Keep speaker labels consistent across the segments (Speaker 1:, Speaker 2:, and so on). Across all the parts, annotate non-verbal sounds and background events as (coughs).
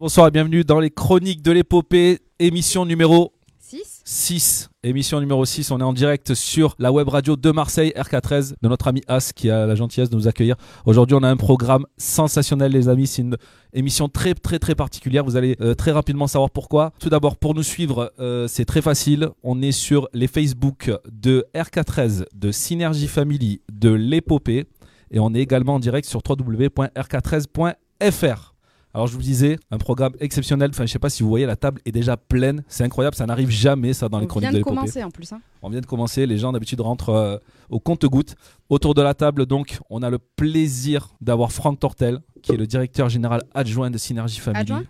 Speaker 1: Bonsoir et bienvenue dans les chroniques de l'épopée, émission numéro
Speaker 2: 6
Speaker 1: 6. Émission numéro 6, on est en direct sur la web radio de Marseille, RK13, de notre ami As qui a la gentillesse de nous accueillir. Aujourd'hui, on a un programme sensationnel, les amis. C'est une émission très, très, très particulière. Vous allez euh, très rapidement savoir pourquoi. Tout d'abord, pour nous suivre, euh, c'est très facile. On est sur les Facebook de RK13, de Synergie Family, de l'épopée. Et on est également en direct sur www.rk13.fr. Alors je vous disais, un programme exceptionnel. Enfin, je sais pas si vous voyez, la table est déjà pleine. C'est incroyable, ça n'arrive jamais ça dans les
Speaker 2: On
Speaker 1: chroniques
Speaker 2: vient
Speaker 1: de
Speaker 2: de
Speaker 1: l'épopée.
Speaker 2: commencer en plus. hein.
Speaker 1: On vient de commencer, les gens d'habitude rentrent euh, au compte-goutte. Autour de la table, donc, on a le plaisir d'avoir Franck Tortel, qui est le directeur général adjoint de Synergie Family.
Speaker 2: Adjoint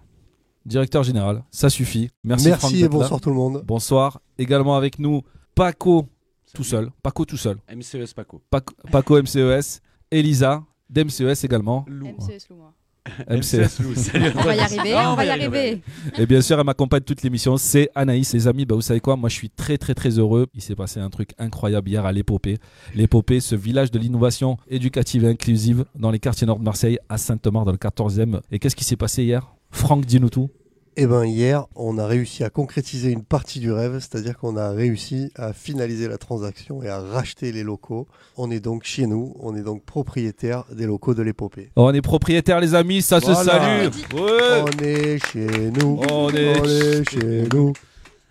Speaker 1: directeur général, ça suffit. Merci,
Speaker 3: Merci,
Speaker 1: Franck.
Speaker 3: et
Speaker 1: d'être là.
Speaker 3: bonsoir tout le monde.
Speaker 1: Bonsoir. Également avec nous, Paco tout seul. Paco tout seul.
Speaker 4: MCS E Paco.
Speaker 1: Paco, Paco MCES. Elisa d'MCES également. E
Speaker 2: MCS Loumois.
Speaker 1: MCES.
Speaker 4: Lou,
Speaker 2: (laughs)
Speaker 4: E salut à
Speaker 2: On va y
Speaker 4: toi.
Speaker 2: arriver,
Speaker 4: Ah,
Speaker 2: on va y arriver.
Speaker 1: Et bien sûr, elle m'accompagne toute l'émission, c'est Anaïs. Les amis, bah, vous savez quoi Moi, je suis très, très, très heureux. Il s'est passé un truc incroyable hier à l'Épopée. L'Épopée, ce village de l'innovation éducative et inclusive dans les quartiers nord de Marseille, à Saint-Thomas, dans le 14e. Et qu'est-ce qui s'est passé hier Franck, dis-nous tout.
Speaker 3: Eh ben hier, on a réussi à concrétiser une partie du rêve, c'est-à-dire qu'on a réussi à finaliser la transaction et à racheter les locaux. On est donc chez nous, on est donc propriétaire des locaux de l'épopée.
Speaker 1: On est propriétaires, les amis, ça se
Speaker 3: Voilà.
Speaker 1: salue Ouais.
Speaker 3: On est chez nous.
Speaker 1: On est
Speaker 3: chez nous.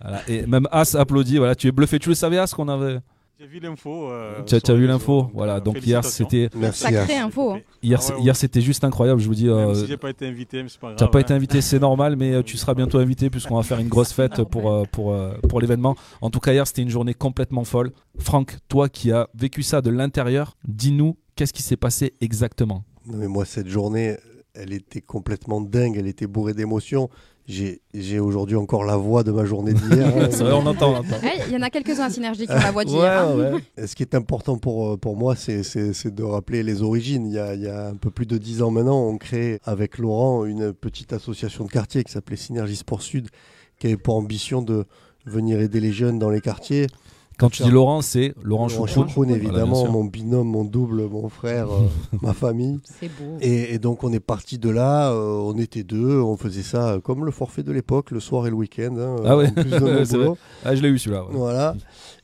Speaker 1: Voilà. Et même As applaudit. Voilà, tu es bluffé. Tu le savais, As, qu'on avait.
Speaker 5: J'ai vu l'info. euh,
Speaker 1: tu as,
Speaker 5: sur
Speaker 1: tu as
Speaker 5: les
Speaker 1: vu
Speaker 5: réseaux,
Speaker 1: l'info Voilà,
Speaker 5: euh,
Speaker 1: donc hier,
Speaker 5: félicitations.
Speaker 1: c'était.
Speaker 3: Merci.
Speaker 2: Sacré
Speaker 3: hein.
Speaker 2: info. hein.
Speaker 1: Hier,
Speaker 5: Ah ouais,
Speaker 1: c'est-
Speaker 5: ouais.
Speaker 1: hier c'était juste incroyable, je vous dis.
Speaker 5: Même
Speaker 1: euh,
Speaker 5: si j'ai pas été invité, mais c'est pas grave.
Speaker 1: T'as pas été
Speaker 5: hein.
Speaker 1: invité, c'est normal, mais euh, tu seras bientôt invité puisqu'on va faire une grosse fête pour, euh, pour, euh, pour l'événement. En tout cas, hier, c'était une journée complètement folle. Franck, toi qui as vécu ça de l'intérieur, dis-nous qu'est-ce qui s'est passé exactement
Speaker 3: Non, mais moi, cette journée, elle était complètement dingue, elle était bourrée d'émotions. J'ai j'ai aujourd'hui encore la voix de ma journée d'hier. hein.
Speaker 1: (laughs) C'est vrai, on entend, on entend.
Speaker 2: Ouais, Eh, Il y en a quelques-uns à Synergie qui ont la voix d'hier. hein.
Speaker 1: Ouais, ouais.
Speaker 2: (laughs)
Speaker 3: Et ce qui est important pour, euh, pour moi, c'est- c'est c'est de rappeler les origines. Il y, a, il y a un peu plus de dix ans maintenant, on crée avec Laurent une petite association de quartier qui s'appelait Synergie Sport Sud, qui avait pour ambition de venir aider les jeunes dans les quartiers.
Speaker 1: Quand tu dis Laurent, c'est Laurent Choucroune.
Speaker 3: Choucroune,
Speaker 1: Voilà, bien
Speaker 3: évidemment,
Speaker 1: sûr.
Speaker 3: mon binôme, mon double, mon frère,
Speaker 1: (laughs)
Speaker 3: euh, ma famille.
Speaker 2: C'est beau.
Speaker 3: Et, et donc on est parti de là, euh, on était deux, on faisait ça euh, comme le forfait de l'époque, le soir et le week-end, hein,
Speaker 1: Ah ouais, (laughs)
Speaker 3: en plus de nos
Speaker 1: c'est
Speaker 3: boulots.
Speaker 1: Ah, je l'ai eu celui-là. ouais.
Speaker 3: Voilà.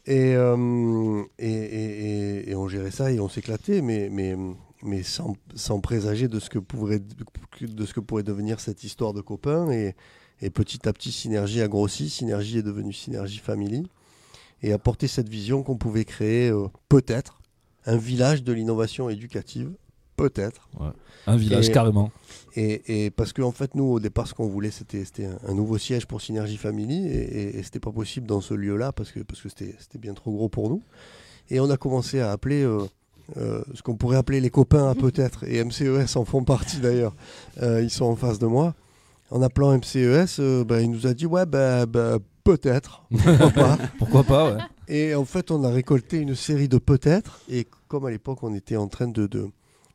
Speaker 3: Et, euh, et, et- et- et on gérait ça et on s'éclatait, mais, mais, mais sans, sans présager de ce, que pourrait, de ce que pourrait devenir cette histoire de copains. Et, et petit à petit, Synergie a grossi. Synergie est devenue Synergie Family. Et a porté cette vision qu'on pouvait créer, euh, peut-être, un village de l'innovation éducative. Peut-être.
Speaker 1: Un village,
Speaker 3: Et-
Speaker 1: carrément.
Speaker 3: Et, et parce qu'en fait, nous, au départ, ce qu'on voulait, c'était c'était un, un nouveau siège pour Synergie Family. Et, et- et c'était pas possible dans ce lieu-là parce que parce que c'était c'était bien trop gros pour nous. Et on a commencé à appeler euh, euh, ce qu'on pourrait appeler les copains, à peut-être. Et MCES en font partie (laughs) d'ailleurs. Euh, ils sont en face de moi. En appelant MCES, euh, bah, il nous a dit Ouais, bah, bah, peut-être. Pourquoi pas
Speaker 1: (laughs) Pourquoi pas, ouais.
Speaker 3: et en fait, on a récolté une série de peut-être. Et comme à l'époque, on était en train de, de,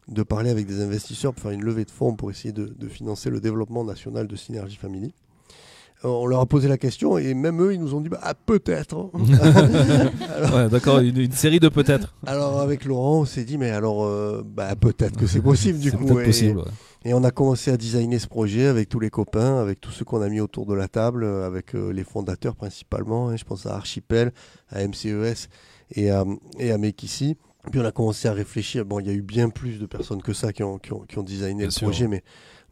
Speaker 3: de parler avec des investisseurs pour faire une levée de fonds pour essayer de, de financer le développement national de Synergie Family. euh, On leur a posé la question et même eux, ils nous ont dit bah, ah, peut-être. hein.
Speaker 1: (laughs) Ouais, D'accord, une, une série de peut-être.
Speaker 3: alors avec Laurent, on s'est dit mais alors euh, bah, peut-être que c'est possible du
Speaker 1: C'est
Speaker 3: coup.
Speaker 1: peut-être
Speaker 3: Et-
Speaker 1: possible. ouais.
Speaker 3: et on a commencé à designer ce projet avec tous les copains, avec tous ceux qu'on a mis autour de la table, euh, avec euh, les fondateurs principalement. hein. je pense à Archipel, à MCES et à, et à Make Ici. Puis on a commencé à réfléchir. Bon, il y a eu bien plus de personnes que ça qui ont, qui ont, qui ont designé
Speaker 1: Bien
Speaker 3: le
Speaker 1: sûr.
Speaker 3: projet, mais,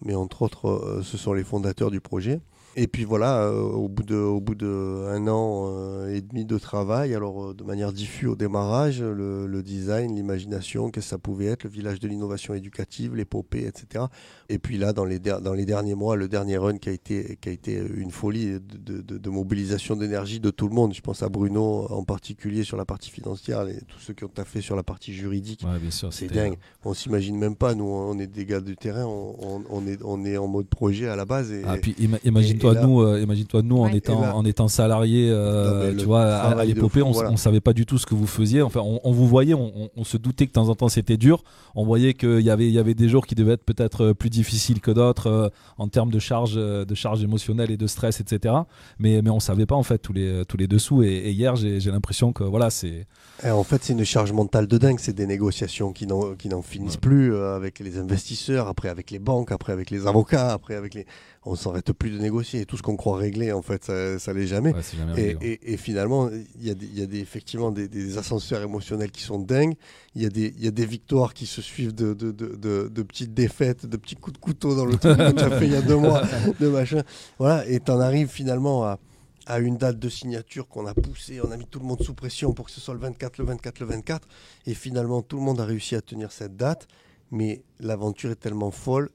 Speaker 3: mais entre autres, euh, ce sont les fondateurs du projet. Et puis voilà, euh, au bout de au bout de un an euh, et demi de travail, alors euh, de manière diffuse au démarrage, le, le design, l'imagination, qu'est-ce que ça pouvait être, le village de l'innovation éducative, l'épopée, etc. Et puis là, dans les, der- dans les derniers mois, le dernier run qui a été, qui a été une folie de, de- de- de mobilisation d'énergie de tout le monde. Je pense à Bruno en particulier sur la partie financière, et tous ceux qui ont taffé sur la partie juridique.
Speaker 1: Ouais, bien sûr,
Speaker 3: C'est
Speaker 1: c'était-
Speaker 3: dingue. On s'imagine hein, même pas. Nous, on est des gars du terrain. On, on- on est, on est en mode projet à la base. Et,
Speaker 1: Ah, puis ima- imagine
Speaker 3: et-
Speaker 1: imagine-toi
Speaker 3: Et là-
Speaker 1: nous, euh, imagine-toi nous en
Speaker 2: Ouais.
Speaker 1: étant
Speaker 3: Et là-
Speaker 1: en étant salarié,
Speaker 3: Non, mais
Speaker 1: tu
Speaker 3: le
Speaker 1: vois, à- à,
Speaker 3: travail de
Speaker 1: l'épopée,
Speaker 3: fou,
Speaker 1: on, s-
Speaker 3: voilà.
Speaker 1: on savait pas du tout ce que vous faisiez. Enfin, on, on vous voyait, on, on- on se doutait que de temps en temps c'était dur. On voyait qu'il y avait il y avait des jours qui devaient être peut-être euh, plus difficiles que d'autres euh, en termes de charge euh, de charge émotionnelle et de stress, etc. Mais mais on savait pas en fait tous les tous les dessous. Et, et hier, j'ai j'ai l'impression que voilà, c'est
Speaker 3: Eh, en fait, c'est une charge mentale de dingue. C'est des négociations qui n'en qui n'en finissent plus euh, avec les investisseurs, après avec les banques, après avec les avocats, après avec les. On s'arrête plus de négocier. Tout ce qu'on croit régler, en fait, ça, ça l'est jamais.
Speaker 1: ouais, c'est jamais
Speaker 3: Et,
Speaker 1: réglé, ouais.
Speaker 3: et- et finalement, il y a, des- il y a des- effectivement des, des ascenseurs émotionnels qui sont dingues. Il y, a des- il y a des victoires qui se suivent de, de- de- de- de petites défaites, de petits coups de couteau dans le truc que tu as fait il y a deux mois,
Speaker 1: (laughs)
Speaker 3: (laughs) de machin. Voilà, et tu en arrives finalement à, à une date de signature qu'on a poussée. On a mis tout le monde sous pression pour que ce soit le 24, le 24, le 24. Et finalement, tout le monde a réussi à tenir cette date. Mais l'aventure est tellement folle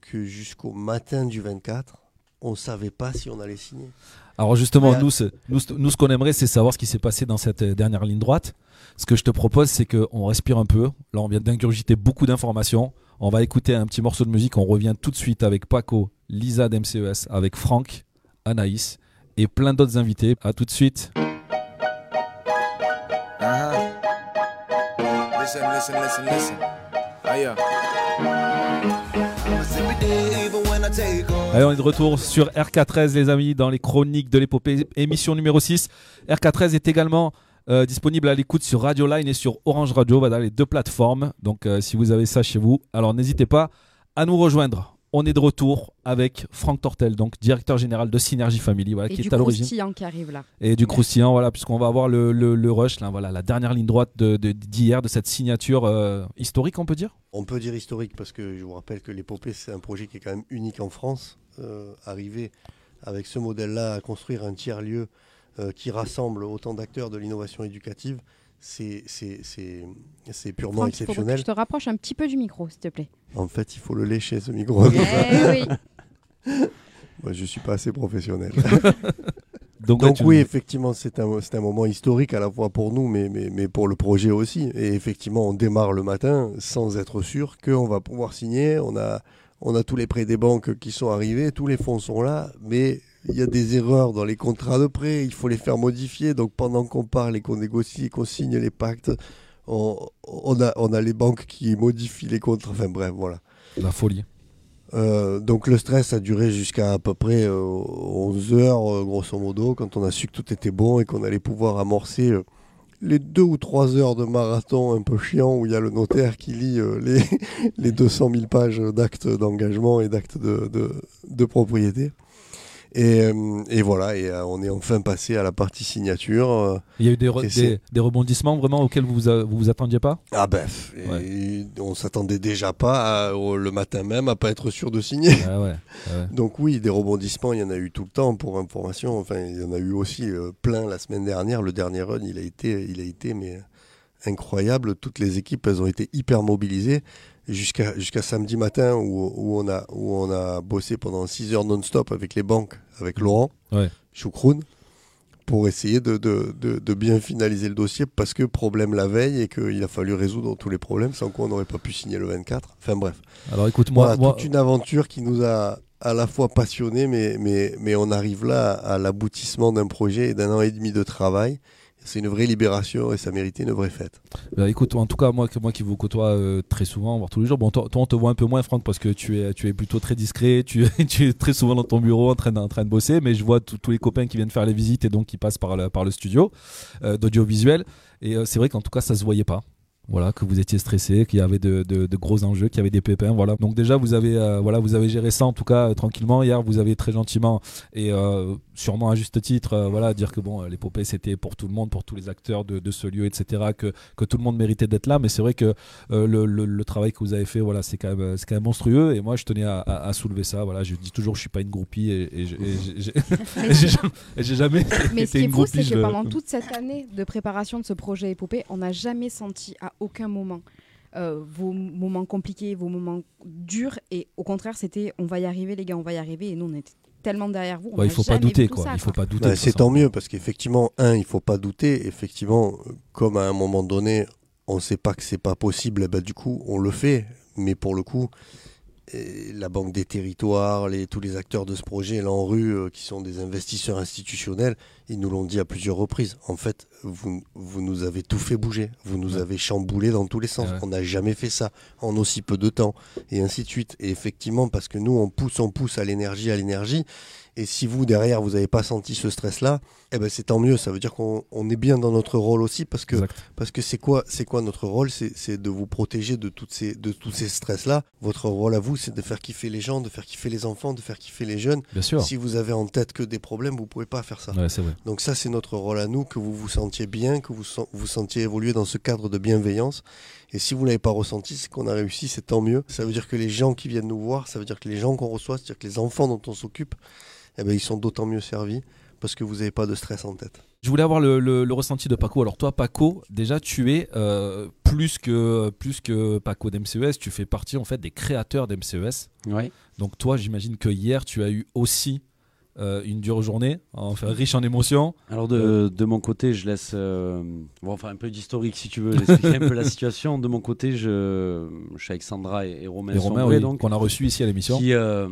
Speaker 3: que jusqu'au matin du 24, on savait pas si on allait signer.
Speaker 1: Alors justement,
Speaker 3: Ouais.
Speaker 1: nous, ce- nous, ce- nous, ce qu'on aimerait, c'est savoir ce qui s'est passé dans cette euh, dernière ligne droite. Ce que je te propose, c'est qu'on respire un peu. Là, on vient d'ingurgiter beaucoup d'informations. On va écouter un petit morceau de musique. On revient tout de suite avec Paco, Lisa d'MCES, avec Franck, Anaïs et plein d'autres invités. À tout de suite.
Speaker 4: Uh huh. Listen, listen, listen, listen. Oh yeah. Almost every day, even when I take off.
Speaker 1: Allez, on est de retour sur RK13, les amis, dans les chroniques de l'épopée, émission numéro 6. RK13 est également euh, disponible à l'écoute sur Radio Line et sur Orange Radio, voilà, les deux plateformes. Donc, euh, si vous avez ça chez vous, alors n'hésitez pas à nous rejoindre. On est de retour avec Franck Tortel, donc directeur général de Synergie Family, voilà,
Speaker 2: Et
Speaker 1: qui
Speaker 2: du
Speaker 1: est à l'origine
Speaker 2: croustillant qui arrive là.
Speaker 1: et du croustillant, voilà, puisqu'on va avoir le, le- le rush, là, voilà, la dernière ligne droite de- de- d'hier, de, cette signature euh, historique, on peut dire.
Speaker 3: On peut dire historique parce que je vous rappelle que l'épopée, c'est un projet qui est quand même unique en France. Euh, arriver avec ce modèle-là à construire un tiers-lieu euh, qui rassemble autant d'acteurs de l'innovation éducative, c'est c'est- c'est- c'est purement
Speaker 2: Franck, il faut que
Speaker 3: exceptionnel.
Speaker 2: je te rapproche un petit peu du micro, s'il
Speaker 1: (coughs)
Speaker 2: te plaît.
Speaker 3: En fait, il faut le lécher, ce micro.
Speaker 2: Eh oui.
Speaker 3: (laughs) Moi, je ne suis pas assez professionnel.
Speaker 1: là,
Speaker 3: Donc
Speaker 1: tu-
Speaker 3: oui, effectivement, c'est un, c'est un moment historique à la fois pour nous, mais, mais, mais pour le projet aussi. Et effectivement, on démarre le matin sans être sûr qu'on va pouvoir signer. On a, on a tous les prêts des banques qui sont arrivés, tous les fonds sont là, mais il y a des erreurs dans les contrats de prêt, il faut les faire modifier. Donc pendant qu'on parle et qu'on négocie, qu'on signe les pactes, on, on, a, on a les banques qui modifient les contrats. Enfin bref, voilà.
Speaker 1: la folie.
Speaker 3: Euh, donc le stress a duré jusqu'à à peu près euh, 11 heures, euh, grosso modo, quand on a su que tout était bon et qu'on allait pouvoir amorcer euh, les deux ou trois heures de marathon un peu chiant où il y a le notaire qui lit euh, les, (laughs) les 200 000 pages d'actes d'engagement et d'actes de, de- de propriété. Et, euh, et voilà, et euh, on est enfin passé à la partie signature. euh,
Speaker 1: Il y a eu des, re-
Speaker 3: Et c'est-
Speaker 1: des, des rebondissements vraiment auxquels vous vous, a- vous vous attendiez pas
Speaker 3: Ah bref, et
Speaker 1: Ouais.
Speaker 3: on s'attendait déjà pas à- au- le matin même à pas être sûr de signer.
Speaker 1: Ah ouais, ah ouais.
Speaker 3: (laughs) Donc oui, des rebondissements, il y en a eu tout le temps pour information. Enfin, il y en a eu aussi euh, plein la semaine dernière. Le dernier run, il a été, il a été mais euh, incroyable. Toutes les équipes, elles ont été hyper mobilisées jusqu'à jusqu'à samedi matin où, où on a où on a bossé pendant 6 heures non-stop avec les banques, avec Laurent,
Speaker 1: Ouais.
Speaker 3: Choucroune, pour essayer de, de, de, de bien finaliser le dossier parce que problème la veille et qu'il a fallu résoudre tous les problèmes sans quoi on n'aurait pas pu signer le 24. Enfin bref.
Speaker 1: Alors écoute, moi,
Speaker 3: voilà,
Speaker 1: moi-
Speaker 3: toute une aventure qui nous a à la fois passionnés, mais, mais, mais on arrive là à l'aboutissement d'un projet et d'un an et demi de travail. C'est une vraie libération et ça méritait une vraie fête.
Speaker 1: bah, écoute, en tout cas, moi, que- moi qui vous côtoie euh, très souvent, voire tous les jours, bon, toi, toi, on te voit un peu moins, Franck, parce que tu es, tu es plutôt très discret, tu, (laughs) tu es très souvent dans ton bureau en train, de- en train de bosser, mais je vois tous tous les copains qui viennent faire les visites et donc qui passent par le, par le studio euh, d'audiovisuel. Et euh, c'est vrai qu'en tout cas, ça se voyait pas. Voilà, que vous étiez stressé, qu'il y avait de, de- de gros enjeux, qu'il y avait des pépins, voilà. Donc déjà, vous avez, euh, voilà, vous avez géré ça en tout cas euh, tranquillement. Hier, vous avez très gentiment et euh, sûrement à juste titre, euh, voilà, dire que bon, euh, l'épopée c'était pour tout le monde, pour tous les acteurs de, de ce lieu, etc. Que, que tout le monde méritait d'être là. Mais c'est vrai que euh, le, le- le travail que vous avez fait, voilà, c'est quand même, euh, c'est quand même monstrueux. Et moi, je tenais à, à- à soulever ça. Voilà, je dis toujours, je suis pas une groupie et, et je- et j'ai- j'ai- et j'ai (laughs) jamais- et j'ai jamais.
Speaker 2: Mais
Speaker 1: été
Speaker 2: ce qui est
Speaker 1: une
Speaker 2: fou, c'est
Speaker 1: groupie, je
Speaker 2: que
Speaker 1: le-
Speaker 2: pendant toute cette année de préparation de ce projet épopée, on n'a jamais senti à aucun moment euh, vos m- moments compliqués, vos moments durs. Et au contraire, c'était on va y arriver, les gars, on va y arriver. Et nous, on était tellement derrière vous. on
Speaker 1: Ouais, il
Speaker 2: n'a
Speaker 1: faut pas
Speaker 2: jamais vu
Speaker 1: douter,
Speaker 2: tout
Speaker 1: quoi.
Speaker 2: ça,
Speaker 1: Il faut pas douter.
Speaker 3: Ouais,
Speaker 1: de
Speaker 3: c'est
Speaker 1: ça.
Speaker 3: tant mieux parce qu'effectivement, un, il faut pas douter. Effectivement, euh, comme à un moment donné, on sait pas que c'est pas possible, eh ben, du coup, on le fait. Mais pour le coup, et la Banque des Territoires, les, tous les acteurs de ce projet, l'ANRU, euh, qui sont des investisseurs institutionnels, ils nous l'ont dit à plusieurs reprises. En fait, vous, vous nous avez tout fait bouger, vous nous
Speaker 1: Ouais.
Speaker 3: avez chamboulé dans tous les sens.
Speaker 1: Ouais.
Speaker 3: On n'a jamais fait ça en aussi peu de temps, et ainsi de suite. Et effectivement, parce que nous, on pousse, on pousse à l'énergie, à l'énergie. Et si vous, derrière, vous n'avez pas senti ce stress-là, eh ben, c'est tant mieux. Ça veut dire qu'on on est bien dans notre rôle aussi, parce que
Speaker 1: Exact.
Speaker 3: parce que c'est quoi, c'est quoi notre rôle C'est c'est de vous protéger de, toutes ces, de tous ces stress-là. Votre rôle à vous, c'est de faire kiffer les gens, de faire kiffer les enfants, de faire kiffer les jeunes.
Speaker 1: Bien sûr.
Speaker 3: Si vous avez en tête que des problèmes, vous pouvez pas faire ça.
Speaker 1: Ouais, c'est vrai.
Speaker 3: Donc ça, c'est notre rôle à nous, que vous vous sentiez bien, que vous sen- vous sentiez évoluer dans ce cadre de bienveillance. Et si vous l'avez pas ressenti, c'est qu'on a réussi, c'est tant mieux. Ça veut dire que les gens qui viennent nous voir, ça veut dire que les gens qu'on reçoit, c'est-à-dire que les enfants dont on s'occupe, eh ben, ils sont d'autant mieux servis parce que vous n'avez pas de stress en tête.
Speaker 1: Je voulais avoir le, le- le ressenti de Paco. Alors toi, Paco, déjà tu es euh, plus que plus que Paco d'MCES. Tu fais partie en fait des créateurs d'MCES.
Speaker 6: Ouais.
Speaker 1: Donc toi, j'imagine que hier, tu as eu aussi euh, une dure journée, enfin riche en émotions.
Speaker 6: Alors de,
Speaker 1: euh,
Speaker 6: de mon côté, je laisse euh, bon, enfin un peu d'historique si tu
Speaker 1: (laughs)
Speaker 6: veux, j'explique un peu la situation. De mon côté, je, je suis avec Sandra et, et Romain.
Speaker 1: Et Romain,
Speaker 6: Sombré,
Speaker 1: oui,
Speaker 6: donc,
Speaker 1: qu'on a reçu ici à l'émission.
Speaker 6: qui euh,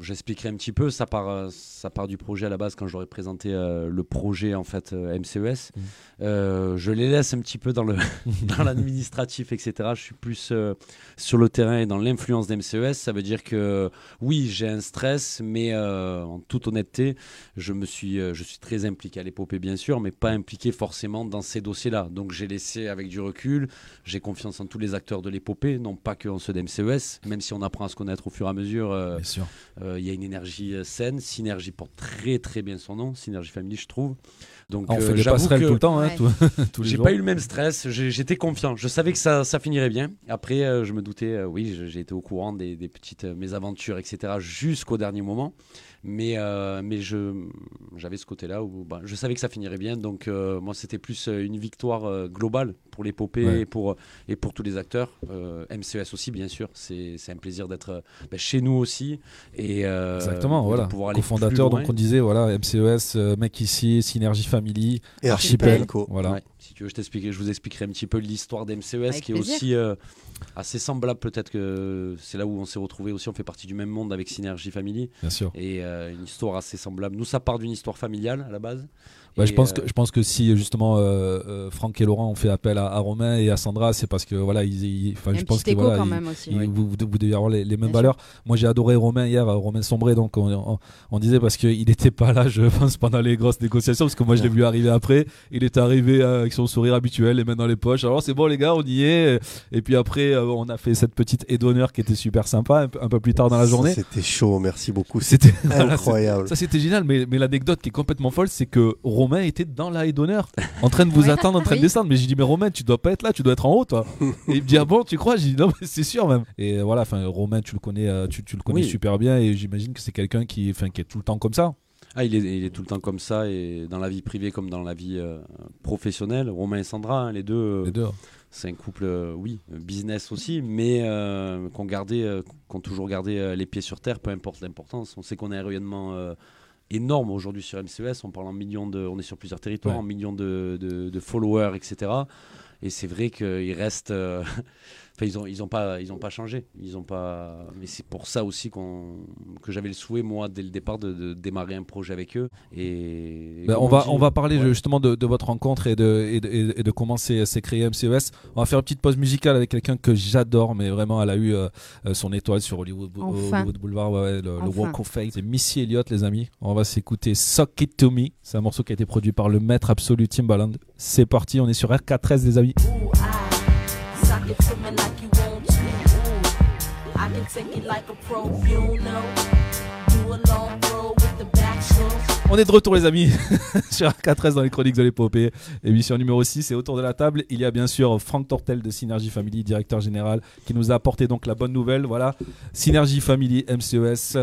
Speaker 6: j'expliquerai un petit peu. Ça part, euh, ça part du projet à la base quand j'aurais présenté euh, le projet en fait euh, MCES.
Speaker 1: Mhm.
Speaker 6: Euh, je les laisse un petit peu dans le (laughs) dans l'administratif, etc. Je suis plus euh, sur le terrain et dans l'influence d'MCES. Ça veut dire que oui, j'ai un stress, mais euh, en toute honnêteté, je me suis, euh, je suis très impliqué à l'épopée bien sûr, mais pas impliqué forcément dans ces dossiers-là. Donc j'ai laissé avec du recul. J'ai confiance en tous les acteurs de l'épopée, non pas que en ceux d'MCES. Même si on apprend à se connaître au fur et à mesure, euh,
Speaker 1: Bien sûr.
Speaker 6: euh, il y a une énergie euh, saine. Synergie porte très très bien son nom, Synergie Family, je trouve. Donc
Speaker 1: Ah,
Speaker 6: euh,
Speaker 1: on fait des
Speaker 6: j'avoue
Speaker 1: passerelles
Speaker 6: que-
Speaker 1: tout le temps, hein,
Speaker 2: Ouais.
Speaker 1: tout- (laughs) tous les
Speaker 6: j'ai
Speaker 1: jours.
Speaker 6: pas eu le même stress, j'ai- j'étais confiant. Je savais que ça, ça finirait bien. Après, euh, je me doutais, euh, oui, je- j'ai été au courant des, des petites euh, mésaventures, etc., jusqu'au dernier moment. Mais, euh, mais je- j'avais ce côté-là où bah, je savais que ça finirait bien. Donc, euh, moi, c'était plus euh, une victoire euh, globale pour l'épopée
Speaker 1: Ouais.
Speaker 6: et, pour, euh, et pour tous les acteurs. Euh, MCES aussi, bien sûr. C'est c'est un plaisir d'être euh, bah, chez nous aussi. Et, euh, et
Speaker 1: Exactement,
Speaker 6: de
Speaker 1: voilà.
Speaker 6: pouvoir aller plus
Speaker 1: Co-fondateur,
Speaker 6: loin.
Speaker 1: donc on disait, voilà, MCES, euh, mec ici, Synergie Family,
Speaker 3: Et
Speaker 1: Archipel.
Speaker 3: Archipelco.
Speaker 1: Voilà.
Speaker 6: Ouais, si tu veux, je, t'expliquerai- je vous expliquerai un petit peu l'histoire d'MCES
Speaker 2: Avec
Speaker 6: qui
Speaker 2: plaisir.
Speaker 6: est aussi euh, assez semblable peut-être que c'est là où on s'est retrouvé aussi, on fait partie du même monde avec Synergy Family
Speaker 1: Bien sûr.
Speaker 6: et euh, une histoire assez semblable. Nous, ça part d'une histoire familiale à la base.
Speaker 1: Bah,
Speaker 6: Et,
Speaker 1: je, pense
Speaker 6: euh,
Speaker 1: que, je pense que si justement euh, euh, Franck et Laurent ont fait appel à, à Romain et à Sandra, c'est parce que voilà, ils, ils- enfin,
Speaker 2: Il y a
Speaker 1: je
Speaker 2: un
Speaker 1: pense
Speaker 2: petit
Speaker 1: que
Speaker 2: écho
Speaker 1: voilà,
Speaker 2: quand
Speaker 1: ils-
Speaker 2: même aussi.
Speaker 1: ils-
Speaker 6: Ouais.
Speaker 1: vous, vous- vous devez avoir les, les mêmes
Speaker 2: Bien sûr.
Speaker 1: valeurs. Moi j'ai adoré Romain hier, euh, Romain Sombré, donc on, on, on disait parce qu'il n'était pas là, je (laughs) pense, pendant les grosses négociations, parce que moi je l'ai vu arriver après. Il est arrivé euh, avec son sourire habituel, les mains dans les poches. Alors c'est bon les gars, on y est. Et puis après, euh, on a fait cette petite aide d'honneur qui était super sympa un peu, un peu plus tard dans la
Speaker 3: Ça,
Speaker 1: journée.
Speaker 3: C'était chaud, merci beaucoup.
Speaker 1: C'était (laughs) voilà, c'est-
Speaker 3: Incroyable.
Speaker 1: ça c'était génial, mais, mais l'anecdote qui est complètement folle, c'est que Romain était dans la haie d'honneur, en train de vous
Speaker 2: Ouais.
Speaker 1: attendre, en train de
Speaker 2: Oui.
Speaker 1: descendre. Mais j'ai dit, mais Romain, tu dois pas être là, tu dois être en haut, toi. et il me dit, ah bon, tu crois J'ai dit, non, mais c'est sûr même. Et voilà, enfin, Romain, tu le connais, euh, tu, tu le connais
Speaker 6: Oui.
Speaker 1: super bien, et j'imagine que c'est quelqu'un qui, enfin, qui est tout le temps comme ça.
Speaker 6: Ah, il, est, il est tout le temps comme ça et dans la vie privée comme dans la vie euh, professionnelle. Romain et Sandra, hein, les deux, euh,
Speaker 1: Les deux.
Speaker 6: c'est un couple, euh, oui, business aussi, mais euh, qu'on gardait, euh, qu'on toujours gardé euh, les pieds sur terre, peu importe l'importance. On sait qu'on a un rayonnement euh, énorme aujourd'hui sur MCES. On parle en millions de, on est sur plusieurs territoires,
Speaker 1: Ouais.
Speaker 6: en millions de, de- de followers, etc. Et c'est vrai qu'ils restent, euh, (laughs) enfin ils ont, ils ont pas, ils ont pas changé. Ils ont pas, mais c'est pour ça aussi qu'on, que j'avais le souhait moi dès le départ de, de démarrer un projet avec eux. Et
Speaker 1: Ben,
Speaker 6: comme
Speaker 1: on, va,
Speaker 6: dit-
Speaker 1: on va parler
Speaker 6: Ouais.
Speaker 1: justement de, de votre rencontre et de, et de, et de- et de comment s'est s'est créé MCES. On va faire une petite pause musicale avec quelqu'un que j'adore, mais vraiment, elle a eu euh, euh, son étoile sur Hollywood, Bou-
Speaker 2: Enfin.
Speaker 1: Hollywood Boulevard, ouais, ouais, le, le
Speaker 2: Enfin.
Speaker 1: Walk of Fame. C'est Missy Elliott, les amis. On va s'écouter Suck It To Me. C'est un morceau qui a été produit par le maître absolu Timbaland. C'est parti, on est sur RK13, les amis.
Speaker 7: Ooh, I sock it to me like you want to. Ooh, I can take it like a pro, you know. Do a long throw with the back stroke.
Speaker 1: On est de retour, les amis, (laughs) sur RK13 dans les chroniques de l'épopée. Émission numéro 6. Et autour de la table, il y a bien sûr Franck Tortel de Synergie Family, directeur général, qui nous a apporté donc la bonne nouvelle. Voilà, Synergie Family, MCES,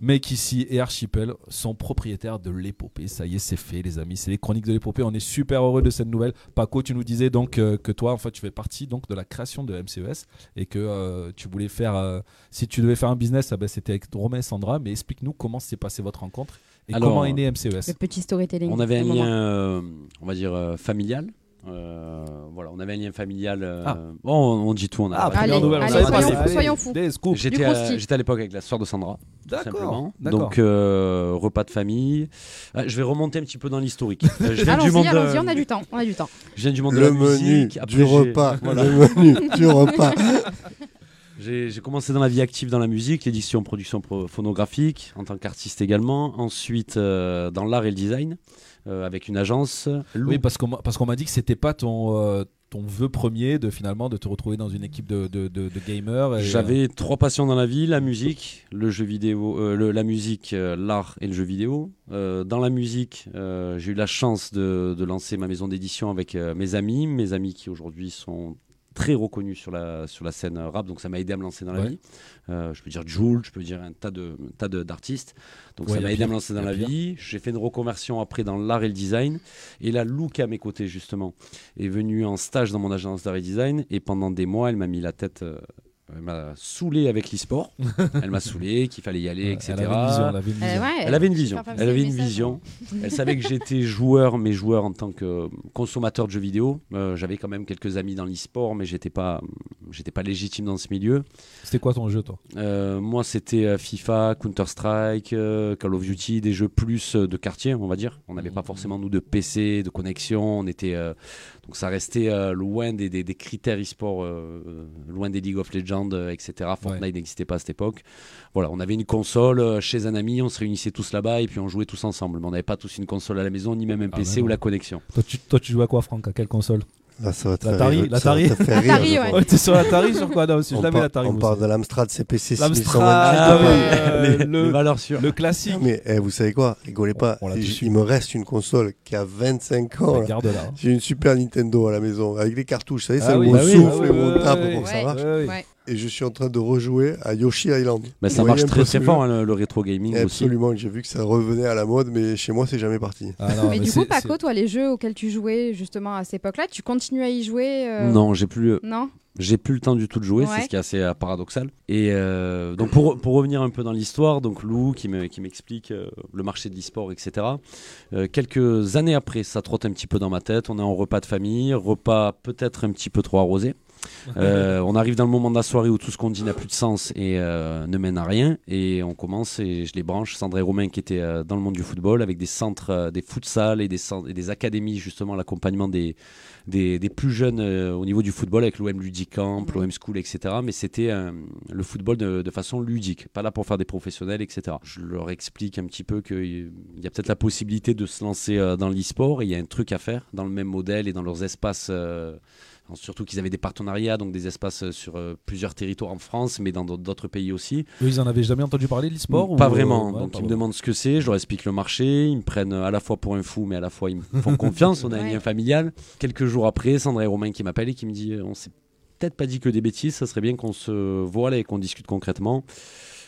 Speaker 1: Make Ici et Archipel sont propriétaires de l'épopée. Ça y est, c'est fait, les amis. C'est les chroniques de l'épopée. On est super heureux de cette nouvelle. Paco, tu nous disais donc euh, que toi, en fait, tu fais partie donc de la création de MCES et que euh, tu voulais faire, euh, si tu devais faire un business, ah ben, c'était avec Romain et Sandra. Mais explique-nous comment s'est passée votre rencontre et
Speaker 6: Alors,
Speaker 1: comment est né E
Speaker 6: (laughs)
Speaker 1: MCES.
Speaker 2: Le petit storytelling.
Speaker 6: On avait un
Speaker 2: au moment.
Speaker 6: lien, euh, on va dire, euh, familial Euh, voilà, on avait un lien familial. euh,
Speaker 1: Ah.
Speaker 6: Bon, on, on dit tout, on a.
Speaker 1: Ah,
Speaker 2: Allez,
Speaker 1: première nouvelle, on
Speaker 2: allez,
Speaker 1: savait pas,
Speaker 2: soyons
Speaker 1: c'est-
Speaker 2: fous, soyons fous.
Speaker 1: Des scoops.
Speaker 6: J'étais
Speaker 2: Du
Speaker 6: à,
Speaker 2: prosti.
Speaker 6: j'étais à l'époque avec la soeur de Sandra, tout
Speaker 1: D'accord.
Speaker 6: simplement.
Speaker 1: d'accord.
Speaker 6: Donc, euh, repas de famille. Ah, je vais remonter un petit peu dans
Speaker 3: (laughs)
Speaker 6: l'historique. Euh, je viens du monde
Speaker 2: Allons-y,
Speaker 6: de-
Speaker 2: allons-y, on a du temps, on a du temps.
Speaker 6: Je viens du monde de
Speaker 3: Le
Speaker 6: la
Speaker 3: menu
Speaker 6: musique.
Speaker 3: du
Speaker 6: après j'ai- (laughs)
Speaker 3: repas.
Speaker 6: voilà.
Speaker 3: Le menu
Speaker 2: (laughs)
Speaker 3: du repas.
Speaker 6: (laughs) J'ai j'ai commencé dans la vie active dans la musique, l'édition, production pro- phonographique, en tant qu'artiste également. Ensuite, euh, dans l'art et le design, euh, avec une agence.
Speaker 1: Oui, parce qu'on m'a- parce qu'on m'a dit que c'était pas ton euh, ton vœu premier de finalement de te retrouver dans une équipe de de, de- de gamers. et, euh,
Speaker 6: J'avais trois passions dans la vie la musique, le jeu vidéo, euh, le- la musique, euh, l'art et le jeu vidéo. Euh, dans la musique, euh, j'ai eu la chance de, de lancer ma maison d'édition avec euh, mes amis, mes amis qui aujourd'hui sont très reconnus sur la sur la scène rap, donc ça m'a aidé à me lancer dans la
Speaker 1: Ouais.
Speaker 6: vie. Euh, je peux dire Joule, je peux dire un tas de un tas de- d'artistes, donc
Speaker 1: Ouais, y
Speaker 6: ça
Speaker 1: a
Speaker 6: m'a aidé
Speaker 1: pire,
Speaker 6: à me lancer dans
Speaker 1: y a
Speaker 6: la
Speaker 1: pire.
Speaker 6: vie. J'ai fait une reconversion après dans l'art et le design, et la Luc à mes côtés justement est venue en stage dans mon agence d'art et design, et pendant des mois elle m'a mis la tête euh, elle m'a saoulé avec
Speaker 1: (laughs)
Speaker 6: l'e-sport. elle m'a saoulé qu'il fallait y aller, etc.
Speaker 1: Elle avait une vision, elle avait une vision.
Speaker 2: Eh ouais,
Speaker 6: Elle avait une vision.
Speaker 2: Faire passer
Speaker 6: Elle avait
Speaker 2: le
Speaker 6: une
Speaker 2: message.
Speaker 6: vision. (laughs) Elle savait que j'étais joueur, mais joueur en tant que euh, consommateur de jeux vidéo. Euh, J'avais quand même quelques amis dans l'e-sport, mais j'étais pas, j'étais pas légitime dans ce milieu.
Speaker 1: C'était quoi ton jeu, toi
Speaker 6: Euh, moi, c'était euh, FIFA, Counter Strike, euh, Call of Duty, des jeux plus euh, de quartier, on va dire. On n'avait pas forcément nous de PC, de connexion. On était euh, donc ça restait euh, loin des, des- des critères e-sport, euh, euh, loin des League of Legends, euh, etc. Fortnite
Speaker 1: Ouais.
Speaker 6: n'existait pas à cette époque. Voilà, on avait une console euh, chez un ami, on se réunissait tous là-bas et puis on jouait tous ensemble. Mais on n'avait pas tous une console à la maison, ni même un
Speaker 1: Ah,
Speaker 6: PC
Speaker 1: bah
Speaker 6: ou
Speaker 1: non.
Speaker 6: la connexion.
Speaker 1: toi tu, toi, tu joues à quoi, Franck À quelle console
Speaker 3: Ah, ça va te faire
Speaker 1: L'Atari,
Speaker 3: rire, ça va
Speaker 1: l'Atari.
Speaker 3: te faire rire,
Speaker 2: L'Atari,
Speaker 3: je
Speaker 2: ouais.
Speaker 3: pense.
Speaker 1: Ouais, t'es sur l'Atari sur quoi Non, c'est
Speaker 3: On,
Speaker 1: jamais
Speaker 3: par-
Speaker 1: l'Atari.
Speaker 3: on
Speaker 1: moi,
Speaker 3: parle
Speaker 1: c'est-
Speaker 3: de l'Amstrad CPC
Speaker 1: L'Amstrad,
Speaker 3: 628.
Speaker 1: Ah ouais, euh,
Speaker 6: les,
Speaker 1: le-
Speaker 6: les valeurs sûres.
Speaker 1: Le classique.
Speaker 3: Mais eh, vous savez quoi Rigolez pas.
Speaker 1: On l'a Bah,
Speaker 3: Il-
Speaker 1: déçu.
Speaker 3: il me reste une console qui a 25 ans. là.
Speaker 1: Regarde là.
Speaker 3: J'ai une super Nintendo à la maison avec les cartouches, vous savez,
Speaker 1: Ah
Speaker 3: ça où
Speaker 1: oui,
Speaker 3: on
Speaker 1: bah oui,
Speaker 3: souffle
Speaker 1: bah
Speaker 3: et où on
Speaker 1: oui,
Speaker 3: tape
Speaker 1: oui,
Speaker 3: pour que ça
Speaker 2: oui.
Speaker 3: marche.
Speaker 1: Ouais,
Speaker 2: Ouais.
Speaker 3: Et je suis en train de rejouer à Yoshi Island.
Speaker 6: Mais ça
Speaker 3: Vous
Speaker 6: marche
Speaker 3: voyez un
Speaker 6: très
Speaker 3: peu
Speaker 6: très
Speaker 3: ce
Speaker 6: fort
Speaker 3: jeu
Speaker 6: hein, le, le rétro gaming aussi.
Speaker 3: Absolument, j'ai vu que ça revenait à la mode, mais chez moi, c'est jamais parti.
Speaker 1: Ah, non,
Speaker 2: mais, du
Speaker 1: c'est-
Speaker 2: coup,
Speaker 1: c'est-
Speaker 2: Paco, toi, les jeux auxquels tu jouais justement à cette époque-là, tu continues à y jouer euh,
Speaker 6: Non, j'ai plus. euh,
Speaker 2: Non
Speaker 6: J'ai plus le temps du tout de jouer,
Speaker 2: Ouais.
Speaker 6: c'est ce qui est assez euh, paradoxal. Et euh, donc pour, pour revenir un peu dans l'histoire, donc Lou qui me- qui m'explique euh, le marché de l'e-sport, etc. Euh, quelques années après, ça trotte un petit peu dans ma tête. On est en repas de famille, repas peut-être un petit peu trop arrosé. Euh, on arrive dans le moment de la soirée où tout ce qu'on dit n'a plus de sens et euh, ne mène à rien. Et on commence et je les branche. Sandra et Romain qui étaient euh, dans le monde du football avec des centres, euh, des futsal et des, cen- et des académies, justement, l'accompagnement des, des, des plus jeunes euh, au niveau du football avec l'OM Ludicamp, l'OM School, etc. Mais c'était euh, le football de, de façon ludique, pas là pour faire des professionnels, etc. Je leur explique un petit peu qu'il y a peut-être la possibilité de se lancer euh, dans l'e-sport et il y a un truc à faire dans le même modèle et dans leurs espaces. euh, alors, Surtout qu'ils avaient des partenariats, donc des espaces euh, sur euh, plusieurs territoires en France, mais dans d'autres d'autres pays aussi.
Speaker 1: Eux, ils en avaient jamais entendu parler de l'e-sport
Speaker 6: Pas
Speaker 1: ou, euh,
Speaker 6: vraiment.
Speaker 1: ouais,
Speaker 6: donc
Speaker 1: pas
Speaker 6: ils me
Speaker 1: vraiment.
Speaker 6: demandent ce que c'est, je leur explique le marché, ils me prennent euh, à la fois pour un fou, mais à la fois ils me
Speaker 1: (laughs)
Speaker 6: font confiance, on a un
Speaker 2: Ouais.
Speaker 6: lien familial. Quelques jours après, Sandra et Romain qui m'appellent et qui me dit euh, on s'est peut-être pas dit que des bêtises, ça serait bien qu'on se voile et qu'on discute concrètement.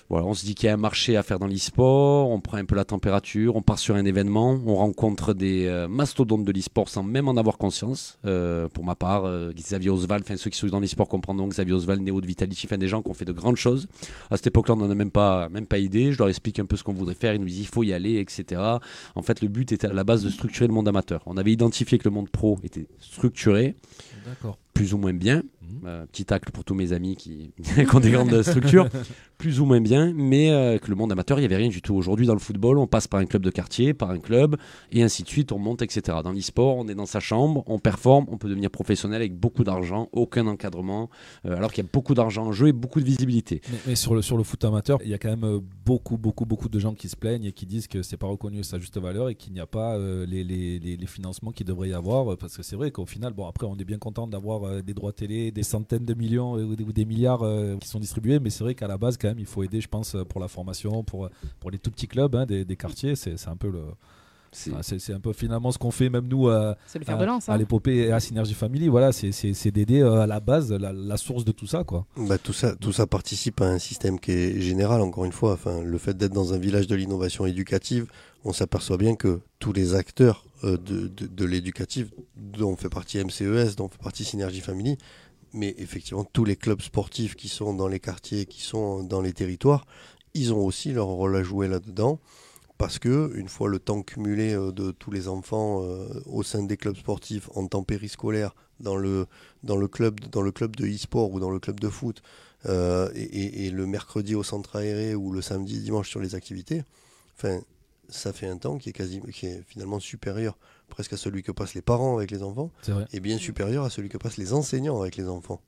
Speaker 6: Voilà, on se dit qu'il y a un marché à faire dans l'e-sport, on prend un peu la température, on part sur un événement, on rencontre des euh, mastodontes de l'e-sport sans même en avoir conscience. Euh, pour ma part, euh, Xavier Oswald, enfin ceux qui sont dans l'e-sport comprendront Xavier Oswald, Néo de Vitality, enfin des gens qui ont fait de grandes choses. À cette époque-là, on n'en a même pas, même pas idée. Je leur explique un peu ce qu'on voudrait faire, ils nous disent il faut y aller, etc. En fait, le but était à la base de structurer le monde amateur. On avait identifié que le monde pro était structuré,
Speaker 1: D'accord.
Speaker 6: plus ou moins bien.
Speaker 1: Mhm.
Speaker 6: Euh, petit tacle pour tous mes amis qui, (laughs) qui ont des grandes structures, plus ou moins bien, mais euh, que le monde amateur, il n'y avait rien du tout. Aujourd'hui, dans le football, on passe par un club de quartier, par un club, et ainsi de suite, on monte, etc. Dans l'e-sport, on est dans sa chambre, on performe, on peut devenir professionnel avec beaucoup d'argent, aucun encadrement, euh, alors qu'il y a beaucoup d'argent en jeu et beaucoup de visibilité.
Speaker 1: Mais, mais sur, le, sur le foot amateur, il y a quand même euh, beaucoup, beaucoup, beaucoup de gens qui se plaignent et qui disent que c'est pas reconnu à sa juste valeur et qu'il n'y a pas euh, les, les- les- les financements qu'il devrait y avoir. euh, Parce que c'est vrai qu'au final, bon, après, on est bien content d'avoir euh, des droits télé, des centaines de millions euh, ou des, ou des milliards euh, qui sont distribués, mais c'est vrai qu'à la base, quand même, il faut aider, je pense, euh, pour la formation, pour, euh, pour les tout petits clubs hein, des, des quartiers. C'est c'est un peu le.
Speaker 6: C'est-
Speaker 1: enfin, C'est c'est un peu finalement ce qu'on fait, même nous, euh,
Speaker 2: C'est le
Speaker 1: à,
Speaker 2: fer de lance.
Speaker 1: à
Speaker 2: hein.
Speaker 1: l'épopée et à Synergy Family. Voilà, c'est- c'est c'est d'aider euh, à la base, la, la source de tout ça, quoi.
Speaker 3: Bah, tout, ça, tout ça participe à un système qui est général, encore une fois. Enfin, le fait d'être dans un village de l'innovation éducative, on s'aperçoit bien que tous les acteurs euh, de, de- de l'éducatif, dont fait partie MCES, dont fait partie Synergie Family, mais effectivement tous les clubs sportifs qui sont dans les quartiers, qui sont dans les territoires, ils ont aussi leur rôle à jouer là-dedans parce que une fois le temps cumulé euh, de tous les enfants euh, au sein des clubs sportifs en temps périscolaire dans le dans le club dans le club de e-sport ou dans le club de foot euh, et, et- et le mercredi au centre aéré ou le samedi dimanche sur les activités enfin ça fait un temps qui est quasi qui est finalement supérieur presque à celui que passent les parents avec les enfants
Speaker 1: C'est vrai.
Speaker 3: et bien supérieur à celui que passent les enseignants avec les enfants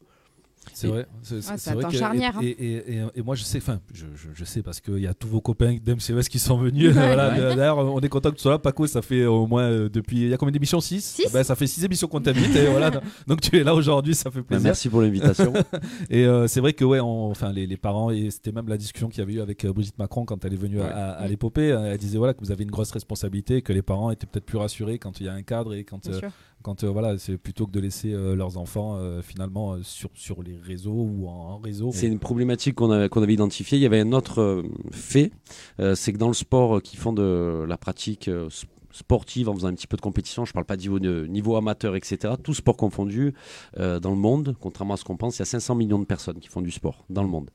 Speaker 1: C'est
Speaker 6: Et-
Speaker 1: vrai. C'est c'est-
Speaker 2: ça
Speaker 1: c'est vrai
Speaker 2: atteint
Speaker 1: que- et-
Speaker 2: charnière, hein.
Speaker 1: Et, et- et- et moi, je sais, enfin, je, je- je sais parce qu'il y a tous vos copains d'MCES qui sont
Speaker 2: (laughs)
Speaker 1: venus. Voilà,
Speaker 6: Ouais.
Speaker 1: D'ailleurs, on est content que tu sois là. Paco, ça fait au moins euh, depuis. Il y a combien d'émissions 6
Speaker 2: Six.
Speaker 1: Ça fait 6 émissions qu'on t'invite. et
Speaker 2: (laughs)
Speaker 1: voilà, donc tu es là aujourd'hui, ça fait
Speaker 6: Bah,
Speaker 1: plaisir.
Speaker 6: merci pour l'invitation.
Speaker 1: (laughs) Et euh, c'est vrai que ouais, on- enfin les, les parents et c'était même la discussion qu'il y avait eu avec euh, Brigitte Macron quand elle est venue à-
Speaker 6: Ouais.
Speaker 1: à, à l'épopée. euh, Elle disait voilà que vous avez une grosse responsabilité, et que les parents étaient peut-être plus rassurés quand il y a un cadre et quand
Speaker 2: bien
Speaker 1: euh,
Speaker 2: sûr.
Speaker 1: quand euh, voilà c'est plutôt que de laisser euh, leurs enfants euh, finalement euh, sur sur les réseaux ou en, en réseau.
Speaker 6: C'est une problématique qu'on avait, qu'on avait identifiée. Il y avait un autre euh, fait, euh, c'est que dans le sport euh, qui font de la pratique euh, s- sportive en faisant un petit peu de compétition, je ne parle pas de niveau, de niveau amateur, etc., tout sport confondu, euh, dans le monde, contrairement à ce qu'on pense, il y a 500 millions de personnes qui font du sport dans le monde.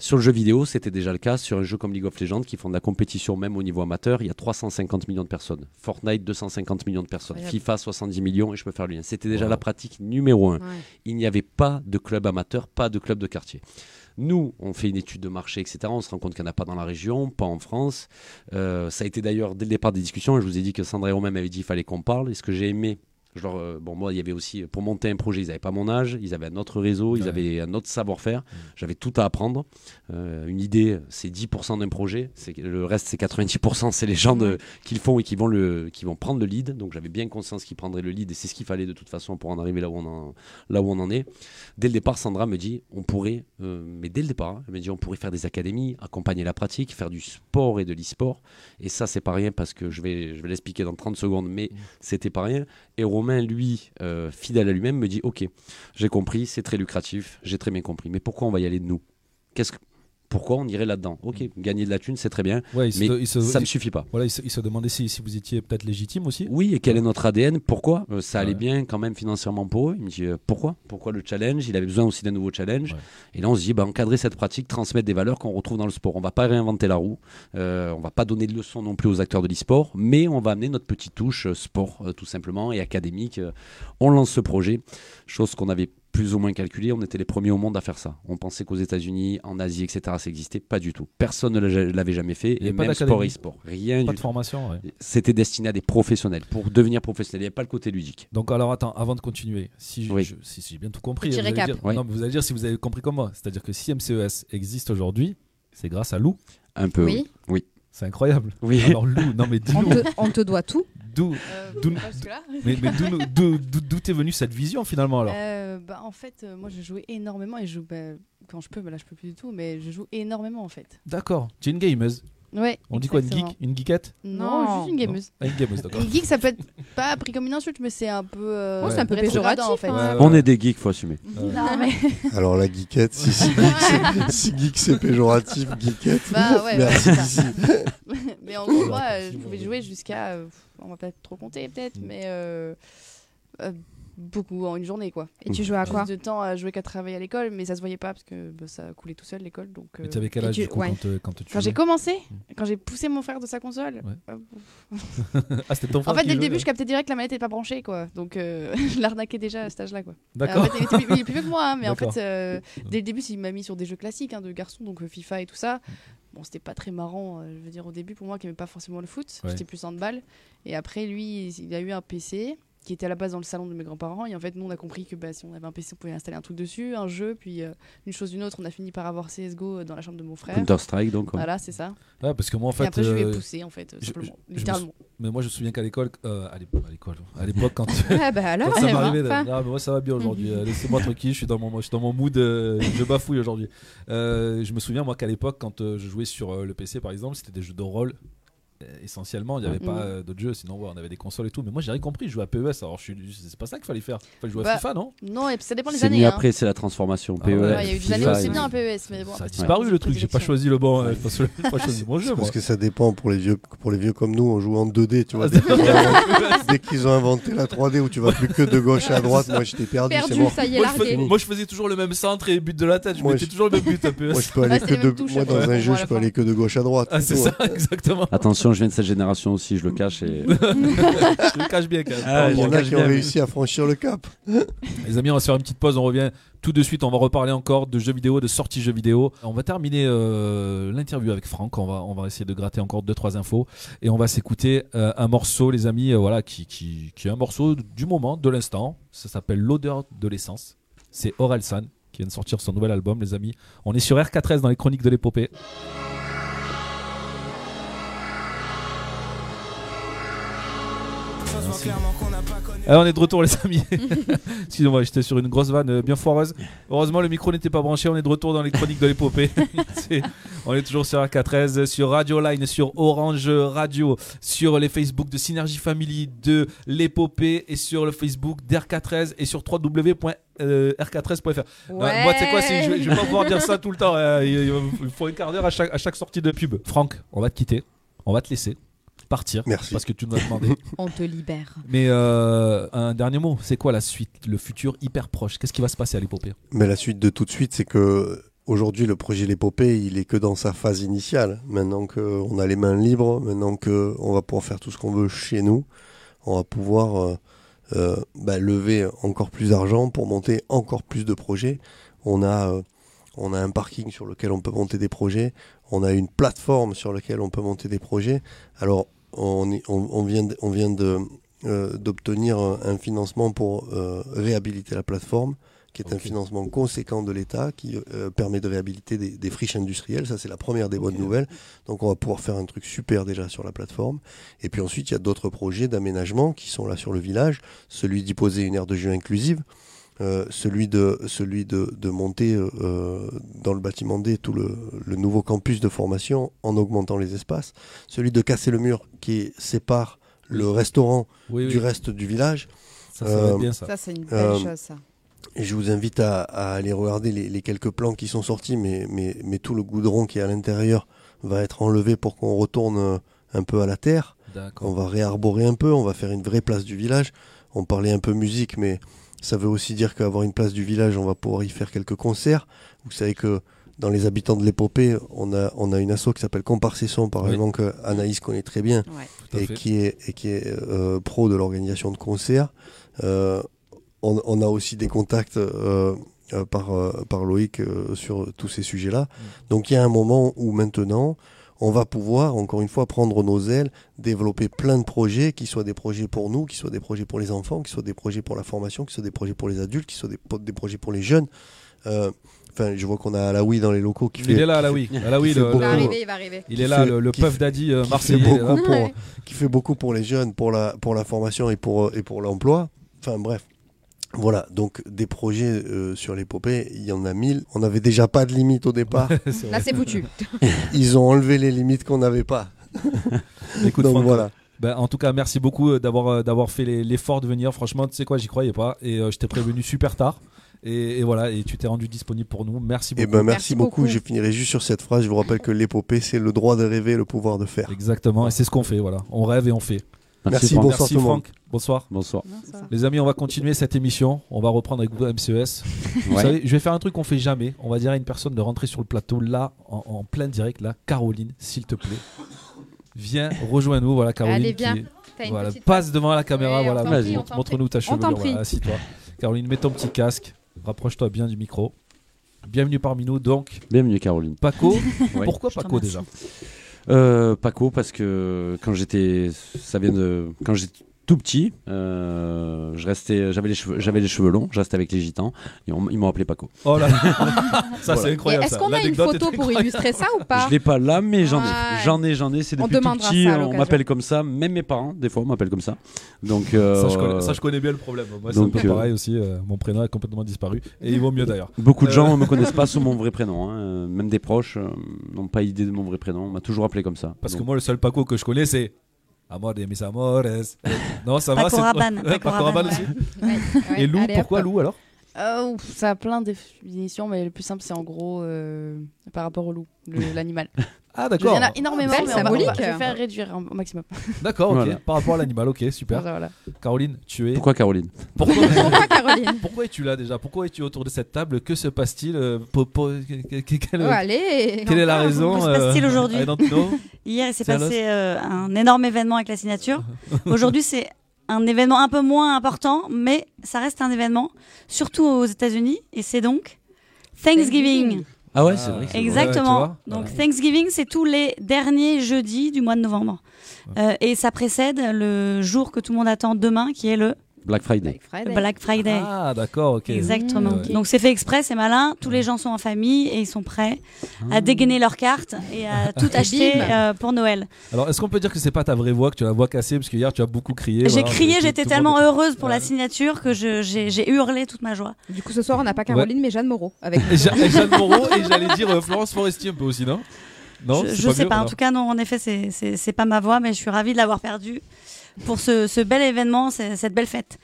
Speaker 6: Sur le jeu vidéo, c'était déjà le cas. Sur un jeu comme League of Legends, qui font de la compétition même au niveau amateur, il y a 350 millions de personnes. Fortnite, 250 millions de personnes.
Speaker 2: Incroyable.
Speaker 6: FIFA, 70 millions, et je peux faire le lien. C'était déjà
Speaker 1: Wow.
Speaker 6: la pratique numéro un
Speaker 2: Ouais.
Speaker 6: il n'y avait pas de club amateur, pas de club de quartier. Nous, on fait une étude de marché, etc. On se rend compte qu'il n'y en a pas dans la région, pas en France. Euh, ça a été d'ailleurs dès le départ des discussions. Je vous ai dit que Sandra et Romain m'avaient dit qu'il fallait qu'on parle. Et ce que j'ai aimé, je leur, euh, bon, moi, il y avait aussi, pour monter un projet, ils n'avaient pas mon âge, ils avaient un autre réseau, ils
Speaker 1: Ouais.
Speaker 6: avaient un autre savoir-faire. J'avais tout à apprendre. Euh, une idée, c'est 10% d'un projet. C'est- Le reste, c'est 90%. C'est les gens de, qui le font et qui vont, le, qui vont prendre le lead. Donc j'avais bien conscience qu'ils prendraient le lead et c'est ce qu'il fallait de toute façon pour en arriver là où on en, là où on en est. Dès le départ, Sandra me dit on pourrait, euh, mais dès le départ, hein, elle me dit on pourrait faire des académies, accompagner la pratique, faire du sport et de l'e-sport. Et ça, c'est pas rien parce que je vais, je vais l'expliquer dans 30 secondes,
Speaker 1: Mm.
Speaker 6: mais c'était pas rien. Et Romain, lui, euh, fidèle à lui-même, me dit ok, j'ai compris, c'est très lucratif, j'ai très bien compris, mais pourquoi on va y aller de nous Qu'est-ce que- pourquoi on irait là-dedans Ok, gagner de la thune, c'est très bien,
Speaker 1: Mm. Ouais, il se-
Speaker 6: mais
Speaker 1: il se-
Speaker 6: ça
Speaker 1: il-
Speaker 6: me suffit pas.
Speaker 1: Voilà, il se, il se demandait si, si vous étiez peut-être légitime aussi.
Speaker 6: Oui, et quel est notre ADN Pourquoi Euh, Ça allait
Speaker 1: Ouais.
Speaker 6: bien quand même financièrement pour eux. Il me dit euh, pourquoi Pourquoi le challenge Il avait besoin aussi d'un nouveau challenge.
Speaker 1: Ouais.
Speaker 6: Et là, on se dit bah, encadrer cette pratique, transmettre des valeurs qu'on retrouve dans le sport. On va pas réinventer la roue. Euh, on va pas donner de leçons non plus aux acteurs de l'e-sport, mais on va amener notre petite touche euh, sport euh, tout simplement et académique. Euh, on lance ce projet, chose qu'on avait plus ou moins calculée. On était les premiers au monde à faire ça. On pensait qu'aux États-Unis, en Asie, etc., ça existait pas du tout. Personne ne l'a- l'avait jamais fait.
Speaker 1: Il y
Speaker 6: et
Speaker 1: avait pas
Speaker 6: même sport
Speaker 1: d'académie.
Speaker 6: e-sport, rien
Speaker 1: Pas
Speaker 6: du
Speaker 1: de
Speaker 6: tout
Speaker 1: formation. ouais.
Speaker 6: c'était destiné à des professionnels. Pour devenir professionnel, il n'y avait pas le côté ludique.
Speaker 1: Donc alors attends, avant de continuer, si je-
Speaker 6: Oui.
Speaker 1: je- si j'ai bien tout compris,
Speaker 2: Petit
Speaker 1: vous allez,
Speaker 2: récap.
Speaker 1: dire,
Speaker 6: Oui.
Speaker 1: non, mais vous allez dire si vous avez compris comme moi, c'est-à-dire que si MCES existe aujourd'hui, c'est grâce à Lou.
Speaker 6: Un peu.
Speaker 2: Oui.
Speaker 1: C'est incroyable.
Speaker 6: Oui.
Speaker 1: Alors Lou, non mais
Speaker 2: On,
Speaker 1: dis-nous,
Speaker 2: te, on te doit tout.
Speaker 1: d'où,
Speaker 8: Euh,
Speaker 1: d'où- (laughs) mais, mais d'où nous- d'où, d'où- d'où t'es venue cette vision finalement alors
Speaker 8: Euh, bah, en fait, euh, moi je jouais énormément et je joue bah, quand je peux, bah, là je peux plus du tout, mais je joue énormément en fait.
Speaker 1: D'accord, t'es une gameuse.
Speaker 8: Ouais.
Speaker 1: On dit quoi, une
Speaker 8: exactement.
Speaker 1: geek Une geekette
Speaker 8: Non,
Speaker 2: Non.
Speaker 8: juste une gameuse.
Speaker 1: Ah, Une gameuse, d'accord.
Speaker 8: Une geek, ça peut être pas pris comme une insulte, mais c'est un peu. euh,
Speaker 1: Ouais, c'est un
Speaker 2: peu
Speaker 8: rétrogradant,
Speaker 2: péjoratif,
Speaker 8: en fait.
Speaker 1: hein.
Speaker 6: On est des geeks, faut assumer.
Speaker 1: Ouais.
Speaker 8: Non,
Speaker 1: (laughs)
Speaker 8: mais-
Speaker 3: alors la geekette si, si geek c'est- si geek c'est péjoratif geekette
Speaker 8: Bah ouais, ouais,
Speaker 3: merci
Speaker 8: c'est ça.
Speaker 3: Sissi.
Speaker 8: (laughs) mais en gros, moi,
Speaker 1: D'accord,
Speaker 8: euh,
Speaker 1: si,
Speaker 8: je
Speaker 1: bon,
Speaker 8: pouvais
Speaker 1: oui.
Speaker 8: jouer jusqu'à. euh, pff, on va pas trop compter peut-être,
Speaker 1: Mm.
Speaker 8: mais euh, euh, beaucoup en une journée quoi.
Speaker 2: Et tu joues à quoi
Speaker 8: Plus de temps à jouer qu'à travailler à l'école, mais ça se voyait pas parce que bah, ça coulait tout seul l'école. Donc, euh,
Speaker 1: Mais t'avais quel
Speaker 2: Et
Speaker 1: âge
Speaker 2: tu-
Speaker 1: du coup
Speaker 2: ouais.
Speaker 1: quand, euh, quand tu
Speaker 8: Quand j'ai
Speaker 1: jouais
Speaker 8: commencé, quand j'ai poussé mon frère de sa console,
Speaker 1: Ouais.
Speaker 8: euh,
Speaker 1: (laughs) Ah, c'était ton frère
Speaker 8: en fait
Speaker 1: qui
Speaker 8: dès
Speaker 1: jouait,
Speaker 8: le début
Speaker 1: là.
Speaker 8: je captais direct que la manette était pas branchée quoi, donc euh, (laughs) je l'arnaquais déjà à cet âge-là quoi.
Speaker 1: D'accord.
Speaker 8: Euh, en fait, il, était plus, il est plus vieux que moi, hein, mais en
Speaker 1: D'accord.
Speaker 8: fait euh, dès le début il m'a mis sur des jeux classiques hein, de garçons, donc euh, FIFA et tout ça. Bon c'était pas très marrant, euh, je veux dire au début pour moi qui aimais pas forcément le foot,
Speaker 1: Ouais.
Speaker 8: j'étais plus handball. Et après lui il a eu un PC qui était à la base dans le salon de mes grands-parents et en fait nous on a compris que bah, si on avait un PC on pouvait installer un truc dessus, un jeu, puis euh, une chose d'une autre on a fini par avoir CSGO euh, dans la chambre de mon frère.
Speaker 6: Counter-Strike, donc. quoi.
Speaker 8: Voilà c'est ça.
Speaker 1: Ouais, parce que moi en
Speaker 8: et
Speaker 1: fait.
Speaker 8: après je lui ai
Speaker 1: euh,
Speaker 8: poussé en fait euh,
Speaker 1: je-
Speaker 8: simplement,
Speaker 1: je- je me
Speaker 8: littéralement.
Speaker 1: Mais moi je me souviens qu'à l'école, euh, à l'ép- à l'école, à l'époque
Speaker 8: (laughs)
Speaker 1: quand,
Speaker 2: Ah bah alors,
Speaker 1: quand ça
Speaker 2: eh ben,
Speaker 1: m'arrivait,
Speaker 2: enfin.
Speaker 1: là, Ah, mais moi ça va bien aujourd'hui. euh, Laissez-moi tranquille, je suis dans mon, je suis dans mon mood, euh, je bafouille aujourd'hui. Euh, je me souviens moi qu'à l'époque quand euh, je jouais sur euh, le PC par exemple, c'était des jeux de rôle. euh, Essentiellement, il n'y avait
Speaker 8: Mhm.
Speaker 1: pas euh, d'autres jeux, sinon ouais, on avait des consoles et tout. Mais moi j'ai rien compris, je jouais à PES, alors je suis- c'est pas ça qu'il fallait faire. Fallait jouer à
Speaker 8: Bah,
Speaker 1: FIFA, non
Speaker 8: Non, et puis ça dépend des
Speaker 6: C'est
Speaker 8: années.
Speaker 6: venu
Speaker 8: hein.
Speaker 6: après, c'est la transformation.
Speaker 1: Ah ouais.
Speaker 6: PES,
Speaker 8: Ouais, Il
Speaker 1: Ouais,
Speaker 8: y a eu des
Speaker 6: FIFA,
Speaker 8: années où c'est
Speaker 6: et-
Speaker 8: bien un PES, mais
Speaker 1: Ça
Speaker 8: bon.
Speaker 1: a
Speaker 8: après, c'est
Speaker 1: disparu
Speaker 8: une
Speaker 1: le truc, j'ai pas
Speaker 8: prédilection.
Speaker 1: choisi le bon, euh, j'ai pas cho- j'ai pas choisi
Speaker 3: (laughs)
Speaker 1: mon jeu. Moi.
Speaker 3: Parce que ça dépend pour les vieux, pour les vieux comme nous, on joue en 2D, tu vois.
Speaker 1: Ah,
Speaker 3: dès
Speaker 1: c'est
Speaker 3: qu'ils ont inventé- dès qu'ils ont inventé la 3D où tu vas plus que de gauche à droite, moi je t'ai perdu, c'est
Speaker 2: Perdu,
Speaker 3: mort.
Speaker 2: ça y est,
Speaker 1: Moi je, fais-
Speaker 2: largué.
Speaker 1: moi, je faisais toujours le même centre et but de la tête, je
Speaker 3: Moi,
Speaker 1: mettais
Speaker 3: je-
Speaker 1: toujours le même but à PES.
Speaker 3: Moi je peux aller
Speaker 8: c'est
Speaker 3: que
Speaker 8: les mêmes
Speaker 3: de,
Speaker 8: touches,
Speaker 3: moi
Speaker 8: après,
Speaker 3: dans
Speaker 8: on
Speaker 3: un
Speaker 8: voit
Speaker 3: jeu
Speaker 8: à
Speaker 3: je
Speaker 8: la
Speaker 3: peux
Speaker 8: fin.
Speaker 3: aller que de gauche à droite.
Speaker 1: Ah, c'est
Speaker 3: tout,
Speaker 1: ça, (laughs)
Speaker 3: hein.
Speaker 1: exactement.
Speaker 6: Attention, Attention, je viens de cette génération aussi, je le cache.
Speaker 1: (laughs)
Speaker 6: Et...
Speaker 1: je
Speaker 3: (laughs)
Speaker 1: le cache bien quand même.
Speaker 6: Ah,
Speaker 3: Il y en a
Speaker 6: cache
Speaker 3: qui ont
Speaker 6: bien, mais-
Speaker 3: réussi à franchir le cap.
Speaker 1: Les amis, on va se faire une petite pause, on revient tout de suite, on va reparler encore de jeux vidéo, de sorties jeux vidéo. On va terminer euh, l'interview avec Franck, on va, on va essayer de gratter encore deux trois infos et on va s'écouter euh, un morceau, les amis, euh, voilà, qui, qui, qui est un morceau du moment, de l'instant. Ça s'appelle L'odeur de l'essence. C'est Orelsan qui vient de sortir son nouvel album, les amis. On est sur R4S dans les chroniques de l'épopée. Merci. Alors, on est de retour les amis. Excusez-moi, j'étais sur une grosse vanne euh, bien foireuse. Heureusement, le micro n'était pas branché. On est de retour dans les chroniques de l'épopée. C'est- on est toujours sur AK13, sur Radio Line, sur Orange Radio, sur les Facebook de Synergie Family, de l'épopée et sur le Facebook d'RK13 et sur euh, www.rk13.fr. Non, moi, tu sais quoi, c'est- je, vais- je vais pas pouvoir dire ça tout le temps. euh, il, il- il faut un quart d'heure à chaque, à chaque sortie de pub. Franck, on va te quitter. On va te laisser partir.
Speaker 3: Merci.
Speaker 1: Parce que tu nous as demandé.
Speaker 2: (laughs) On te libère.
Speaker 1: Mais euh, un dernier mot, c'est quoi la suite, le futur hyper proche Qu'est-ce qui va se passer à
Speaker 3: (laughs)
Speaker 1: l'épopée
Speaker 3: Mais la suite de tout de suite, c'est que aujourd'hui, le projet L'Épopée, il est que dans sa phase initiale. Maintenant qu'on a les mains libres, maintenant qu'on va pouvoir faire tout ce qu'on veut chez nous, on va pouvoir euh, euh, bah, lever encore plus d'argent pour monter encore plus de projets. On a, euh, on a un parking sur lequel on peut monter des projets. On a une plateforme sur laquelle on peut monter des projets. Alors, on, est- on, on vient, de- on vient de, euh, d'obtenir un financement pour euh, réhabiliter la plateforme qui est un
Speaker 1: Ok.
Speaker 3: financement conséquent de l'État qui euh, permet de réhabiliter des, des friches industrielles. Ça, c'est la première des bonnes nouvelles. Donc, on va pouvoir faire un truc super déjà sur la plateforme. Et puis ensuite, il y a d'autres projets d'aménagement qui sont là sur le village. Celui d'y poser une aire de jeu inclusive. euh, celui de, celui de, de monter euh, dans le bâtiment D tout le, le nouveau campus de formation en augmentant les espaces, celui de casser le mur qui sépare le restaurant
Speaker 1: Oui,
Speaker 3: du reste du village.
Speaker 1: ça, ça va être
Speaker 3: euh,
Speaker 1: bien ça.
Speaker 2: Ça, c'est une belle
Speaker 3: Euh,
Speaker 2: chose, ça.
Speaker 3: Et je vous invite à, à aller regarder les, les quelques plans qui sont sortis, mais, mais, mais tout le goudron qui est à l'intérieur va être enlevé pour qu'on retourne euh, un peu à la terre. On
Speaker 1: D'accord.
Speaker 3: va réarborer un peu, on va faire une vraie place du village. On parlait un peu musique, mais ça veut aussi dire qu'avoir une place du village, on va pouvoir y faire quelques concerts. Vous savez que dans les habitants de l'épopée, on a, on a une asso qui s'appelle Comparsesson, par
Speaker 1: Oui.
Speaker 3: exemple, que Anaïs connaît très bien
Speaker 2: Ouais.
Speaker 1: Tout à
Speaker 3: et
Speaker 1: fait.
Speaker 3: qui est, et qui est euh, pro de l'organisation de concerts. Euh, on, on a aussi des contacts euh, euh, par, euh, par Loïc euh, sur tous ces sujets-là.
Speaker 1: Mm.
Speaker 3: Donc il y a un moment où maintenant, on va pouvoir, encore une fois, prendre nos ailes, développer plein de projets, qui soient des projets pour nous, qui soient des projets pour les enfants, qui soient des projets pour la formation, qui soient des projets pour les adultes, qui soient des, po- des projets pour les jeunes. Euh, Enfin, je vois qu'on a Alaoui dans les locaux qui fait,
Speaker 1: Il est là, là oui. Là, oui
Speaker 3: qui fait
Speaker 1: le-
Speaker 2: Il va
Speaker 1: le-
Speaker 3: beaucoup.
Speaker 2: arriver, il va arriver.
Speaker 1: il
Speaker 3: Qui
Speaker 1: est là,
Speaker 3: fait-
Speaker 1: le, le
Speaker 3: qui
Speaker 1: puff
Speaker 3: fait-
Speaker 1: daddy euh,
Speaker 3: qui fait
Speaker 1: marseillais. il est là.
Speaker 3: beaucoup pour-
Speaker 2: Ouais.
Speaker 3: qui fait beaucoup pour les jeunes, pour la, pour la formation et pour, euh, et pour l'emploi. Enfin bref. Voilà, donc des projets euh, sur l'épopée, il y en a mille. On n'avait déjà pas de limite au départ.
Speaker 1: (laughs) C'est vrai.
Speaker 2: Là, c'est foutu.
Speaker 3: (laughs) Ils ont enlevé les limites qu'on n'avait pas.
Speaker 1: Écoute,
Speaker 3: donc
Speaker 1: Franck,
Speaker 3: voilà.
Speaker 1: Ben, en tout cas, merci beaucoup euh, d'avoir euh, d'avoir fait les- l'effort de venir. Franchement, tu sais quoi, j'y croyais pas et euh, je t'ai prévenu super tard. Et, et voilà, et tu t'es rendu disponible pour nous. Merci
Speaker 3: Et
Speaker 1: beaucoup.
Speaker 3: ben merci,
Speaker 2: Merci
Speaker 3: beaucoup.
Speaker 2: beaucoup.
Speaker 3: Je finirai juste sur cette phrase. Je vous rappelle que l'épopée, c'est le droit de rêver, le pouvoir de faire.
Speaker 1: Exactement, et c'est ce qu'on fait. Voilà, on rêve et on fait.
Speaker 3: Merci,
Speaker 6: Franck.
Speaker 3: Bonsoir
Speaker 1: merci
Speaker 3: tout le monde.
Speaker 1: Franck. Bonsoir.
Speaker 6: Bonsoir.
Speaker 1: Les amis, on va continuer cette émission. On va reprendre avec
Speaker 6: (laughs)
Speaker 1: vous, MCES. Vous
Speaker 6: Ouais.
Speaker 1: savez, je vais faire un truc qu'on fait jamais. On va dire à une personne de rentrer sur le plateau là, en, en plein direct, là. Caroline, s'il te plaît, viens, rejoins-nous. Voilà, Caroline.
Speaker 9: Allez, viens.
Speaker 1: qui-
Speaker 9: T'as une
Speaker 1: voilà,
Speaker 9: petite
Speaker 1: passe devant la caméra.
Speaker 9: Ouais,
Speaker 1: voilà,
Speaker 9: on t'en
Speaker 1: vas-y,
Speaker 9: prie, on
Speaker 1: montre-
Speaker 9: t'en
Speaker 1: montre-nous ta
Speaker 2: prie. On t'en
Speaker 1: chevelure.
Speaker 2: prie.
Speaker 1: Voilà, assis-toi. Caroline, mets ton petit casque. Rapproche-toi bien du micro. Bienvenue parmi nous. Donc,
Speaker 6: Bienvenue Caroline.
Speaker 1: Paco.
Speaker 6: (laughs) Ouais.
Speaker 1: Pourquoi
Speaker 2: Je te
Speaker 1: Paco déjà
Speaker 6: Euh, Paco, parce que quand j'étais, ça vient de, quand j'étais tout petit, euh, je restais, j'avais les cheveux, j'avais les cheveux longs, je restais avec les gitans et on- ils m'ont appelé Paco.
Speaker 1: Oh là
Speaker 6: (laughs)
Speaker 1: là. Ça, c'est
Speaker 2: Et
Speaker 1: incroyable.
Speaker 2: Est-ce
Speaker 1: ça.
Speaker 2: qu'on a une
Speaker 1: L'anecdote est
Speaker 2: photo pour
Speaker 1: incroyable.
Speaker 2: illustrer ça ou pas
Speaker 6: Je l'ai pas là, mais j'en ai,
Speaker 2: Ah ouais.
Speaker 6: j'en ai, j'en ai. C'est
Speaker 2: On
Speaker 6: depuis tout
Speaker 2: demandera
Speaker 6: petit,
Speaker 2: ça à
Speaker 6: euh, on
Speaker 2: l'occasion.
Speaker 6: m'appelle comme ça. Même mes parents, des fois, m'appellent comme ça. Donc, euh,
Speaker 1: Ça je, connais, ça, je connais bien le problème. Moi, c'est un
Speaker 6: Donc,
Speaker 1: peu
Speaker 6: euh,
Speaker 1: pareil aussi. euh, mon prénom a complètement disparu. Et il vaut mieux d'ailleurs.
Speaker 6: beaucoup de
Speaker 1: Euh.
Speaker 6: gens ne me connaissent pas sous mon vrai prénom. hein. Euh, Même des proches euh, n'ont pas idée de mon vrai prénom. On m'a toujours appelé comme ça.
Speaker 1: Parce que
Speaker 6: Donc,
Speaker 1: moi, le seul Paco que je connais, c'est Amor de mis amores. Non, ça va.
Speaker 9: Paco
Speaker 1: c'est-
Speaker 9: Rabanne,
Speaker 1: Ouais,
Speaker 9: Paco
Speaker 1: Paco Rabanne
Speaker 9: Rabanne,
Speaker 1: aussi.
Speaker 2: Ouais,
Speaker 1: Et Lou,
Speaker 2: allez, hop.
Speaker 1: pourquoi Lou alors
Speaker 8: Euh,
Speaker 1: (laughs)
Speaker 8: ouf, ça a plein de définitions, mais le plus simple, c'est en gros euh, par rapport au loup, le- l'animal.
Speaker 1: Ah,
Speaker 8: Il y
Speaker 1: d'accord.
Speaker 8: en a énormément,
Speaker 2: Belle
Speaker 8: mais on va- on va,
Speaker 2: symbolique.
Speaker 8: je vais faire réduire un- au maximum.
Speaker 1: D'accord, ok.
Speaker 6: Voilà.
Speaker 1: Par rapport à
Speaker 9: (laughs)
Speaker 1: l'animal, ok, super.
Speaker 8: Voilà, voilà.
Speaker 1: Caroline, tu es.
Speaker 6: Pourquoi Caroline
Speaker 1: Pourquoi,
Speaker 2: Pourquoi Caroline
Speaker 1: (laughs) pourquoi es-tu là déjà Pourquoi es-tu autour de cette table Que se passe-t-il Euh, po- po- que- que- quelle-
Speaker 2: Oh, Allez
Speaker 1: Quelle est la raison
Speaker 9: Que se passe-t-il
Speaker 1: euh,
Speaker 9: aujourd'hui
Speaker 1: I don't know.
Speaker 9: (laughs) Hier, il s'est
Speaker 1: Tiens,
Speaker 9: passé euh, un énorme événement avec
Speaker 1: (laughs)
Speaker 9: la signature. Aujourd'hui, c'est un événement un peu moins important, mais ça reste un événement, surtout aux États-Unis, et c'est donc Thanksgiving.
Speaker 6: Ah ouais,
Speaker 1: Ah,
Speaker 6: c'est vrai. que c'est
Speaker 1: Exact.
Speaker 6: vrai.
Speaker 9: Exactement.
Speaker 1: Ouais, ouais, tu vois.
Speaker 9: donc
Speaker 1: Ouais.
Speaker 9: Thanksgiving, c'est tous les derniers jeudis du mois de novembre. Euh, et ça précède le jour que tout le monde attend demain, qui est le
Speaker 6: Black Friday. bah
Speaker 2: Avec Fred,
Speaker 9: Black Friday.
Speaker 1: Ah, d'accord, ok.
Speaker 9: Exactement.
Speaker 1: Mmh, ok.
Speaker 9: Donc c'est fait exprès, c'est malin. Tous les gens sont en famille et ils sont prêts
Speaker 1: Ah.
Speaker 9: à dégainer leurs cartes
Speaker 1: (laughs)
Speaker 9: et à tout acheter
Speaker 2: bim.
Speaker 9: euh, pour Noël.
Speaker 1: Alors, est-ce qu'on peut dire que c'est pas ta vraie voix, que tu as la voix cassée Parce que hier, tu as beaucoup crié.
Speaker 9: J'ai
Speaker 1: voilà,
Speaker 9: crié,
Speaker 1: tout-
Speaker 9: j'étais
Speaker 1: tout le
Speaker 9: tellement
Speaker 1: monde-
Speaker 9: heureuse pour
Speaker 1: Ouais.
Speaker 9: la signature que je- j'ai j'ai hurlé toute ma joie.
Speaker 2: Du coup, ce soir, on n'a pas Caroline, mais Jeanne Moreau.
Speaker 1: (laughs)
Speaker 2: Avec...
Speaker 1: Et Ja- et Jeanne Moreau, et j'allais dire euh, Florence Foresti un peu aussi, non Non
Speaker 9: je
Speaker 1: c'est
Speaker 9: je sais
Speaker 1: mieux,
Speaker 9: pas, en
Speaker 1: alors
Speaker 9: tout cas, non, en effet, c'est- c'est c'est pas ma voix, mais je suis ravie de l'avoir perdue pour ce, ce bel événement, c'est- cette belle fête.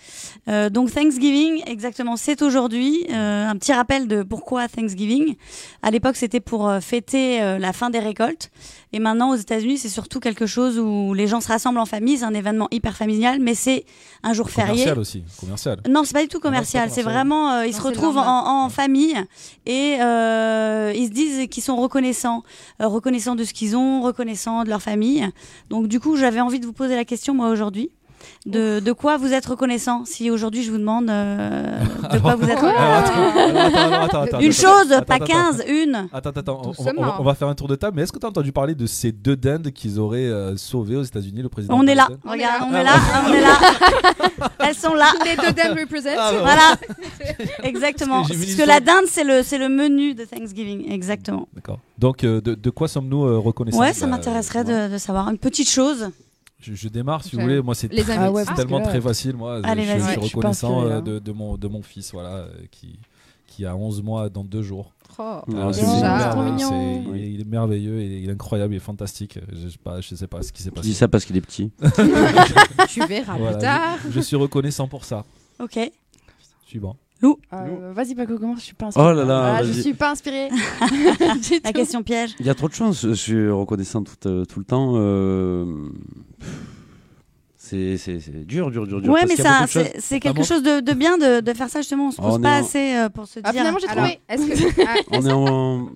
Speaker 9: Euh, donc Thanksgiving, exactement, c'est aujourd'hui. Euh, un petit rappel de pourquoi Thanksgiving. À l'époque, c'était pour euh, fêter euh, la fin des récoltes. Et maintenant, aux États-Unis, c'est surtout quelque chose où les gens se rassemblent en famille. C'est un événement hyper familial, mais c'est un jour férié.
Speaker 1: Commercial aussi, commercial.
Speaker 9: Non, c'est pas du tout
Speaker 1: pas
Speaker 9: commercial. C'est
Speaker 1: commercial.
Speaker 9: vraiment, euh,
Speaker 2: Non,
Speaker 9: ils se
Speaker 2: c'est
Speaker 9: retrouvent
Speaker 2: normal.
Speaker 9: en, en famille et euh, ils se disent qu'ils sont reconnaissants, euh, reconnaissants de ce qu'ils ont, reconnaissants de leur famille. Donc du coup, j'avais envie de vous poser la question moi aujourd'hui. De, de quoi vous êtes reconnaissant Si aujourd'hui je vous demande euh,
Speaker 1: (laughs)
Speaker 9: de quoi vous êtes
Speaker 1: Alors,
Speaker 9: reconnaissant.
Speaker 1: attends, alors, attends, alors, attends, attends,
Speaker 9: Une
Speaker 1: attends,
Speaker 9: chose,
Speaker 1: attends,
Speaker 9: pas
Speaker 1: attends,
Speaker 9: 15, une.
Speaker 1: Attends, attends, attends, on- on,
Speaker 2: Doucement.
Speaker 1: on- on va faire un tour de table, mais est-ce que tu as entendu parler de ces deux dindes qu'ils auraient euh, sauvés aux États-Unis, le président
Speaker 9: On est là,
Speaker 1: Biden
Speaker 2: On est
Speaker 9: regarde,
Speaker 2: là.
Speaker 9: on est là, on est là. Elles sont là.
Speaker 2: Les deux dames represent.
Speaker 1: Ah, bah,
Speaker 9: Voilà, exactement.
Speaker 1: Parce que j'ai vu
Speaker 9: Parce que
Speaker 1: l'histoire.
Speaker 9: la dinde, c'est le, c'est le menu de Thanksgiving, exactement.
Speaker 1: D'accord. Donc, euh, de, de quoi sommes-nous euh, reconnaissants
Speaker 9: Ouais, ça
Speaker 1: Bah,
Speaker 9: m'intéresserait
Speaker 1: moi,
Speaker 9: de, de savoir une petite chose.
Speaker 1: Je, je démarre, si vous
Speaker 2: Ok.
Speaker 1: voulez. Moi, c'est
Speaker 2: Les
Speaker 1: très-
Speaker 2: amis. Ah ouais,
Speaker 1: c'est
Speaker 2: parce
Speaker 1: tellement
Speaker 2: que là-
Speaker 1: très facile. Moi, je-
Speaker 9: Allez,
Speaker 1: je,
Speaker 9: vas-y.
Speaker 1: suis
Speaker 9: Ouais, je
Speaker 8: suis pas
Speaker 1: reconnaissant
Speaker 8: inspirée,
Speaker 1: euh,
Speaker 8: hein.
Speaker 1: de, de mon, de mon fils, voilà, euh, qui, qui a 11 mois dans deux jours. Euh,
Speaker 2: Oh.
Speaker 6: Ah,
Speaker 1: c'est
Speaker 6: c'est
Speaker 1: une
Speaker 6: mignon.
Speaker 1: merveille,
Speaker 8: Trop
Speaker 1: c'est-
Speaker 8: mignon.
Speaker 1: il est- Il est merveilleux, il est, il est incroyable, il est fantastique. Je sais pas, je sais pas ce qui s'est
Speaker 6: Je
Speaker 1: passé.
Speaker 6: dis ça parce qu'il est petit.
Speaker 2: (laughs) Tu verras
Speaker 1: Voilà,
Speaker 2: plus tard.
Speaker 1: Je suis reconnaissant pour ça.
Speaker 9: Ok.
Speaker 1: Suivant.
Speaker 8: Euh, Vas-y, Paco, commence, je suis pas inspirée.
Speaker 6: Oh là là,
Speaker 8: Ah, je
Speaker 6: vas-y.
Speaker 8: suis pas
Speaker 9: (laughs)
Speaker 8: inspirée. (laughs) Du
Speaker 9: La
Speaker 8: tout.
Speaker 9: question piège.
Speaker 6: Il y a trop de chance, je suis reconnaissant tout, euh, tout le temps. euh, C'est c'est- c'est dur, dur, dur, dur.
Speaker 9: ouais,
Speaker 6: parce
Speaker 9: mais
Speaker 6: qu'il y a
Speaker 9: ça,
Speaker 6: beaucoup de choses.
Speaker 9: c'est c'est
Speaker 1: Notamment-
Speaker 9: quelque chose de, de bien de, de faire ça justement. On se
Speaker 6: Oh,
Speaker 9: pose
Speaker 6: on
Speaker 9: pas
Speaker 6: est en-
Speaker 9: assez euh, pour se
Speaker 8: Ah,
Speaker 9: dire.
Speaker 8: finalement, j'ai
Speaker 2: Alors,
Speaker 8: trouvé.
Speaker 2: est-ce
Speaker 9: (laughs)
Speaker 2: que. Ah,
Speaker 6: On est en.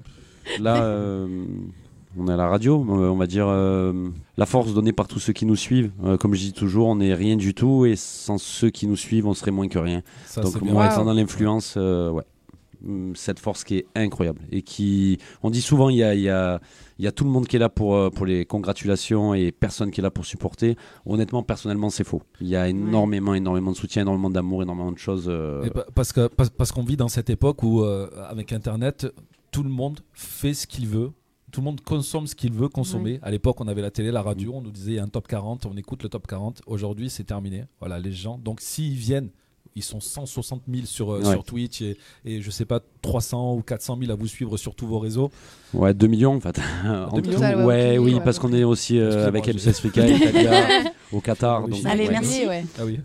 Speaker 6: Là, euh, on est à la radio, euh, on va dire euh, la force donnée par tous ceux qui nous suivent. Euh, comme je dis toujours, on n'est rien du tout et sans ceux qui nous suivent, on serait moins que rien.
Speaker 1: Ça,
Speaker 6: Donc,
Speaker 1: c'est bien.
Speaker 6: moi,
Speaker 8: Wow.
Speaker 6: étant dans l'influence, euh, ouais. Hum, Cette force qui est incroyable et qui, on dit souvent, il y a, il y a- il y a tout le monde qui est là pour, euh, pour les congratulations et personne qui est là pour supporter. Honnêtement, personnellement, c'est faux. Il y a énormément, énormément de soutien, énormément d'amour, énormément de choses. euh,
Speaker 1: Et pa- parce que parce, parce qu'on vit dans cette époque où euh, avec Internet, tout le monde fait ce qu'il veut. Tout le monde consomme ce qu'il veut consommer. À l'époque, on avait la télé, la radio, on nous disait il y a un top 40, on écoute le top 40. Aujourd'hui, c'est terminé. Voilà, les gens. Donc, s'ils viennent, ils sont 160 000 sur, euh,
Speaker 6: Ouais.
Speaker 1: sur Twitch et, et je sais pas, 300 ou 400 000 à vous suivre sur tous vos réseaux.
Speaker 6: Ouais, 2 millions en fait. En
Speaker 1: Deux
Speaker 6: tout,
Speaker 1: millions.
Speaker 8: Ouais,
Speaker 6: ouais,
Speaker 8: ouais,
Speaker 6: oui,
Speaker 8: ouais,
Speaker 6: parce
Speaker 8: ouais.
Speaker 6: qu'on est aussi euh,
Speaker 1: Excuse-moi,
Speaker 6: avec
Speaker 1: j'ai-
Speaker 6: M6 Africa,
Speaker 1: (laughs)
Speaker 6: Italia, au Qatar.
Speaker 1: Oui,
Speaker 6: donc, euh,
Speaker 1: j'ai-
Speaker 9: Allez,
Speaker 6: ouais.
Speaker 9: merci.
Speaker 8: Ouais.
Speaker 6: (laughs)
Speaker 1: Ah oui.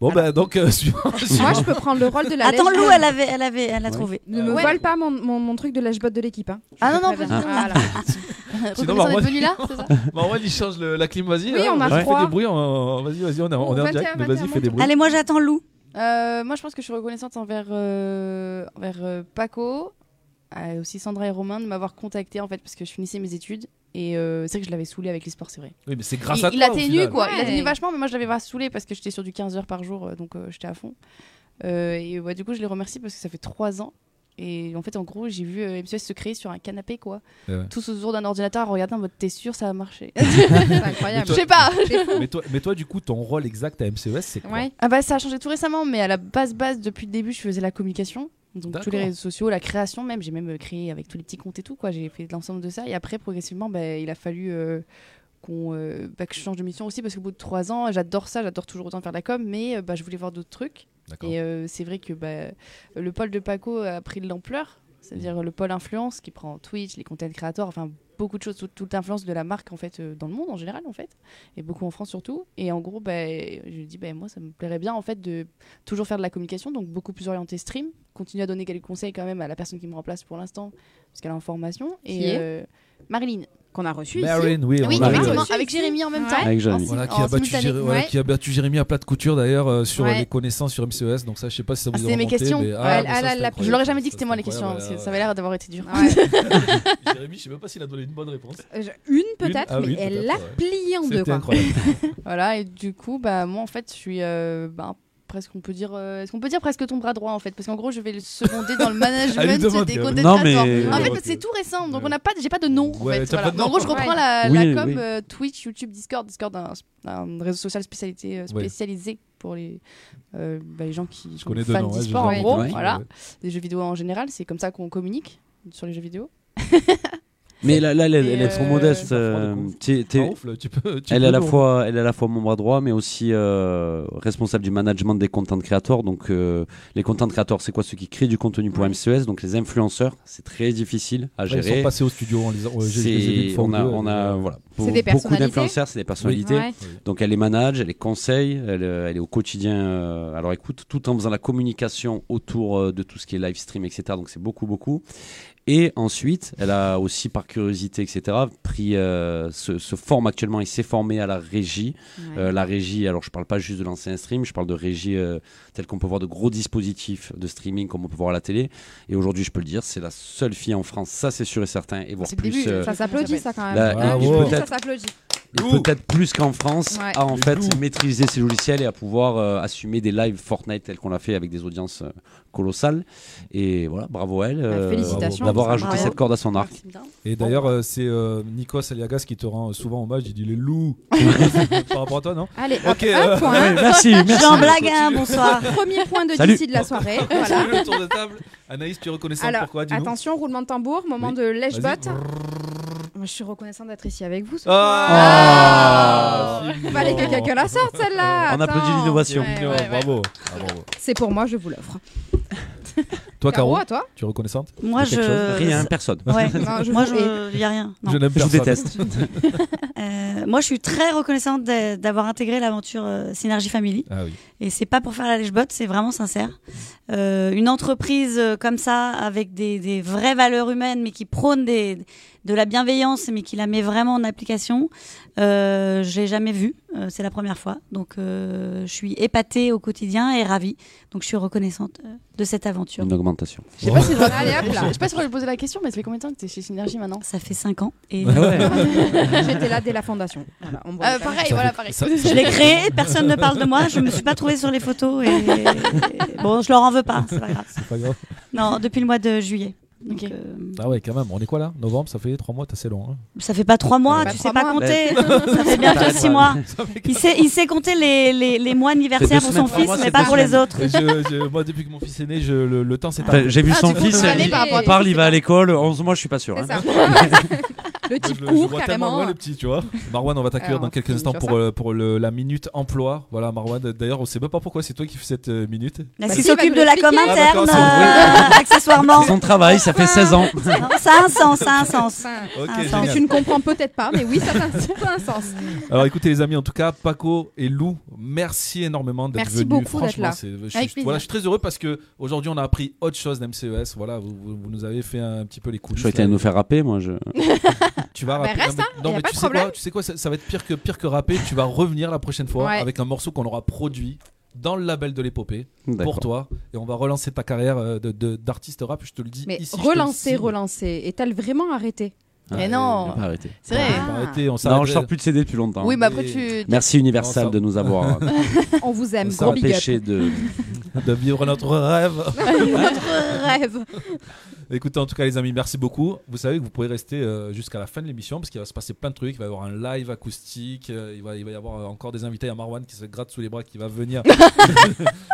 Speaker 1: Bon, ben donc, euh, suivant.
Speaker 2: (laughs) Moi, je peux prendre le rôle de la.
Speaker 9: Attends,
Speaker 2: lèche-
Speaker 9: Lou, elle avait, elle avait, elle a
Speaker 6: Ouais.
Speaker 9: trouvé.
Speaker 2: Ne me
Speaker 8: Ouais.
Speaker 2: vole pas mon, mon, mon truc de lèche-botte de l'équipe. Hein. Je
Speaker 9: Ah
Speaker 2: te
Speaker 9: non, non,
Speaker 2: préviens.
Speaker 9: pas du tout.
Speaker 2: Voilà.
Speaker 1: (laughs) Sinon, bah,
Speaker 8: Reconnaissant
Speaker 1: Marwan-
Speaker 8: d'être venu là,
Speaker 1: (laughs)
Speaker 8: c'est ça
Speaker 1: Marwan, il change le- la clim, vas-y.
Speaker 2: Oui,
Speaker 1: hein,
Speaker 2: on a
Speaker 1: vas-y, fais
Speaker 2: froid.
Speaker 1: des bruits. on- on- Vas-y, vas-y, on est, on est en
Speaker 2: 21,
Speaker 1: direct. mais Vas-y,
Speaker 8: 21,
Speaker 1: fais des bruits.
Speaker 9: Allez, moi j'attends Lou.
Speaker 8: Euh, moi, je pense que je suis reconnaissante envers, euh, envers euh, Paco, euh, aussi Sandra et Romain de m'avoir contacté en fait parce que je finissais mes études et euh, c'est vrai que je l'avais saoulé avec les sports, c'est vrai.
Speaker 1: Oui, mais c'est grâce
Speaker 8: il,
Speaker 1: à
Speaker 8: il
Speaker 1: toi. au
Speaker 8: atténue
Speaker 1: final.
Speaker 8: quoi, il
Speaker 2: Ouais.
Speaker 8: atténue vachement, mais moi je l'avais pas saoulé parce que j'étais sur du 15 heures par jour, euh, donc euh, j'étais à fond. Euh, et ouais, du coup, je les remercie parce que ça fait trois ans. Et en fait, en gros, j'ai vu euh, MCS se créer sur un canapé, quoi.
Speaker 1: Ouais, ouais.
Speaker 8: Tous autour d'un ordinateur à regarder en mode t'es sûr, ça va marcher.
Speaker 1: (laughs)
Speaker 2: C'est
Speaker 1: Mais
Speaker 2: incroyable.
Speaker 8: Je sais pas. (laughs)
Speaker 1: mais, toi, mais toi, du coup, ton rôle exact à MCES, c'est quoi
Speaker 2: Ouais.
Speaker 8: Ah bah ça a changé tout récemment, mais à la base base depuis le début je faisais la communication, donc tous
Speaker 1: D'accord.
Speaker 8: les réseaux sociaux, la création même, j'ai même euh, créé avec tous les petits comptes et tout quoi, j'ai fait l'ensemble de ça et après progressivement bah, il a fallu euh, qu'on euh, bah, que je change de mission aussi parce qu'au bout de trois ans j'adore ça, j'adore toujours autant faire de la com, mais euh, bah, je voulais voir d'autres trucs
Speaker 1: D'accord.
Speaker 8: et euh, c'est vrai que bah, le pôle de Paco a pris de l'ampleur, c'est-à-dire le pôle influence qui prend Twitch, les content créateurs, enfin beaucoup de choses, toute, toute l'influence de la marque en fait euh, dans le monde en général en fait et beaucoup en France surtout. Et en gros, bah, je dis, bah, moi, ça me plairait bien en fait de toujours faire de la communication, donc beaucoup plus orienté stream, continuer à donner quelques conseils quand même à la personne qui me remplace pour l'instant, parce qu'elle est en formation. Et
Speaker 2: Qui est
Speaker 8: euh, Marilyn,
Speaker 2: qu'on a reçu.
Speaker 1: Marin,
Speaker 2: ici.
Speaker 1: oui, on
Speaker 2: oui
Speaker 1: l'a
Speaker 2: effectivement,
Speaker 1: reçu
Speaker 2: avec Jérémy en même
Speaker 8: Ouais.
Speaker 2: temps.
Speaker 6: Avec Jérémy.
Speaker 2: En-
Speaker 1: Voilà, qui
Speaker 2: en
Speaker 1: a, battu
Speaker 2: simultané.
Speaker 1: Jéré- voilà,
Speaker 2: Ouais.
Speaker 1: qui a battu Jérémy à plat de couture d'ailleurs euh, sur
Speaker 2: Ouais.
Speaker 1: les connaissances sur MCES. Donc ça, je sais pas si ça vous
Speaker 8: Ah,
Speaker 1: a
Speaker 8: c'était mes
Speaker 1: remonté,
Speaker 8: questions.
Speaker 1: mais-
Speaker 8: Ouais,
Speaker 1: ah,
Speaker 8: ah,
Speaker 1: mais ça,
Speaker 8: là,
Speaker 1: c'était
Speaker 8: là, je
Speaker 1: incroyable,
Speaker 8: l'aurais jamais dit que
Speaker 1: ça,
Speaker 8: c'était moi les questions, hein,
Speaker 1: incroyable,
Speaker 8: parce
Speaker 1: ouais,
Speaker 8: que ça
Speaker 1: ouais.
Speaker 8: avait l'air d'avoir été dur. (laughs)
Speaker 1: Jérémy, je sais même pas s'il a donné une bonne réponse.
Speaker 2: Euh, je- Une peut-être,
Speaker 1: Ah
Speaker 2: mais
Speaker 1: oui,
Speaker 2: elle
Speaker 1: peut-être,
Speaker 2: l'a
Speaker 1: ouais.
Speaker 2: pliée en deux.
Speaker 1: C'était
Speaker 2: Quoi.
Speaker 1: incroyable.
Speaker 8: (laughs) Voilà, et du coup, bah, moi, en fait, je suis euh, ben, presque, on peut dire, euh, est-ce qu'on peut dire presque ton bras droit, en fait Parce qu'en gros, je vais le seconder
Speaker 1: (laughs)
Speaker 8: dans le
Speaker 1: Allez,
Speaker 8: management
Speaker 1: demande,
Speaker 8: des
Speaker 1: Gaël.
Speaker 8: contestataires.
Speaker 6: Non, mais-
Speaker 8: En fait,
Speaker 1: Ouais,
Speaker 8: parce
Speaker 1: ok.
Speaker 8: que c'est tout récent, donc on n'a pas, j'ai pas de nom, en
Speaker 1: Ouais,
Speaker 8: fait.
Speaker 1: t'as
Speaker 8: voilà.
Speaker 1: pas de
Speaker 8: Mais en
Speaker 1: nom.
Speaker 8: gros, je reprends la,
Speaker 6: Oui,
Speaker 8: la com
Speaker 6: oui.
Speaker 8: euh, Twitch, YouTube, Discord. Discord, un, un réseau social spécialité, euh,
Speaker 1: Ouais.
Speaker 8: spécialisé pour les, euh, bah, les gens qui
Speaker 1: Je
Speaker 8: sont
Speaker 1: connais deux
Speaker 8: fans
Speaker 1: noms,
Speaker 2: Ah,
Speaker 1: ouais,
Speaker 8: d'e-sport,
Speaker 1: j'ai
Speaker 8: en gros.
Speaker 1: entendu,
Speaker 8: Voilà.
Speaker 1: ouais.
Speaker 8: Des jeux vidéo en général, c'est comme ça qu'on communique sur les jeux
Speaker 2: (laughs)
Speaker 8: vidéo.
Speaker 6: Mais là, là, elle, elle
Speaker 8: Et
Speaker 6: est trop
Speaker 8: euh,
Speaker 6: modeste.
Speaker 1: ça fera
Speaker 6: euh,
Speaker 1: le coup.
Speaker 6: t'es- t'es-
Speaker 1: Ah, ouf, là, tu peux- tu
Speaker 6: elle
Speaker 1: peux
Speaker 6: est à la
Speaker 1: nous-
Speaker 6: fois, elle est à la fois mon bras droit, mais aussi euh, responsable du management des content creators. Donc, euh, les content creators, c'est quoi ceux qui créent du contenu pour MCES, donc les influenceurs. C'est très difficile à
Speaker 1: Ouais, Ils sont
Speaker 6: gérer.
Speaker 1: passés au studio en lisant. ouais, j'ai- je les ai vus une
Speaker 6: C'est-
Speaker 1: fois ou
Speaker 6: on a,
Speaker 1: deux,
Speaker 6: on a,
Speaker 1: euh,
Speaker 6: voilà,
Speaker 2: C'est des
Speaker 6: beaucoup
Speaker 2: personnalités
Speaker 6: d'influenceurs, c'est des personnalités.
Speaker 2: Ouais.
Speaker 6: Donc elle les manage, elle les conseille, elle, euh, elle est au quotidien. euh, alors écoute, tout en faisant la communication autour euh, de tout ce qui est live stream, etc. Donc c'est beaucoup, beaucoup. Et ensuite, elle a aussi par curiosité, etc. Pris, euh, se, se forme actuellement et s'est formée à la régie.
Speaker 2: Ouais.
Speaker 6: Euh, la régie, alors je parle pas juste de lancer un stream, je parle de régie euh, telle qu'on peut voir de gros dispositifs de streaming comme on peut voir à la télé. Et aujourd'hui, je peux le dire, c'est la seule fille en France, ça c'est sûr et certain, et voire
Speaker 8: C'est le
Speaker 6: plus.
Speaker 8: début,
Speaker 6: euh,
Speaker 2: Ça s'applaudit, ça quand même.
Speaker 6: la-
Speaker 1: Ah,
Speaker 6: et- et
Speaker 1: wow.
Speaker 6: peut-être-
Speaker 2: Ça s'applaudit.
Speaker 6: et peut-être plus qu'en France,
Speaker 2: Ouais.
Speaker 6: à en
Speaker 1: Les
Speaker 6: fait
Speaker 1: loups.
Speaker 6: maîtriser ces logiciels et à pouvoir euh, assumer des lives Fortnite tels qu'on l'a fait avec des audiences euh, colossales. Et voilà, bravo à elle euh,
Speaker 2: Bah, félicitations.
Speaker 6: d'avoir
Speaker 2: Bravo.
Speaker 6: ajouté cette corde à son arc.
Speaker 9: Merci bien.
Speaker 1: Et d'ailleurs, euh, c'est euh, Nikos Aliagas qui te rend souvent hommage. Il dit les
Speaker 2: (laughs)
Speaker 1: loups. Par rapport à toi, non
Speaker 2: Allez, hop,
Speaker 1: Ok,
Speaker 2: un
Speaker 1: euh,
Speaker 2: point.
Speaker 6: Ouais, merci, merci.
Speaker 9: Jean blague, hein,
Speaker 1: (laughs)
Speaker 9: bonsoir.
Speaker 2: Premier point de
Speaker 6: Salut.
Speaker 2: Dizzy de la soirée. Voilà.
Speaker 1: Le tour de table. Anaïs, tu es reconnaissante
Speaker 2: Alors,
Speaker 1: pourquoi dis-nous
Speaker 2: attention, roulement de tambour, moment
Speaker 1: Oui.
Speaker 2: de lèche
Speaker 1: Vas-y.
Speaker 2: Moi, je suis reconnaissante d'être ici avec vous. ce
Speaker 1: Ah,
Speaker 2: soir.
Speaker 1: si,
Speaker 2: Fallait
Speaker 1: bon.
Speaker 2: que quelqu'un la sorte, celle-là.
Speaker 6: On applaudit
Speaker 2: Attends.
Speaker 6: l'innovation.
Speaker 2: Ouais,
Speaker 1: Mignon,
Speaker 2: ouais, ouais.
Speaker 1: bravo. Ah, bravo.
Speaker 2: C'est pour moi, je vous l'offre.
Speaker 1: Toi, Caro,
Speaker 2: à toi
Speaker 1: tu es reconnaissante
Speaker 9: Moi,
Speaker 1: Il y a quelque
Speaker 9: je.
Speaker 6: Rien, personne. (laughs)
Speaker 9: Ouais.
Speaker 2: Non, je
Speaker 9: Moi,
Speaker 2: vous-
Speaker 9: je. Y a rien. non.
Speaker 1: Je n'aime
Speaker 6: Je vous
Speaker 1: personne.
Speaker 6: déteste.
Speaker 9: (laughs) Euh, moi, je suis très reconnaissante d'a- d'avoir intégré l'aventure euh, Synergy Family.
Speaker 1: Ah oui.
Speaker 9: Et c'est pas pour faire la lèche-botte, c'est vraiment sincère. Euh, une entreprise euh, comme ça, avec des, des vraies valeurs humaines, mais qui prône des, de la bienveillance, mais qui la met vraiment en application, euh, j'ai jamais vu. Euh, c'est la première fois. Donc, euh, je suis épatée au quotidien et ravie. Donc, je suis reconnaissante euh, de cette aventure.
Speaker 6: Une augmentation.
Speaker 8: Je sais pas si je dois-
Speaker 2: Allez, hop, là.
Speaker 8: je sais pas si on va lui poser la question, mais ça fait combien de temps que t'es chez Synergie maintenant
Speaker 9: Ça fait 5 ans
Speaker 8: (laughs)
Speaker 9: et
Speaker 2: J'étais là dès la fondation. Voilà, on voit
Speaker 8: Euh,
Speaker 2: les caméras.
Speaker 8: Pareil, voilà, pareil.
Speaker 9: (laughs)
Speaker 1: Ça fait-
Speaker 9: je l'ai créé, personne ne parle de moi, je me suis pas trouvée sur les photos et bon, je leur en veux pas, c'est pas grave.
Speaker 1: C'est pas grave.
Speaker 9: Non, depuis le mois de juillet. Donc,
Speaker 8: Ok.
Speaker 9: euh,
Speaker 1: Ah ouais, quand même. On est quoi là Novembre, ça fait 3 mois, t'as assez long. hein.
Speaker 9: ça fait pas trois mois,
Speaker 2: Ça fait
Speaker 9: tu
Speaker 2: pas
Speaker 9: sais pas
Speaker 2: trois mois.
Speaker 9: compter. ça fait bientôt six mois. Il sait, il sait compter les, les, les mois
Speaker 6: C'est deux
Speaker 9: anniversaires pour
Speaker 6: semaines,
Speaker 9: son
Speaker 6: trois
Speaker 9: fils,
Speaker 6: mois, c'est
Speaker 9: mais pas
Speaker 6: deux
Speaker 9: pour les
Speaker 6: semaines.
Speaker 9: autres.
Speaker 1: Et je- je- moi, depuis que mon fils est né, je- le, le temps s'est
Speaker 6: Enfin,
Speaker 1: arrêté.
Speaker 6: J'ai vu
Speaker 2: Ah,
Speaker 6: son
Speaker 2: tu penses
Speaker 6: fils,
Speaker 2: que ça
Speaker 6: il,
Speaker 2: allait par rapport à-
Speaker 6: parle, il va à l'école. 11 mois, je suis pas sûr. hein.
Speaker 2: C'est
Speaker 6: (laughs)
Speaker 2: ça.
Speaker 1: Moi,
Speaker 2: le
Speaker 1: je
Speaker 2: type
Speaker 1: le- je
Speaker 2: court
Speaker 1: vois tellement
Speaker 2: carrément.
Speaker 1: loin, le petit, tu vois. Marwan, on va t'accueillir
Speaker 2: Alors,
Speaker 1: dans quelques
Speaker 2: on
Speaker 1: instants
Speaker 2: finit
Speaker 1: pour,
Speaker 2: sur
Speaker 1: euh, pour le- la minute emploi. Voilà, Marwan. D'ailleurs, on sait même pas pourquoi c'est toi qui fais cette euh, minute.
Speaker 9: Mais
Speaker 2: Bah,
Speaker 9: S'il
Speaker 2: si, il va
Speaker 9: s'occupe
Speaker 2: nous
Speaker 9: de la com
Speaker 2: l'expliquer.
Speaker 9: interne,
Speaker 6: Ah,
Speaker 9: euh, accessoirement. Bah,
Speaker 6: C'est son travail, ça fait 16 ans.
Speaker 9: Non, ça a un sens, ça a un sens.
Speaker 2: Enfin,
Speaker 1: Ok,
Speaker 9: Ah, ça,
Speaker 1: génial.
Speaker 2: que tu ne comprends peut-être pas, mais oui, ça a un- ça a un sens.
Speaker 1: Alors écoutez les amis, en tout cas, Paco et Lou, merci énormément d'être
Speaker 2: Merci
Speaker 1: venus.
Speaker 2: beaucoup d'être
Speaker 1: Franchement,
Speaker 2: là.
Speaker 1: c'est- je, suis-
Speaker 2: Avec plaisir.
Speaker 1: voilà, je suis très heureux parce que aujourd'hui on a appris autre chose d'MCES. Voilà, vous, vous- vous nous avez fait un petit peu les coups.
Speaker 6: Je été à nous faire rapper, moi. Je...
Speaker 1: (laughs)
Speaker 2: (laughs)
Speaker 1: Tu vas
Speaker 2: Ah bah
Speaker 1: rapper.
Speaker 2: reste,
Speaker 1: non,
Speaker 2: hein,
Speaker 1: mais, non,
Speaker 2: y a
Speaker 1: mais
Speaker 2: pas
Speaker 1: tu
Speaker 2: de
Speaker 1: sais quoi,
Speaker 2: problème.
Speaker 1: tu sais quoi, ça, ça va être pire que pire que rapper. Tu vas revenir la prochaine fois
Speaker 2: Ouais.
Speaker 1: avec un morceau qu'on aura produit dans le label de l'épopée
Speaker 6: D'accord.
Speaker 1: pour toi et on va relancer ta carrière euh, de- de- d'artiste rap. Je te le dis.
Speaker 2: Mais
Speaker 1: ici, je te le
Speaker 2: relancer,
Speaker 1: signe.
Speaker 2: relancer. Et t'as vraiment Ah. arrêté
Speaker 6: Ah,
Speaker 8: Mais non.
Speaker 6: il a pas arrêté.
Speaker 8: C'est vrai.
Speaker 1: On va arrêter, on
Speaker 6: Non,
Speaker 1: s'arrête.
Speaker 6: je sors plus de CD depuis longtemps.
Speaker 8: Oui, mais après,
Speaker 1: Et-
Speaker 8: tu.
Speaker 6: Merci Universal
Speaker 1: Non, ça-
Speaker 6: de nous avoir
Speaker 1: (laughs)
Speaker 6: euh,
Speaker 2: (laughs) On vous aime.
Speaker 6: nous
Speaker 2: Gros
Speaker 6: avoir
Speaker 2: big up.
Speaker 6: empêchés
Speaker 2: (laughs)
Speaker 6: de.
Speaker 1: de vivre notre rêve.
Speaker 2: Votre rêve.
Speaker 1: Écoutez, en tout cas, les amis, merci beaucoup. Vous savez que vous pouvez rester euh, jusqu'à la fin de l'émission parce qu'il va se passer plein de trucs. Il va y avoir un live acoustique. euh, il, va, il va y avoir euh, encore des invités. Il y a Marwan qui se gratte sous les bras qui va venir, (laughs)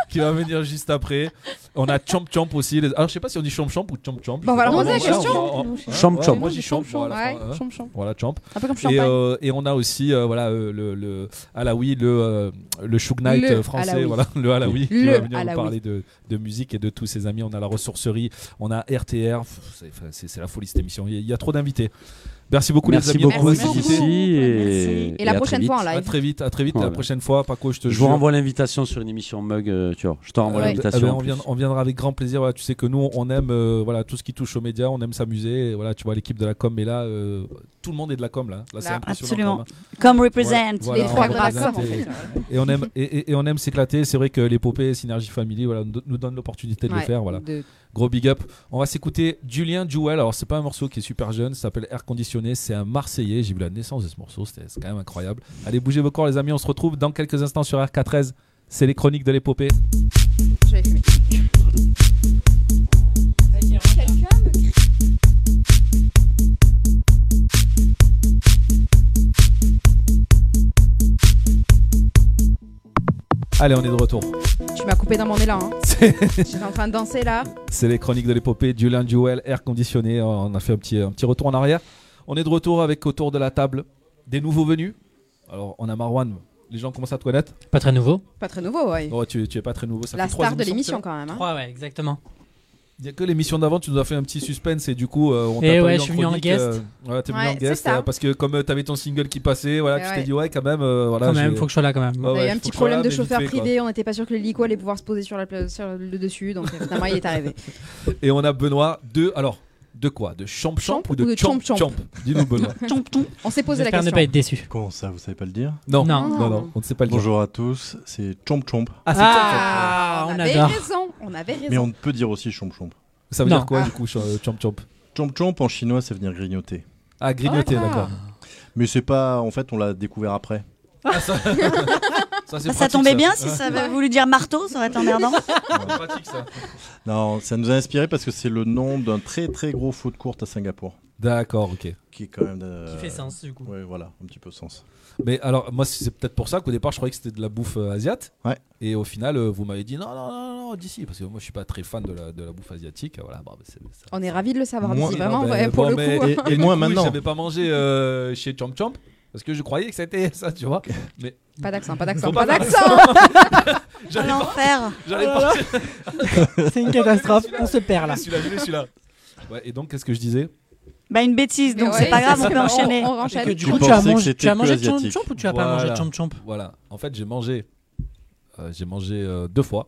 Speaker 1: qui va venir juste après. On a Chomp Chomp aussi. Les- Alors, je sais pas si on dit Chomp Chomp ou Chomp Chomp.
Speaker 2: Bon, on va leur poser
Speaker 1: Ah,
Speaker 2: la question.
Speaker 6: Chomp Chomp.
Speaker 1: Moi, j'ai Chomp. Voilà,
Speaker 8: Ouais,
Speaker 1: euh,
Speaker 8: chomp, chomp.
Speaker 1: voilà, Chomp.
Speaker 8: Un peu comme
Speaker 1: Et,
Speaker 8: champagne.
Speaker 1: euh, et on a aussi euh, voilà euh, le, le Alaoui, le euh, le Shug Knight
Speaker 2: Le
Speaker 1: euh, français,
Speaker 2: Alaoui.
Speaker 1: voilà le Alaoui qui
Speaker 2: Le
Speaker 1: va venir nous
Speaker 2: Alaoui.
Speaker 1: parler de, de musique et de tous ses amis. On a la ressourcerie, on a RTR, Pff, c'est- c'est c'est la folie cette émission. Il y a- il y a trop d'invités. Merci beaucoup,
Speaker 6: Merci
Speaker 1: les amis.
Speaker 6: beaucoup,
Speaker 1: Merci
Speaker 6: Sissi,
Speaker 1: beaucoup.
Speaker 6: Et,
Speaker 2: Et la
Speaker 6: à
Speaker 2: prochaine
Speaker 6: très
Speaker 2: fois en
Speaker 6: vite.
Speaker 2: live.
Speaker 1: À très vite, à très vite.
Speaker 6: Ouais,
Speaker 1: La
Speaker 6: ouais.
Speaker 1: prochaine fois, Paco, je te
Speaker 6: Je
Speaker 1: jure.
Speaker 6: vous renvoie l'invitation sur une émission Mug, euh, tu vois. Je te renvoie
Speaker 1: Euh,
Speaker 6: l'invitation.
Speaker 1: eh ben,
Speaker 6: en
Speaker 1: on,
Speaker 6: plus.
Speaker 1: vient- on viendra avec grand plaisir. Voilà, tu sais que nous, on aime euh, voilà, tout ce qui touche aux médias, on aime s'amuser. Et Voilà, tu vois, l'équipe de la com est là. euh, tout le monde est de la com là. Là, c'est
Speaker 9: Là,
Speaker 1: impressionnant,
Speaker 9: Bah, absolument.
Speaker 1: quand même.
Speaker 9: Comme represent.
Speaker 1: hein. Voilà,
Speaker 9: Les
Speaker 1: on
Speaker 9: trois de la
Speaker 1: représente euh,
Speaker 9: com, en
Speaker 1: et-
Speaker 9: fait.
Speaker 1: Et on aime, et, et- et on aime s'éclater. C'est vrai que l'épopée Synergie Family voilà, nous don- nous donne l'opportunité de
Speaker 2: Ouais,
Speaker 1: le faire. Voilà.
Speaker 2: de-
Speaker 1: Gros big up. On va s'écouter Julien Jewel. Alors, c'est pas un morceau qui est super jeune, ça s'appelle Air Conditionné. C'est un Marseillais. J'ai vu la naissance de ce morceau, c'était c'est quand même incroyable. Allez, bougez vos corps, les amis. On se retrouve dans quelques instants sur RK13. C'est les chroniques de l'épopée.
Speaker 2: Je vais fumer.
Speaker 1: Allez, on est de retour.
Speaker 2: Tu m'as coupé dans mon élan. hein.
Speaker 1: C'est-
Speaker 2: J'étais en train de danser là.
Speaker 1: C'est les chroniques de l'épopée, Julien Duel, air conditionné. On a fait un petit, un petit retour en arrière. On est de retour avec autour de la table des nouveaux venus. Alors, on a Marwan. Les gens commencent à te connaître.
Speaker 10: Pas très nouveau.
Speaker 2: Pas très nouveau, ouais.
Speaker 1: Oh, tu, tu es pas très nouveau. Ça
Speaker 2: La
Speaker 1: fait trois
Speaker 2: star de
Speaker 1: émissions que
Speaker 2: l'émission
Speaker 1: t'es là.
Speaker 2: quand même. hein.
Speaker 10: Trois, ouais, exactement.
Speaker 1: Il n'y a que l'émission d'avant, tu nous as fait un petit suspense et du coup, euh, on t'a
Speaker 10: Eh
Speaker 1: pas
Speaker 10: ouais,
Speaker 1: eu
Speaker 10: je suis venu en
Speaker 1: chronique,
Speaker 10: guest.
Speaker 1: euh, ouais, t'es venu
Speaker 2: Ouais,
Speaker 1: en guest
Speaker 2: c'est ça.
Speaker 1: euh, parce que comme tu avais ton single qui passait, voilà,
Speaker 2: Eh
Speaker 1: tu
Speaker 2: ouais.
Speaker 1: t'es dit ouais, quand même, euh, voilà.
Speaker 10: quand même,
Speaker 1: j'ai-
Speaker 10: faut que je sois là quand même.
Speaker 1: Ah Ouais,
Speaker 2: On a
Speaker 1: ouais,
Speaker 2: eu un
Speaker 1: faut
Speaker 2: petit
Speaker 1: que je sois là,
Speaker 2: problème de
Speaker 1: mais vite
Speaker 2: chauffeur
Speaker 1: fait, quoi.
Speaker 2: privé, on n'était pas sûr que le lico allait pouvoir se poser sur, la pla- sur le dessus, donc euh, finalement il est arrivé.
Speaker 1: Et on a Benoît de alors de quoi, de champ champ
Speaker 2: Champ
Speaker 1: ou de champ
Speaker 2: champ
Speaker 1: champ Dis-nous Benoît.
Speaker 9: Tchomp, tchomp.
Speaker 2: On s'est posé la
Speaker 10: J'espère ne
Speaker 2: question.
Speaker 10: pas être déçu.
Speaker 5: Comment ça, vous savez pas le dire
Speaker 1: Non, non,
Speaker 10: Non.
Speaker 1: non, on ne sait pas le dire.
Speaker 5: Bonjour à tous, c'est Chomp Chomp.
Speaker 1: Ah, c'est
Speaker 10: Ah,
Speaker 2: on,
Speaker 10: on
Speaker 2: avait
Speaker 10: adore.
Speaker 2: raison, on avait
Speaker 5: Mais
Speaker 2: raison.
Speaker 5: on peut dire aussi Chomp Chomp.
Speaker 1: Ça veut
Speaker 10: Non.
Speaker 1: dire quoi
Speaker 2: Ah.
Speaker 1: du coup ch- euh, champ champ
Speaker 5: Chomp Chomp en chinois, c'est venir grignoter.
Speaker 1: Ah grignoter,
Speaker 2: Ah.
Speaker 1: d'accord.
Speaker 5: Mais c'est pas. En fait, on l'a découvert après.
Speaker 1: Ah, (laughs) c'est
Speaker 9: Ah, Ça, ça
Speaker 1: pratique,
Speaker 9: tombait bien si ça avait voulu dire marteau, ça aurait été
Speaker 10: (laughs)
Speaker 9: emmerdant.
Speaker 1: C'est pratique, ça.
Speaker 5: Non, ça nous a inspiré parce que c'est le nom d'un très très gros foot court à Singapour.
Speaker 1: D'accord, ok.
Speaker 5: Qui est quand même. euh,
Speaker 10: Qui fait sens du coup.
Speaker 5: Ouais, voilà, un petit peu sens.
Speaker 1: Mais alors, moi, c'est peut-être pour ça qu'au départ, je croyais que c'était de la bouffe euh, asiate.
Speaker 5: Ouais.
Speaker 1: Et au final, euh, vous m'avez dit non, non, non, non, d'ici, parce que moi, je suis pas très fan de la, de la bouffe asiatique. Voilà, bah, bah, c'est- ça-
Speaker 2: On est ravis de le savoir,
Speaker 5: Moi-
Speaker 2: d'ici, vraiment,
Speaker 1: Ah, ben,
Speaker 2: ouais, pour
Speaker 1: bon,
Speaker 2: le
Speaker 1: mais-
Speaker 2: coup. hein.
Speaker 5: Et, et
Speaker 1: du
Speaker 5: moi
Speaker 1: coup,
Speaker 5: maintenant.
Speaker 1: J'avais pas mangé euh, chez Chomp Chomp parce que je croyais que c'était ça, tu vois.
Speaker 2: Pas d'accent, pas d'accent,
Speaker 1: Faut
Speaker 2: pas
Speaker 1: pas faire
Speaker 2: d'accent Oh
Speaker 9: À
Speaker 1: (laughs) J'allais pas-
Speaker 9: l'enfer.
Speaker 1: j'allais pas. (laughs)
Speaker 10: C'est une catastrophe, on se perd là.
Speaker 1: Celui-là, je l'ai, celui-là. Ouais, et donc, qu'est-ce que je disais
Speaker 9: Bah, une bêtise, donc
Speaker 2: Mais
Speaker 9: c'est
Speaker 2: ouais,
Speaker 9: pas grave,
Speaker 2: ça,
Speaker 9: on peut
Speaker 2: on-
Speaker 9: enchaîner.
Speaker 2: On renchaîne.
Speaker 10: Et que du
Speaker 5: Tu
Speaker 10: coup, tu as
Speaker 5: pensais que
Speaker 10: mangé,
Speaker 5: c'était
Speaker 10: tu as mangé
Speaker 5: plus
Speaker 10: Chomp
Speaker 5: asiatique.
Speaker 10: Chomp ou tu as pas
Speaker 1: Voilà.
Speaker 10: mangé Chomp Chomp
Speaker 1: Voilà, en fait, j'ai mangé. euh, j'ai mangé euh, deux fois.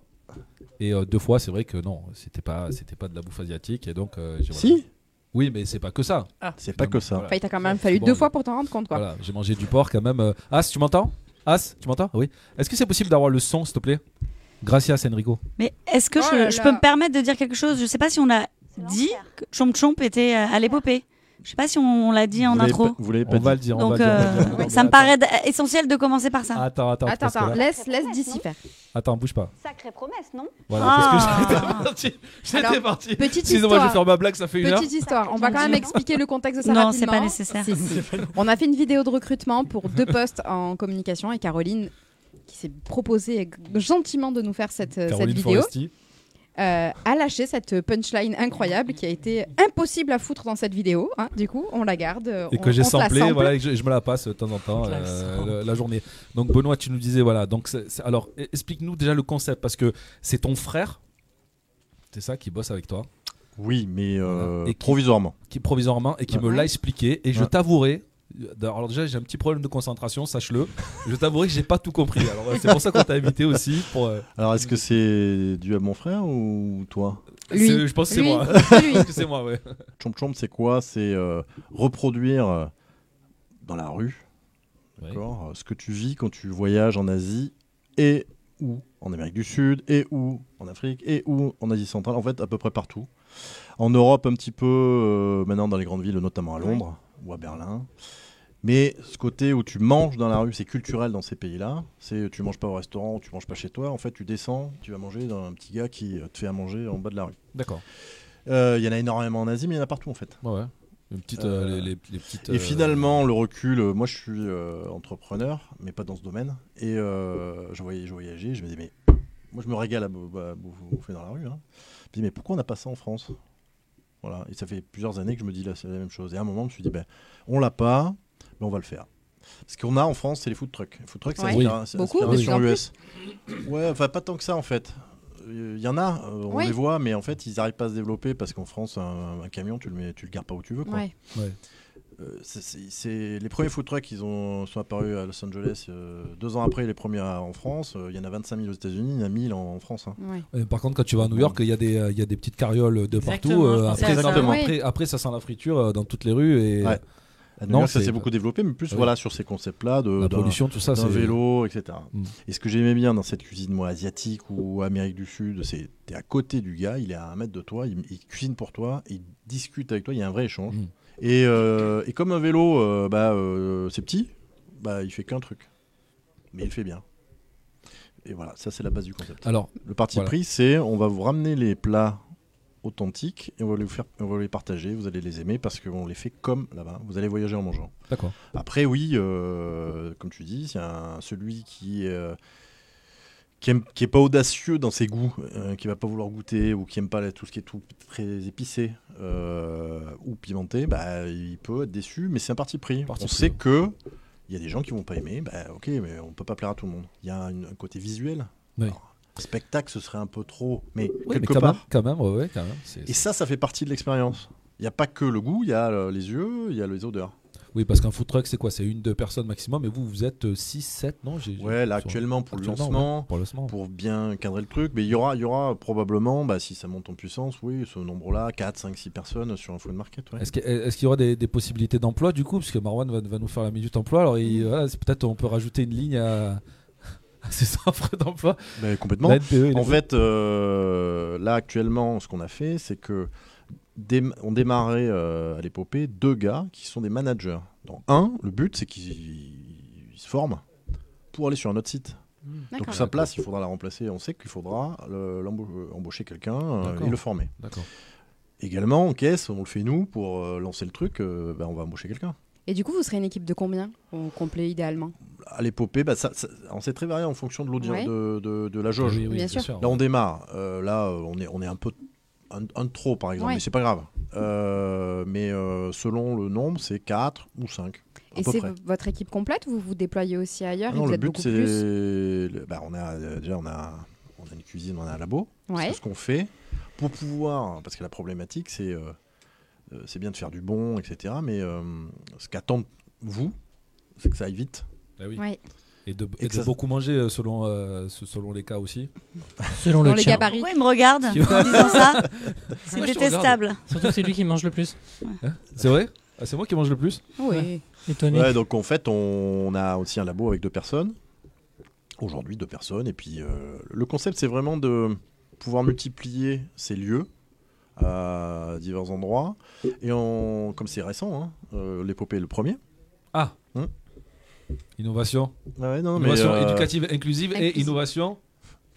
Speaker 1: Et euh, deux fois, c'est vrai que non, c'était pas, c'était pas de la bouffe asiatique. Et donc, euh, j'ai-
Speaker 5: Si
Speaker 1: Oui, mais c'est pas que ça.
Speaker 5: C'est pas que ça.
Speaker 1: Voilà.
Speaker 2: Enfin, il t'a quand même fallu
Speaker 1: Bon,
Speaker 2: deux
Speaker 1: je-
Speaker 2: fois pour t'en rendre compte, quoi.
Speaker 1: Voilà, j'ai mangé du porc quand même. Euh, As, tu m'entends As, tu m'entends Oui. Est-ce que c'est possible d'avoir le son, s'il te plaît Gracias, Enrico.
Speaker 9: Mais est-ce que
Speaker 2: Oh
Speaker 9: je,
Speaker 2: là
Speaker 9: je
Speaker 2: là.
Speaker 9: peux me permettre de dire quelque chose Je sais pas si on a dit que Chomp Chomp était euh, à l'épopée. Je sais pas si on, on l'a dit en
Speaker 5: vous l'avez
Speaker 9: intro.
Speaker 5: pas- vous l'avez pas
Speaker 1: On va
Speaker 5: dit.
Speaker 1: le dire. on va
Speaker 9: Donc
Speaker 1: le dire, on va le
Speaker 9: euh,
Speaker 1: dire. Non, mais
Speaker 9: ça me
Speaker 1: attends,
Speaker 9: paraît d- euh, essentiel de commencer par ça.
Speaker 1: Attends, attends,
Speaker 2: Attends,
Speaker 1: parce que
Speaker 2: attends,
Speaker 1: là-
Speaker 2: laisse, laisse d'ici faire.
Speaker 1: attends, bouge pas.
Speaker 11: Sacrée promesse, non
Speaker 1: Voilà,
Speaker 9: Ah.
Speaker 1: parce que j'étais parti. J'étais
Speaker 2: Alors,
Speaker 1: parti.
Speaker 2: Petite
Speaker 1: Excusez-moi, je vais
Speaker 2: histoire.
Speaker 1: faire ma blague, ça fait une heure.
Speaker 2: Petite histoire, on va quand même expliquer le contexte de ça
Speaker 9: Non,
Speaker 2: rapidement.
Speaker 9: c'est pas nécessaire.
Speaker 1: (laughs)
Speaker 2: Si, si. On a fait une vidéo de recrutement pour deux postes en communication et Caroline qui s'est proposée gentiment de nous faire cette, euh, cette
Speaker 1: Caroline
Speaker 2: vidéo
Speaker 1: Foresti.
Speaker 2: euh, a lâché cette punchline incroyable qui a été impossible à foutre dans cette vidéo. hein. Du coup, on la garde. euh,
Speaker 1: et
Speaker 2: on-
Speaker 1: que j'ai
Speaker 2: on te la
Speaker 1: samplé,
Speaker 2: sample.
Speaker 1: voilà, et que je, je me la passe de temps en temps
Speaker 10: Je la
Speaker 1: euh,
Speaker 10: sample.
Speaker 1: la, la journée. Donc Benoît, tu nous disais voilà, donc c'est- c'est- alors e- explique-nous déjà le concept parce que c'est ton frère, c'est ça qui bosse avec toi,
Speaker 5: Oui, mais euh,
Speaker 1: Voilà. Et qui-
Speaker 5: provisoirement.
Speaker 1: qui provisoirement et qui me l'a expliqué et je
Speaker 5: Ouais.
Speaker 1: t'avouerai. Alors déjà j'ai un petit problème de concentration, sache-le. Je t'avouerai que j'ai pas tout compris. Alors euh, c'est pour ça qu'on t'a invité aussi pour. euh,
Speaker 5: Alors, est-ce que c'est dû à mon frère ou toi
Speaker 2: Lui.
Speaker 1: c'est- Je pense que c'est
Speaker 2: Lui. (laughs)
Speaker 1: moi.
Speaker 2: C'est lui.
Speaker 1: Je pense que c'est moi, ouais.
Speaker 5: Chomp Chomp, c'est quoi C'est euh, reproduire euh, dans la rue d'accord, euh, ce que tu vis quand tu voyages en Asie et ou en Amérique du Sud et ou en Afrique et ou en Asie centrale, en fait à peu près partout. En Europe un petit peu, euh, maintenant dans les grandes villes, notamment à Londres ou à Berlin. Mais ce côté où tu manges dans la rue, c'est culturel dans ces pays-là. C'est tu manges pas au restaurant, tu manges pas chez toi. En fait, tu descends, tu vas manger dans un petit gars qui euh, te fait à manger en bas de la rue.
Speaker 1: D'accord.
Speaker 5: Euh, Il y en a énormément en Asie, mais il y en a partout en fait.
Speaker 1: Ouais. ouais. Une petite, euh,
Speaker 5: Euh,
Speaker 1: les, les- les petites.
Speaker 5: Et
Speaker 1: euh,
Speaker 5: finalement, le recul, euh, moi je suis euh, entrepreneur, mais pas dans ce domaine. Et euh, je, voyais, je voyageais, je me disais, mais moi je me régale à bou- à bou- bouffer dans la rue. hein. Je me dis, mais pourquoi on n'a pas ça en France Voilà. Et ça fait plusieurs années que je me dis la, la même chose. Et à un moment, je me suis dit, ben, on l'a pas, mais on va le faire. Ce qu'on a en France, c'est les food trucks. Les food trucks, c'est
Speaker 2: Ouais.
Speaker 1: Oui.
Speaker 5: inspiré- c'est
Speaker 2: Beaucoup,
Speaker 5: inspiré
Speaker 2: de plus en
Speaker 5: sur US. Ouais, enfin, pas tant que ça en fait. Il y en a, euh, on
Speaker 2: Oui.
Speaker 5: les voit, mais en fait, ils n'arrivent pas à se développer parce qu'en France, un, un camion, tu le, mets, tu le gardes pas où tu veux. Quoi.
Speaker 2: Ouais.
Speaker 5: euh, c'est- c'est c'est- les premiers food trucks ils ont, sont apparus à Los Angeles euh, deux ans après les premiers à- en France. Euh, Il y en a 25 000 aux États-Unis, il y en a 1000 en, en France. hein.
Speaker 1: Euh, par contre, quand tu vas à New York, il y, a des, euh, il y a des petites carrioles de partout.
Speaker 5: Exactement,
Speaker 1: euh,
Speaker 5: je pensais
Speaker 1: après,
Speaker 5: à ça.
Speaker 1: après-
Speaker 5: Oui.
Speaker 1: après- après, ça sent la friture euh, dans toutes les rues. Et...
Speaker 5: Ouais. À New
Speaker 1: Non,
Speaker 5: York, Ah, ça
Speaker 1: c'est-
Speaker 5: s'est beaucoup développé, mais plus
Speaker 1: Ouais.
Speaker 5: voilà sur ces concepts-là de
Speaker 1: La
Speaker 5: d'un-
Speaker 1: pollution, tout ça,
Speaker 5: d'un
Speaker 1: c'est-
Speaker 5: vélo, etc.
Speaker 1: Mm.
Speaker 5: Et ce que j'aimais bien dans cette cuisine moi asiatique ou Amérique du Sud, c'est t'es à côté du gars, il est à un mètre de toi, il, il cuisine pour toi, il discute avec toi, il y a un vrai échange.
Speaker 1: Mm.
Speaker 5: Et, euh, et comme un vélo, euh, bah euh, c'est petit, bah il fait qu'un truc, mais il le fait bien. Et voilà, ça c'est la base du concept.
Speaker 1: Alors,
Speaker 5: le parti
Speaker 1: voilà.
Speaker 5: pris, c'est on va vous ramener les plats authentiques et on va les, vous faire, on va les partager. Vous allez les aimer parce qu'on les fait comme là-bas. Vous allez voyager en mangeant.
Speaker 1: D'accord.
Speaker 5: Après, oui, euh, comme tu dis, c'est un- celui qui euh, qui, aime- qui est pas audacieux dans ses goûts, euh, qui va pas vouloir goûter ou qui aime pas la- tout ce qui est tout très épicé euh, ou pimenté, bah, il peut être déçu, mais c'est un parti pris.
Speaker 1: Parti
Speaker 5: on
Speaker 1: pris, hein.
Speaker 5: sait
Speaker 1: ouais.
Speaker 5: que il y a des gens qui vont pas aimer, bah, ok, mais on peut pas plaire à tout le monde. Il y a une- un côté visuel.
Speaker 1: Oui.
Speaker 5: Alors, spectacle, ce serait un peu trop, mais
Speaker 1: Ouais, mais
Speaker 5: quelque
Speaker 1: quand
Speaker 5: part.
Speaker 1: même, quand même, ouais, ouais, quand même, c'est-
Speaker 5: Et ça, ça fait partie de l'expérience. Il n'y a pas que le goût, il y a euh, les yeux, il y a les odeurs.
Speaker 1: Oui, parce qu'un food truck, c'est quoi C'est une, deux personnes maximum. Et vous, vous êtes 6, 7, non J'ai- j'ai-
Speaker 5: Ouais, là actuellement pour le
Speaker 1: Actuellement,
Speaker 5: lancement,
Speaker 1: ouais, pour le lancement.
Speaker 5: pour bien cadrer le truc, mais il y aura, il y aura probablement, bah, si ça monte en puissance, oui, ce nombre-là, 4, 5, 6 personnes sur un food market. ouais.
Speaker 1: Est-ce que- est-ce qu'il y aura des, des possibilités d'emploi du coup Parce que Marwan va, va nous faire la minute emploi. Alors il- voilà, c'est- peut-être on peut rajouter une ligne à, (laughs) à ces offres d'emploi.
Speaker 5: Mais Bah, complètement.
Speaker 1: La E NPE, il est-
Speaker 5: en fait, euh, là actuellement, ce qu'on a fait, c'est que dém- on démarrait euh, à l'épopée deux gars qui sont des managers. Dans un, le but, c'est qu'ils ils se forment pour aller sur un autre site. Donc
Speaker 11: D'accord.
Speaker 5: sa place, il faudra la remplacer. On sait qu'il faudra le- l'embau- euh, embaucher quelqu'un euh,
Speaker 1: D'accord.
Speaker 5: et le former.
Speaker 1: D'accord.
Speaker 5: Également, en caisse, on le fait nous pour euh, lancer le truc. euh, bah, on va embaucher quelqu'un.
Speaker 2: Et du coup, vous serez une équipe de combien au complet idéalement
Speaker 5: à l'épopée, bah, ça, ça- alors, c'est très varié en fonction de l'audience,
Speaker 2: Ouais.
Speaker 5: de, de- de la jauge.
Speaker 2: oui, Bien bien sûr. sûr.
Speaker 5: Là, on démarre. Euh, là, euh, on est, on est un peu un, un de trop, par exemple,
Speaker 2: Ouais.
Speaker 5: mais c'est pas grave. Euh, mais euh, selon le nombre, c'est 4 ou 5. À
Speaker 2: Et
Speaker 5: peu
Speaker 2: c'est
Speaker 5: près.
Speaker 2: v- votre équipe complète ou vous vous déployez aussi ailleurs
Speaker 5: Ah
Speaker 2: et
Speaker 5: non,
Speaker 2: vous
Speaker 5: le
Speaker 2: êtes
Speaker 5: but,
Speaker 2: beaucoup
Speaker 5: c'est.
Speaker 2: plus
Speaker 5: le- bah, on a, euh, déjà, on a, on a une cuisine, on a un labo.
Speaker 2: Ouais.
Speaker 5: C'est tout ce qu'on fait pour pouvoir. Parce que la problématique, c'est. euh, euh, c'est bien de faire du bon, etc. Mais euh, ce qu'attendent vous, c'est que ça aille vite.
Speaker 1: Ah oui.
Speaker 2: Ouais.
Speaker 1: Et de,
Speaker 5: Et
Speaker 1: et
Speaker 5: que
Speaker 1: de
Speaker 5: ça-
Speaker 1: beaucoup manger euh, selon, euh, ce- selon les cas aussi.
Speaker 10: Selon
Speaker 9: Dans le les tien. gabarits. Pourquoi il me regarde en disant
Speaker 1: (laughs)
Speaker 9: ça C'est
Speaker 1: Moi, je te
Speaker 9: détestable.
Speaker 1: regarde.
Speaker 10: Surtout que c'est lui qui mange le plus.
Speaker 1: Hein C'est vrai Ah, C'est moi qui mange le plus
Speaker 10: Oui. Étonné.
Speaker 5: Ouais, donc en fait, on a aussi un labo avec deux personnes. Aujourd'hui, deux personnes. Et puis, euh, le concept, c'est vraiment de pouvoir multiplier ces lieux à divers endroits. Et on, comme c'est récent, hein, euh, l'épopée est le premier. Hein
Speaker 1: Ah Innovation.
Speaker 5: Ouais, non, mais,
Speaker 1: innovation
Speaker 5: euh,
Speaker 1: éducative inclusive, et
Speaker 5: Inclusive.
Speaker 1: innovation.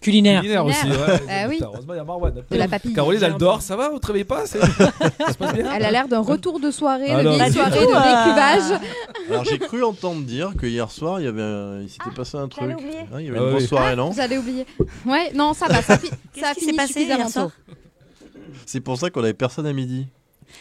Speaker 10: Culinaire.
Speaker 1: Culinaire aussi,
Speaker 2: Culinaire.
Speaker 1: ouais.
Speaker 2: Ah oui.
Speaker 1: Putain, Heureusement, il y a Marwan.
Speaker 2: De la papille.
Speaker 1: Caroline, elle dort, ça va Vous ne travaillez pas c'est- Ça se passe bien
Speaker 2: Elle a l'air d'un retour de soirée,
Speaker 1: Ah
Speaker 2: de
Speaker 1: non,
Speaker 2: vieille
Speaker 1: mais-
Speaker 2: soirée,
Speaker 1: Tout,
Speaker 2: de
Speaker 1: euh,
Speaker 2: décuvage.
Speaker 5: Alors, j'ai cru entendre dire que hier soir, il, y avait un- il s'était passé un truc.
Speaker 2: j'avais oublié.
Speaker 5: Hein, il y avait
Speaker 1: Ah
Speaker 5: une grosse
Speaker 1: oui.
Speaker 5: soirée,
Speaker 2: Ah,
Speaker 5: non
Speaker 2: Vous avez oublié. Ouais, non, ça va, ça, fi- ça a
Speaker 9: qui s'est
Speaker 2: fini
Speaker 9: passé hier
Speaker 2: suffisamment
Speaker 9: soir
Speaker 2: tôt.
Speaker 5: C'est pour ça qu'on avait personne à midi.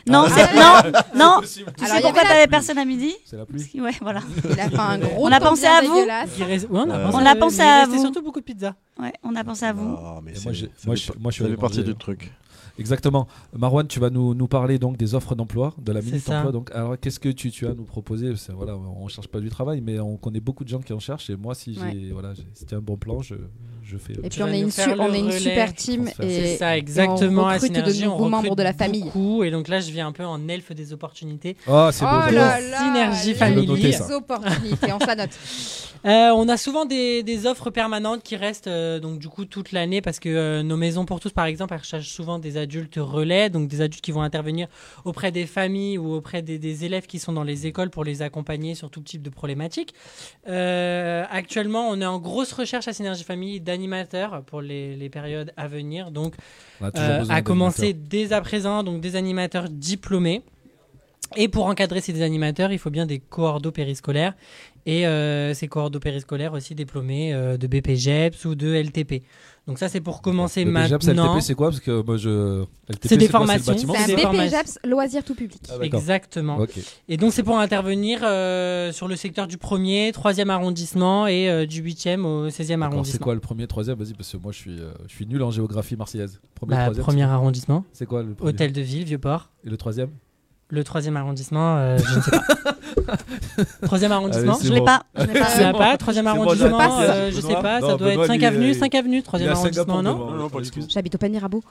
Speaker 9: Non,
Speaker 5: Ah.
Speaker 9: c'est-
Speaker 1: (laughs)
Speaker 9: non, non. Tu
Speaker 5: possible.
Speaker 9: sais
Speaker 5: Alors, il y
Speaker 9: pourquoi
Speaker 5: avait la
Speaker 9: t'avais
Speaker 5: pluie.
Speaker 9: personne à midi
Speaker 1: C'est la
Speaker 9: Parce que- Ouais, voilà.
Speaker 2: Il a fait un gros
Speaker 9: On a
Speaker 2: temps
Speaker 9: pensé
Speaker 2: bien
Speaker 9: à vous.
Speaker 2: dégueulasse.
Speaker 10: Il reste- ouais, on a
Speaker 1: Euh,
Speaker 5: Ouais.
Speaker 10: pensé
Speaker 9: On
Speaker 10: à
Speaker 9: a
Speaker 10: vous.
Speaker 9: pensé
Speaker 10: Il
Speaker 9: à
Speaker 10: restait
Speaker 9: vous.
Speaker 10: surtout beaucoup de pizza.
Speaker 9: Ouais, on a pensé à vous.
Speaker 5: Ah, mais
Speaker 1: Et
Speaker 5: c'est-
Speaker 1: moi, j'ai-
Speaker 5: ça
Speaker 1: moi,
Speaker 5: fait
Speaker 1: je,
Speaker 5: par-
Speaker 1: moi, je suis
Speaker 5: ça
Speaker 1: allé
Speaker 5: fait partie
Speaker 1: manger,
Speaker 5: du
Speaker 1: euh,
Speaker 5: truc.
Speaker 1: Exactement. Marwan, tu vas nous, nous parler donc des offres d'emploi, de la
Speaker 10: C'est
Speaker 1: minute
Speaker 10: ça.
Speaker 1: emploi. Donc, alors, qu'est-ce que tu, tu as à nous proposer Parce que, voilà, On ne cherche pas du travail, mais on connaît beaucoup de gens qui en cherchent. Et moi, si j'ai
Speaker 2: Ouais.
Speaker 1: voilà, j'ai- c'était un bon plan, je, je fais.
Speaker 2: Et
Speaker 10: Tu
Speaker 2: puis on
Speaker 10: vas
Speaker 2: est,
Speaker 10: nous
Speaker 2: une,
Speaker 10: faire
Speaker 2: su-
Speaker 10: le
Speaker 2: on est une
Speaker 10: relais.
Speaker 2: super team
Speaker 1: Transfert.
Speaker 2: et,
Speaker 10: C'est ça,
Speaker 2: et
Speaker 10: exactement.
Speaker 2: on
Speaker 10: à
Speaker 2: recrute
Speaker 10: Synergie,
Speaker 2: de
Speaker 10: on
Speaker 2: nouveaux
Speaker 10: recrute
Speaker 2: membres de la famille.
Speaker 10: beaucoup. et donc là, je viens un peu en elfe des opportunités.
Speaker 1: Ah, c'est beau.
Speaker 2: Oh
Speaker 1: j'adore.
Speaker 2: là là,
Speaker 10: Synergie
Speaker 2: les
Speaker 10: familiale.
Speaker 1: Je vais noter
Speaker 2: Les opportunités, on se la note.
Speaker 10: Euh, on a souvent des, des offres permanentes qui restent euh, donc du coup toute l'année parce que euh, nos maisons pour tous par exemple elles recherchent souvent des adultes relais donc des adultes qui vont intervenir auprès des familles ou auprès des, des élèves qui sont dans les écoles pour les accompagner sur tout type de problématiques. Euh, actuellement on est en grosse recherche à Synergie Famille d'animateurs pour les, les périodes à venir donc euh,
Speaker 1: On a toujours besoin
Speaker 10: à
Speaker 1: d'animateurs.
Speaker 10: commencer dès à présent donc des animateurs diplômés. Et pour encadrer ces animateurs, il faut bien des coordos périscolaires et euh, ces coordos périscolaires aussi diplômés euh, de BPGEPS ou de LTP. Donc ça, c'est pour commencer
Speaker 1: Le
Speaker 10: maintenant.
Speaker 1: BGEPS, LTP, c'est quoi Parce que moi, je. LTP,
Speaker 10: C'est des
Speaker 1: quoi, le
Speaker 10: formations.
Speaker 1: bâtiment
Speaker 10: C'est
Speaker 2: C'est un
Speaker 10: des formations.
Speaker 2: BPJAPS, loisirs tout public.
Speaker 1: Ah, d'accord.
Speaker 10: Exactement.
Speaker 1: Ok.
Speaker 10: Et donc c'est pour intervenir euh, sur le secteur du 1er, 3e arrondissement et euh, du 8e au
Speaker 1: D'accord,
Speaker 10: 16e
Speaker 1: C'est
Speaker 10: arrondissement.
Speaker 1: quoi le premier, troisième Vas-y, parce que moi, je suis, euh, je suis nul en géographie marseillaise. Premier,
Speaker 10: Bah,
Speaker 1: troisième,
Speaker 10: premier
Speaker 1: c'est-
Speaker 10: arrondissement,
Speaker 1: C'est quoi le premier
Speaker 10: hôtel de ville, Vieux-Port.
Speaker 1: Et le troisième
Speaker 10: Le troisième arrondissement, euh, je ne sais pas. troisième
Speaker 1: Allez, Ah
Speaker 10: arrondissement
Speaker 1: c'est Je l'ai bon. pas, je l'ai pas.
Speaker 10: Tu l'as
Speaker 1: (laughs) C'est
Speaker 10: pas
Speaker 1: bon.
Speaker 10: Troisième
Speaker 1: C'est bon,
Speaker 10: arrondissement,
Speaker 1: j'arrête.
Speaker 10: euh,
Speaker 1: Merci,
Speaker 10: je sais
Speaker 1: Benoît.
Speaker 10: pas, ça
Speaker 1: Non,
Speaker 10: doit être
Speaker 1: Benoît,
Speaker 10: 5
Speaker 1: lui,
Speaker 10: avenues,
Speaker 1: il-
Speaker 10: 5 avenues,
Speaker 1: il
Speaker 10: troisième
Speaker 1: est à
Speaker 10: arrondissement,
Speaker 1: Singapour,
Speaker 10: non
Speaker 1: Benoît. Non, pas du tout.
Speaker 2: J'habite au panier Rabot.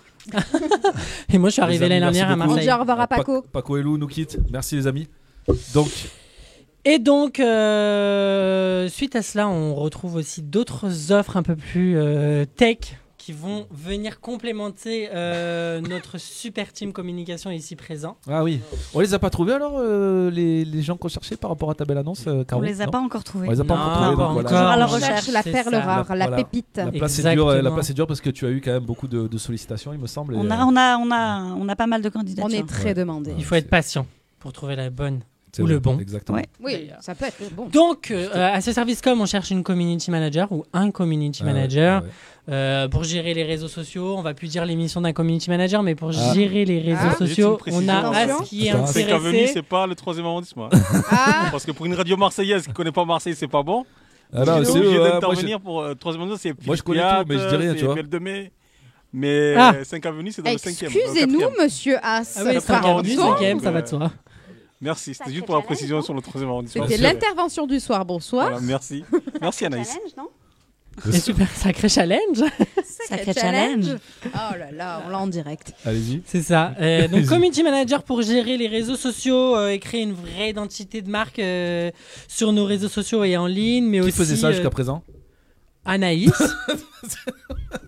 Speaker 10: Et moi, je suis arrivé l'année
Speaker 1: Merci
Speaker 10: dernière à
Speaker 1: beaucoup.
Speaker 10: Marseille.
Speaker 1: Pa- Paco et Lou nous quittent. Merci les amis. Donc,
Speaker 10: Et donc, euh, suite à cela, on retrouve aussi d'autres offres un peu plus euh, tech qui vont venir complémenter euh, notre super team communication ici présent.
Speaker 1: ah oui. On les a pas trouvés alors, euh, les, les gens qu'on cherchait par rapport à ta belle annonce euh, Caro
Speaker 9: On les a
Speaker 1: Non
Speaker 9: pas encore trouvés.
Speaker 1: On les a pas
Speaker 10: Non,
Speaker 1: encore trouvés.
Speaker 10: pas
Speaker 1: donc voilà.
Speaker 10: encore. Toujours à la
Speaker 2: recherche, la
Speaker 10: c'est
Speaker 2: perle
Speaker 10: ça.
Speaker 2: rare, la
Speaker 1: Voilà.
Speaker 2: pépite.
Speaker 1: La place, est dure, euh, la
Speaker 10: Exactement.
Speaker 1: place est dure parce que tu as eu quand même beaucoup de, de sollicitations, il me semble. et,
Speaker 9: On
Speaker 1: euh,
Speaker 9: a, on, a, on, a, on a pas mal de candidatures.
Speaker 2: On est très demandé.
Speaker 10: Il faut être patient pour trouver la bonne
Speaker 1: c'est
Speaker 10: ou le
Speaker 1: vrai,
Speaker 10: bon.
Speaker 1: Exactement.
Speaker 9: Ouais.
Speaker 2: Oui, ça peut être bon.
Speaker 10: Donc, euh, à ce service com, on cherche une community manager ou un community
Speaker 1: Ah ouais,
Speaker 10: manager
Speaker 1: ah ouais.
Speaker 10: euh, pour gérer les réseaux sociaux. On va plus dire l'émission d'un community manager, mais pour
Speaker 1: Ah.
Speaker 10: gérer les réseaux
Speaker 2: Ah.
Speaker 10: sociaux,
Speaker 11: Juste une
Speaker 10: on a
Speaker 11: précision.
Speaker 10: à ce qui est
Speaker 1: Attends,
Speaker 11: C'est qu'à venir,
Speaker 10: intéressé.
Speaker 11: c'est pas le troisième arrondissement.
Speaker 2: Ah.
Speaker 11: Parce que pour une radio marseillaise qui connaît pas Marseille, c'est pas bon.
Speaker 1: Ah non,
Speaker 11: Je suis
Speaker 1: c'est
Speaker 11: obligé
Speaker 1: eux, ouais, moi,
Speaker 11: d'intervenir pour euh, troisième arrondissement, c'est
Speaker 1: Moi, je connais tout, mais je dis rien, tu vois.
Speaker 11: Belle de mai. Mais
Speaker 10: Ah.
Speaker 11: 5 avenue, c'est dans le euh, 5
Speaker 2: Excusez-nous, monsieur As.
Speaker 10: Ah oui,
Speaker 2: par
Speaker 10: cinquième,
Speaker 2: contre.
Speaker 10: cinquième, ça va de soi.
Speaker 11: euh, Merci, c'était juste pour la précision sur le troisième arrondissement.
Speaker 2: C'était l'intervention du soir. Bonsoir.
Speaker 11: Voilà, merci.
Speaker 2: (laughs)
Speaker 11: Merci Anaïs.
Speaker 10: C'est super sacré challenge.
Speaker 9: Sacré challenge.
Speaker 2: Oh là là, on l'a en direct.
Speaker 1: Allez-y.
Speaker 10: C'est ça.
Speaker 1: (laughs)
Speaker 10: Euh, donc, community manager pour gérer les réseaux sociaux euh, et créer une vraie identité de marque euh, sur nos réseaux sociaux et en ligne, mais
Speaker 1: Qui
Speaker 10: aussi
Speaker 1: faisait ça
Speaker 10: euh,
Speaker 1: jusqu'à présent
Speaker 10: Anaïs.
Speaker 1: (laughs)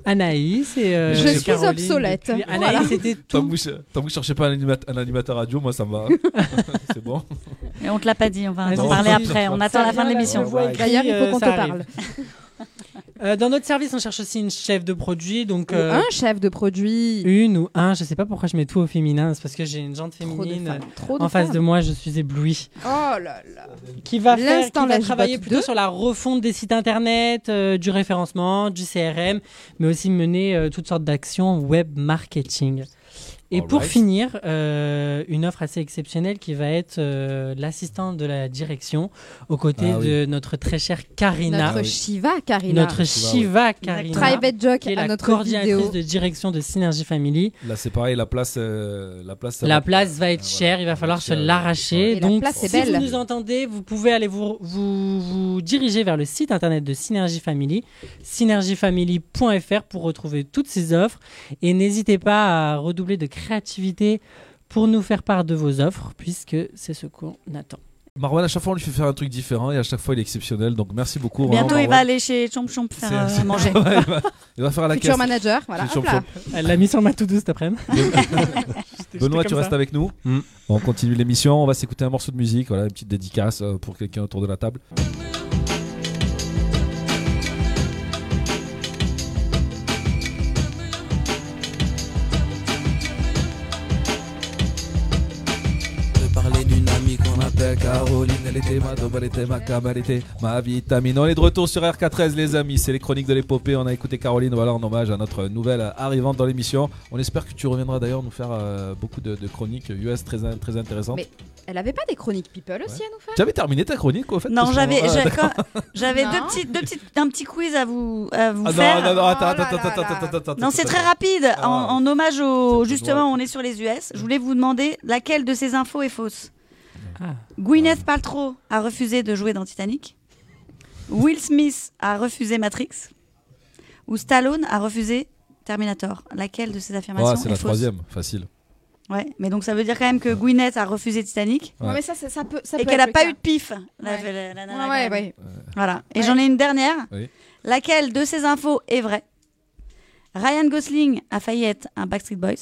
Speaker 10: Anaïs et euh,
Speaker 1: Je suis
Speaker 10: Caroline
Speaker 2: obsolète.
Speaker 10: depuis- Anaïs c'était
Speaker 1: Tant
Speaker 10: tout.
Speaker 1: que vous- tant que vous cherchez pas un, animat- un animateur radio, moi ça me va. (laughs) c'est bon.
Speaker 9: Et on te l'a pas dit, on va
Speaker 10: Vas-y,
Speaker 9: en parler
Speaker 10: vas-y.
Speaker 9: après. On attend la fin de l'émission.
Speaker 2: D'ailleurs, il faut qu'on te parle.
Speaker 10: Euh, dans notre service, on cherche aussi une chef de produit, donc euh,
Speaker 2: Un chef de produit.
Speaker 10: une ou un. Je sais pas pourquoi je mets tout au féminin, c'est parce que j'ai une jante
Speaker 2: Trop de
Speaker 10: féminine.
Speaker 2: femmes. Trop de
Speaker 10: en face
Speaker 2: femmes.
Speaker 10: de moi, je suis ébloui.
Speaker 2: Oh là là.
Speaker 10: Qui va faire, qui
Speaker 2: L'instant la
Speaker 10: va travailler
Speaker 2: Gibotte
Speaker 10: plutôt
Speaker 2: 2.
Speaker 10: sur la refonte des sites internet, euh, du référencement, du CRM, mais aussi mener euh, toutes sortes d'actions web marketing. Et pour
Speaker 1: Alright.
Speaker 10: finir, euh, une offre assez exceptionnelle qui va être euh, l'assistante de la direction aux côtés
Speaker 1: Ah oui. Ah
Speaker 10: de notre très chère Karina,
Speaker 2: Notre Shiva, Karina.
Speaker 10: notre Shiva Karina,
Speaker 2: Private joke
Speaker 10: qui est
Speaker 2: à
Speaker 10: la
Speaker 2: notre
Speaker 10: coordinatrice
Speaker 2: vidéo.
Speaker 10: de direction de Synergy Family.
Speaker 1: Là c'est pareil, la place, euh, la place. ça
Speaker 10: La
Speaker 1: va-
Speaker 10: place va
Speaker 1: Ah,
Speaker 10: être
Speaker 1: voilà.
Speaker 10: chère, il va
Speaker 1: être
Speaker 10: falloir se
Speaker 1: chère, ouais.
Speaker 10: l'arracher.
Speaker 2: Et la
Speaker 10: Donc,
Speaker 2: place
Speaker 10: si
Speaker 2: est belle.
Speaker 10: vous nous entendez, vous pouvez aller vous, vous, vous diriger vers le site internet de Synergy Family, synergyfamily.fr pour retrouver toutes ces offres. Et n'hésitez pas à redoubler de créativité pour nous faire part de vos offres, puisque c'est ce qu'on attend.
Speaker 1: Marwan, à chaque fois on lui fait faire un truc différent et à chaque fois il est exceptionnel. Donc merci beaucoup.
Speaker 9: Bientôt,
Speaker 1: vraiment,
Speaker 9: il va
Speaker 1: Marwan.
Speaker 9: aller chez Chomp Chomp faire
Speaker 1: bah C'est-
Speaker 9: euh, manger.
Speaker 1: (laughs) Ouais, il, va, il va faire la
Speaker 2: Future
Speaker 1: caisse.
Speaker 2: manager. Voilà.
Speaker 1: Future
Speaker 2: Hop là.
Speaker 10: Elle l'a mis sur ma to-do cet après-midi. (laughs)
Speaker 1: Benoît, tu
Speaker 10: C'était comme
Speaker 1: restes
Speaker 10: ça.
Speaker 1: avec nous.
Speaker 5: Mm.
Speaker 1: On continue l'émission. On va s'écouter un morceau de musique. Voilà, une petite dédicace euh, pour quelqu'un autour de la table. Je parlais d'une amie qu'on appelle Caroline. Elle était ma dope, elle était ma cam, elle était ma vitamine. On est de retour sur RK13, les amis. C'est les chroniques de l'épopée. On a écouté Caroline, voilà, en hommage à notre nouvelle arrivante dans l'émission. On espère que tu reviendras d'ailleurs nous faire euh, beaucoup de, de chroniques US très, in- très intéressantes.
Speaker 2: Mais- Elle avait pas des chroniques people aussi à nous faire
Speaker 1: Tu avais terminé ta chronique, au fait
Speaker 9: Non,
Speaker 1: parce que-
Speaker 9: j'avais
Speaker 1: Ah,
Speaker 9: j'avais-
Speaker 1: d'accord.
Speaker 9: j'avais
Speaker 2: Non.
Speaker 9: deux petites, deux petites, un petit quiz à vous, à vous
Speaker 1: Ah,
Speaker 9: faire.
Speaker 1: non, non, non, attends,
Speaker 2: Oh
Speaker 1: attends,
Speaker 2: là
Speaker 1: attends,
Speaker 2: là
Speaker 1: attends,
Speaker 2: là.
Speaker 1: attends, attends,
Speaker 9: Non, c'est
Speaker 1: attends,
Speaker 9: très rapide. En,
Speaker 1: Oh, Ah.
Speaker 9: en hommage
Speaker 1: C'est
Speaker 9: au.
Speaker 1: plus
Speaker 9: Justement, on est sur les US. Je voulais vous demander laquelle de ces infos est fausse.
Speaker 2: Ah.
Speaker 9: Gwyneth Paltrow a refusé de jouer dans Titanic. Will Smith a refusé Matrix. Ou Stallone a refusé Terminator. Laquelle de ces affirmations
Speaker 1: Ah,
Speaker 9: est
Speaker 1: c'est la
Speaker 9: fausse
Speaker 1: troisième, facile.
Speaker 9: Ouais, mais donc ça veut dire quand même que Gwyneth a refusé Titanic
Speaker 1: Ouais.
Speaker 2: Non, mais ça, ça, ça peut. Ça
Speaker 9: et
Speaker 2: peut
Speaker 9: qu'elle
Speaker 2: être
Speaker 9: n'a
Speaker 2: le
Speaker 9: pas
Speaker 2: cas.
Speaker 9: eu de pif. la-
Speaker 2: Ouais.
Speaker 9: la- la nana,
Speaker 2: Ouais,
Speaker 9: quand
Speaker 2: ouais,
Speaker 9: même.
Speaker 2: ouais.
Speaker 9: Voilà. Et
Speaker 2: Ouais.
Speaker 9: j'en ai une dernière.
Speaker 1: Oui.
Speaker 9: Laquelle de ces infos est vraie Ryan Gosling a failli être un Backstreet Boys.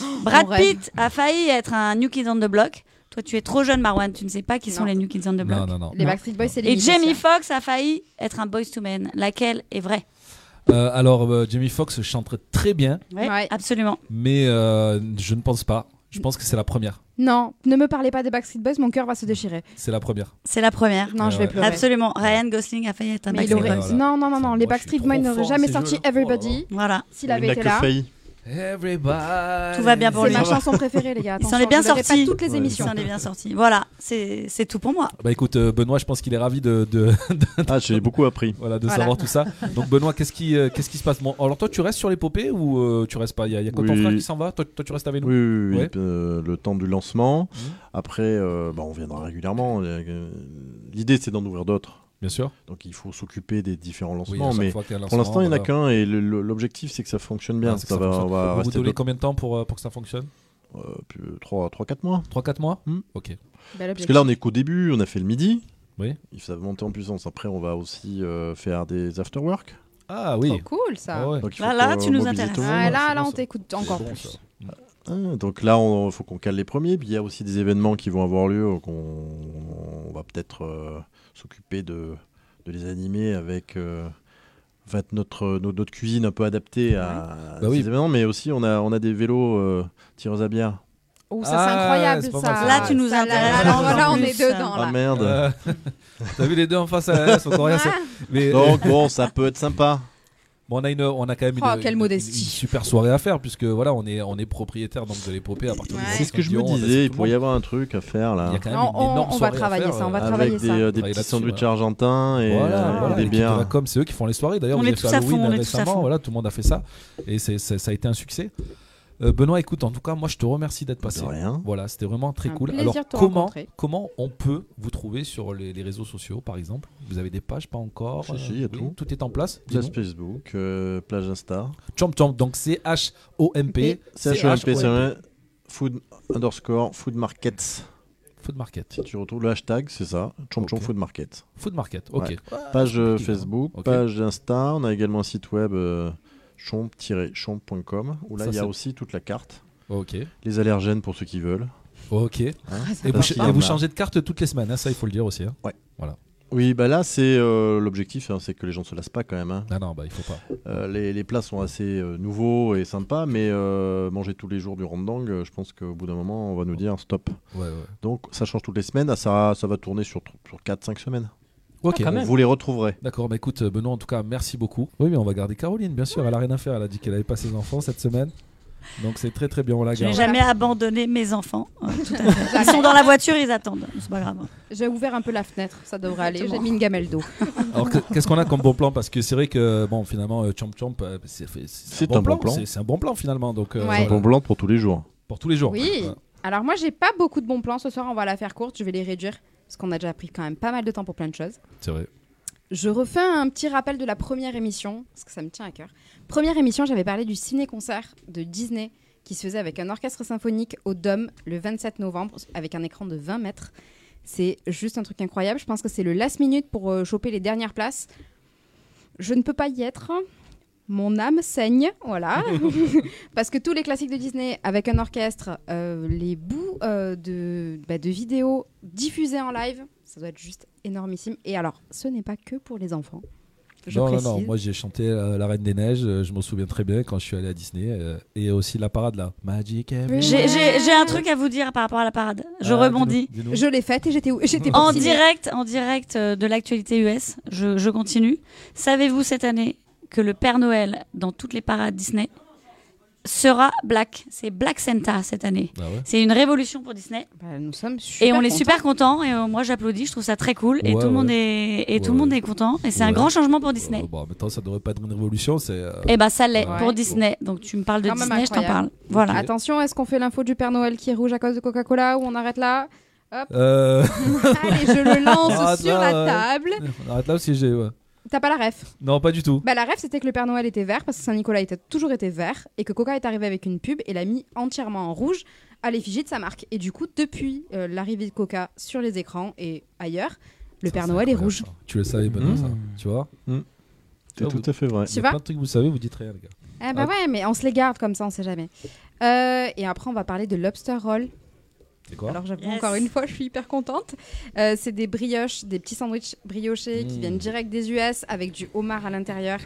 Speaker 2: (gasps)
Speaker 9: Brad
Speaker 2: mon rêve.
Speaker 9: Pitt a failli être un New Kids on the Block. Toi, tu es trop jeune, Marwan. Tu ne sais pas qui sont
Speaker 2: Non.
Speaker 9: les New Kids on the Block.
Speaker 1: Non, non, non.
Speaker 2: Les Backstreet Boys, c'est les.
Speaker 9: Et Jamie
Speaker 2: musiciens.
Speaker 9: Foxx a failli être un Boys to Men. Laquelle est vraie
Speaker 1: Euh, alors, euh, Jamie Foxx chante très bien,
Speaker 9: Ouais,
Speaker 2: Ouais.
Speaker 9: Absolument.
Speaker 1: mais euh, je ne pense pas. Je pense que c'est la première.
Speaker 2: Non, ne me parlez pas des Backstreet Boys, mon cœur va se déchirer.
Speaker 1: C'est la première.
Speaker 9: C'est la première.
Speaker 2: Non,
Speaker 1: Ouais,
Speaker 2: je vais
Speaker 1: ouais.
Speaker 2: pleurer.
Speaker 9: Absolument. Ryan Gosling a failli être un
Speaker 2: Mais il
Speaker 9: Backstreet
Speaker 2: aurait...
Speaker 9: Boys.
Speaker 1: Boys.
Speaker 2: Non, non, non, non.
Speaker 1: Moi,
Speaker 2: les
Speaker 1: je
Speaker 2: Backstreet
Speaker 1: suis
Speaker 2: Boys
Speaker 1: trop
Speaker 2: n'auraient
Speaker 1: fort à
Speaker 2: jamais
Speaker 1: ces
Speaker 2: sorti
Speaker 1: jeux-là. Oh là
Speaker 2: Everybody
Speaker 9: Voilà.
Speaker 2: s'il avait
Speaker 5: il n'a
Speaker 2: été
Speaker 5: que
Speaker 2: là.
Speaker 5: failli.
Speaker 1: Everybody.
Speaker 9: Tout va bien pour
Speaker 2: C'est
Speaker 9: lui.
Speaker 2: ma chanson préférée, les gars.
Speaker 9: Il s'en
Speaker 2: Attention,
Speaker 9: est bien
Speaker 2: je le répète
Speaker 9: sorti.
Speaker 2: toutes les Ouais. émissions.
Speaker 9: Il s'en est bien sorti. Voilà, c'est c'est tout pour moi.
Speaker 1: Bah écoute, euh, Benoît, je pense qu'il est ravi de. de- de-
Speaker 5: ah, j'ai beaucoup appris.
Speaker 1: Voilà, de
Speaker 9: Voilà.
Speaker 1: savoir tout
Speaker 2: (laughs)
Speaker 1: ça. Donc Benoît, qu'est-ce qui, euh, qu'est-ce qui se passe Bon, alors toi, tu restes sur l'épopée ou euh, tu restes pas Il y a, il y a que ton
Speaker 5: Oui.
Speaker 1: frère qui s'en va. Toi, toi, tu restes avec nous.
Speaker 5: Oui, oui, oui,
Speaker 1: Ouais. Mmh.
Speaker 5: et puis, euh, le temps du lancement. Après, euh, bah, on viendra régulièrement. Euh, L'idée, c'est d'en ouvrir d'autres.
Speaker 1: Bien sûr.
Speaker 5: Donc il faut s'occuper des différents
Speaker 1: Oui, à
Speaker 5: lancements.
Speaker 1: chaque
Speaker 5: mais
Speaker 1: fois qu'il y a un
Speaker 5: pour l'instant, il n'y en a
Speaker 1: lancement,
Speaker 5: qu'un. Et le- le- l'objectif, c'est que ça fonctionne bien.
Speaker 1: Ah, c'est
Speaker 5: ça,
Speaker 1: que ça
Speaker 5: va, on
Speaker 1: fonctionne.
Speaker 5: va
Speaker 1: Vous vous
Speaker 5: rester euh,
Speaker 1: donnez combien de temps pour, euh, pour que ça fonctionne (laughs)
Speaker 5: 3-4 mois. Mmh.
Speaker 1: 3-4 mois Ok.
Speaker 2: Bah,
Speaker 5: Parce que là, on est qu'au début, on a fait le midi.
Speaker 1: Oui.
Speaker 5: Il faut monter en puissance. Après, on va aussi euh, faire des afterwork.
Speaker 1: Ah oui.
Speaker 2: Trop cool, ça.
Speaker 5: Ah ouais. Donc, il faut
Speaker 2: Là, là,
Speaker 5: qu'on
Speaker 2: tu nous
Speaker 5: mobilise
Speaker 2: intéresses.
Speaker 5: tout le monde.
Speaker 2: Ah, là,
Speaker 5: C'est
Speaker 2: là,
Speaker 5: bon,
Speaker 2: on t'écoute encore plus.
Speaker 5: Ah, donc là, il faut qu'on cale les premiers. Puis il y a aussi des événements qui vont avoir lieu. euh, qu'on- On, va peut-être euh, s'occuper de, de les animer avec euh, va être notre, no- notre cuisine un peu adaptée à
Speaker 1: Bah
Speaker 5: ces
Speaker 1: oui.
Speaker 5: événements. Mais aussi, on a, on a des vélos euh, tireurs à bière.
Speaker 2: Oh,
Speaker 1: Ah,
Speaker 2: ça, c'est incroyable, ça.
Speaker 9: Là, tu nous
Speaker 2: Ça, là, là,
Speaker 9: intéresses.
Speaker 2: là,
Speaker 9: encore
Speaker 2: on est
Speaker 9: plus.
Speaker 2: dedans.
Speaker 5: Ah merde.
Speaker 1: Euh, T'as vu les deux en face à elles sont encore rien, c'est- Mais euh,
Speaker 5: Donc bon, ça peut être sympa.
Speaker 1: Bon, on a une, on a quand même
Speaker 2: Oh,
Speaker 1: une,
Speaker 2: quelle
Speaker 1: une-
Speaker 2: modestie.
Speaker 1: une super soirée à faire puisque voilà, on est, on est propriétaire donc de l'épopée à partir du moment
Speaker 5: C'est ce que
Speaker 1: où
Speaker 5: je me
Speaker 1: on laisse
Speaker 5: disais. Il
Speaker 1: bah, tout le
Speaker 5: pourrait y
Speaker 1: monde.
Speaker 5: avoir un truc à faire là.
Speaker 1: Il y a quand même
Speaker 2: Non,
Speaker 1: une
Speaker 2: on-
Speaker 1: énorme
Speaker 2: on va
Speaker 1: soirée à
Speaker 2: travailler
Speaker 1: faire,
Speaker 2: ça, on va
Speaker 1: euh,
Speaker 2: travailler
Speaker 5: avec des,
Speaker 2: ça.
Speaker 5: euh, des
Speaker 1: Travailler
Speaker 5: petits
Speaker 1: là-dessus,
Speaker 5: sandwichs
Speaker 1: voilà.
Speaker 5: argentins et,
Speaker 1: voilà,
Speaker 5: euh,
Speaker 1: voilà,
Speaker 5: des
Speaker 1: l'équipe de la
Speaker 5: bières.
Speaker 1: com, c'est eux qui font les soirées. D'ailleurs,
Speaker 9: On
Speaker 1: vous
Speaker 9: est
Speaker 1: avez fait
Speaker 9: tous à
Speaker 1: Halloween euh,
Speaker 9: fond, on est tous à
Speaker 1: récemment.
Speaker 9: fond.
Speaker 1: Voilà, tout le monde a fait ça. Et c'est- c'est- ça a été un succès. Euh, Benoît, écoute, en tout cas, moi je te remercie d'être passé.
Speaker 5: Bah, rien.
Speaker 1: Voilà, c'était vraiment très
Speaker 2: Un
Speaker 1: cool.
Speaker 2: plaisir
Speaker 1: Alors,
Speaker 2: de te
Speaker 1: comment,
Speaker 2: rencontrer.
Speaker 1: comment on peut vous trouver sur les, les réseaux sociaux, par exemple Vous avez des pages, pas encore
Speaker 5: Si,
Speaker 1: euh,
Speaker 5: si, il y a
Speaker 1: oui,
Speaker 5: tout.
Speaker 1: est en place.
Speaker 5: Place
Speaker 1: dis-nous.
Speaker 5: Facebook, euh, plage Insta.
Speaker 1: Chomp Chomp, donc C-H-O-M-P.
Speaker 5: CHOMP sur un food underscore food markets.
Speaker 1: Food Market.
Speaker 5: Si tu retrouves le hashtag, c'est ça. Chomp chomp
Speaker 1: Ok.
Speaker 5: food market.
Speaker 1: Food Market, ok.
Speaker 5: Ouais.
Speaker 1: Ouais,
Speaker 5: Page
Speaker 1: c'est
Speaker 5: euh,
Speaker 1: compliqué, hein.
Speaker 5: Facebook,
Speaker 1: Ok.
Speaker 5: page Insta. On a également un site web euh, chomp-chomp.com où là
Speaker 1: Ça,
Speaker 5: il y
Speaker 1: c'est-
Speaker 5: a aussi toute la carte.
Speaker 1: Ok.
Speaker 5: Les allergènes pour ceux qui veulent.
Speaker 1: Ok.
Speaker 5: Hein
Speaker 2: Ah,
Speaker 1: et vous,
Speaker 5: Parce qu'il y
Speaker 1: et
Speaker 5: en
Speaker 1: vous
Speaker 5: a.
Speaker 1: changez de carte toutes les semaines, hein, ça il faut le dire aussi. hein.
Speaker 5: Ouais.
Speaker 1: Voilà.
Speaker 5: Oui, bah là c'est euh, l'objectif, hein, c'est que les gens ne se lassent pas quand même. hein.
Speaker 1: Non, non, bah il faut pas.
Speaker 5: Euh, les, les plats sont assez euh, nouveaux et sympas, mais euh, manger tous les jours du rendang, euh, je pense qu'au bout d'un moment, on va nous dire stop.
Speaker 1: Ouais, ouais.
Speaker 5: Donc ça change toutes les semaines, ah, ça, ça va tourner sur, sur 4-5 semaines.
Speaker 1: Ok.
Speaker 10: Ah, quand même.
Speaker 5: Vous les retrouverez.
Speaker 1: Ah, D'accord, bah écoute, euh, Benoît, en tout cas, merci beaucoup. Oui, mais on va garder Caroline, bien sûr. Elle a rien à faire. Elle a dit qu'elle avait pas ses enfants cette semaine. Donc c'est très très bien, on la
Speaker 9: Je n'ai
Speaker 1: garde.
Speaker 9: jamais abandonné
Speaker 2: (laughs)
Speaker 9: mes enfants. euh, tout à fait. Ils sont dans la voiture, ils attendent. C'est pas grave.
Speaker 2: J'ai ouvert un peu la fenêtre, ça devrait aller. J'ai
Speaker 9: Exactement.
Speaker 2: mis une gamelle d'eau.
Speaker 1: (laughs) Alors que- qu'est-ce qu'on a comme bon plan Parce que c'est vrai que, bon, finalement, euh, Champ Champ, euh, c'est fait-
Speaker 5: C'est un bon plan.
Speaker 1: C'est c'est un bon plan finalement. Donc, euh,
Speaker 2: Ouais.
Speaker 1: voilà,
Speaker 5: Bon blanc pour tous les jours.
Speaker 1: pour tous les jours.
Speaker 2: Oui.
Speaker 1: Voilà.
Speaker 2: Alors moi, j'ai pas beaucoup de bons plans ce soir. On va la faire courte. Je vais les réduire parce qu'on a déjà pris quand même pas mal de temps pour plein de choses.
Speaker 1: C'est vrai.
Speaker 2: Je refais un petit rappel de la première émission parce que ça me tient à cœur. Première émission, j'avais parlé du ciné-concert de Disney qui se faisait avec un orchestre symphonique au Dôme le 27 novembre avec un écran de 20 mètres. C'est juste un truc incroyable. Je pense que c'est le last minute pour euh, choper les dernières places. Je ne peux pas y être. Mon âme saigne,
Speaker 1: (laughs)
Speaker 2: voilà. Parce que tous les classiques de Disney avec un orchestre, euh, les bouts euh, de, bah, de vidéos diffusées en live, ça doit être juste énormissime. Et alors, ce n'est pas que pour les enfants. Je
Speaker 1: non,
Speaker 2: précise.
Speaker 1: non, non, moi j'ai chanté euh, La Reine des Neiges, euh, je m'en souviens très bien quand je suis allé à Disney. euh, et aussi la parade là. Magic Everywhere.
Speaker 9: J'ai- J'ai j'ai un truc à vous dire par rapport à la parade. Je
Speaker 1: Ah,
Speaker 9: rebondis.
Speaker 1: dis-nous, dis-nous.
Speaker 2: Je l'ai faite et (laughs) j'étais j'étais
Speaker 9: En
Speaker 2: vaccinée.
Speaker 9: direct, en direct euh, de l'actualité US, je, je continue. Savez-vous cette année que le Père Noël dans toutes les parades Disney sera black C'est Black Santa cette année.
Speaker 1: Ah ouais
Speaker 9: C'est une révolution pour Disney.
Speaker 2: Bah, nous sommes
Speaker 9: et
Speaker 2: super
Speaker 9: on est
Speaker 2: contents.
Speaker 9: super contents. Et euh, moi, j'applaudis. Je trouve ça très cool. et
Speaker 1: Ouais,
Speaker 9: tout le monde
Speaker 1: ouais.
Speaker 9: est et tout
Speaker 1: Ouais,
Speaker 9: le monde
Speaker 1: ouais.
Speaker 9: est content. Et c'est
Speaker 1: Ouais.
Speaker 9: un grand changement pour Disney.
Speaker 1: Euh, bon, en même temps, ça devrait pas être une révolution, c'est. euh,
Speaker 9: Eh ben ça l'est
Speaker 2: Ouais.
Speaker 9: pour Disney. Donc tu me parles de
Speaker 2: Quand même
Speaker 9: Disney, je t'en parle.
Speaker 2: incroyable.
Speaker 9: Voilà.
Speaker 2: Attention, est-ce qu'on fait l'info du Père Noël qui est rouge à cause de Coca-Cola ou on arrête là
Speaker 1: euh,
Speaker 2: (laughs) Allez, je le lance
Speaker 1: Ah,
Speaker 2: sur
Speaker 1: ça,
Speaker 2: la
Speaker 1: ouais.
Speaker 2: table.
Speaker 1: Arrête là aussi, j'ai. ouais.
Speaker 2: T'as pas la ref
Speaker 1: Non, pas du tout.
Speaker 2: Bah la ref c'était que le Père Noël était vert parce que Saint-Nicolas était toujours été vert et que Coca est arrivé avec une pub et l'a mis entièrement en rouge à l'effigie de sa marque. Et du coup depuis euh, l'arrivée de Coca sur les écrans et ailleurs, le
Speaker 1: Ça,
Speaker 2: Père
Speaker 1: c'est
Speaker 2: Noël est
Speaker 1: incroyable,
Speaker 2: rouge.
Speaker 1: ça. Tu le savais, Benoît, ça.
Speaker 5: Mmh.
Speaker 1: Tu vois
Speaker 5: C'est
Speaker 1: Ah,
Speaker 5: tout
Speaker 1: vous-
Speaker 5: à fait vrai.
Speaker 1: Il
Speaker 2: Tu
Speaker 1: y a
Speaker 2: vois
Speaker 1: plein de trucs, vous savez, vous dites rien, les gars.
Speaker 2: Eh bah
Speaker 1: Ah.
Speaker 2: ouais mais on se les garde comme ça on sait jamais. Euh, et après on va parler de lobster roll.
Speaker 1: C'est quoi
Speaker 2: Alors j'avoue
Speaker 9: Yes.
Speaker 2: encore une fois je suis hyper contente. Euh, c'est des brioches, des petits sandwichs briochés qui
Speaker 1: Mm.
Speaker 2: viennent direct des US avec du homard à l'intérieur.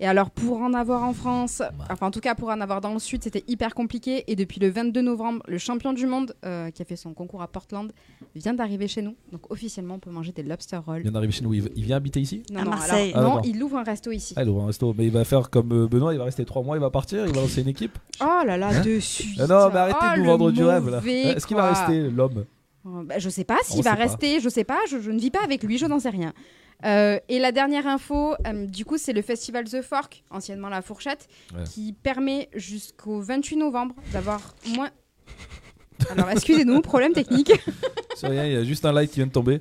Speaker 2: Et alors, pour en avoir en France, enfin, en tout cas, pour en avoir dans le Sud, c'était hyper compliqué. Et depuis le 22 novembre, le champion du monde euh, qui a fait son concours à Portland vient d'arriver chez nous. Donc, officiellement, on peut manger des lobster rolls.
Speaker 1: Il vient d'arriver chez nous. Il il vient habiter ici
Speaker 2: Non, non, alors,
Speaker 1: Ah,
Speaker 2: non,
Speaker 1: d'accord.
Speaker 2: il ouvre un resto ici.
Speaker 1: Ah, il ouvre un resto. Mais il va faire comme euh, Benoît, il va rester 3 mois, il va partir, il va lancer une équipe.
Speaker 2: Oh là là,
Speaker 1: Hein
Speaker 2: de suite.
Speaker 1: Ah non, mais arrêtez
Speaker 2: Oh,
Speaker 1: de nous
Speaker 2: le
Speaker 1: vendre du rêve là.
Speaker 2: mauvais,
Speaker 1: Est-ce qu'il va
Speaker 2: quoi.
Speaker 1: rester l'homme
Speaker 2: Euh, bah, je sais pas
Speaker 1: On
Speaker 2: s'il va
Speaker 1: sait pas.
Speaker 2: rester, je sais pas, je, je ne vis pas avec lui, je n'en sais rien. Euh, et la dernière info, euh, du coup, c'est le festival The Fork, anciennement La Fourchette,
Speaker 1: Ouais.
Speaker 2: qui permet jusqu'au 28 novembre d'avoir moins. Alors, excusez-nous, problème technique.
Speaker 1: C'est rien, il y a juste un like qui vient de tomber.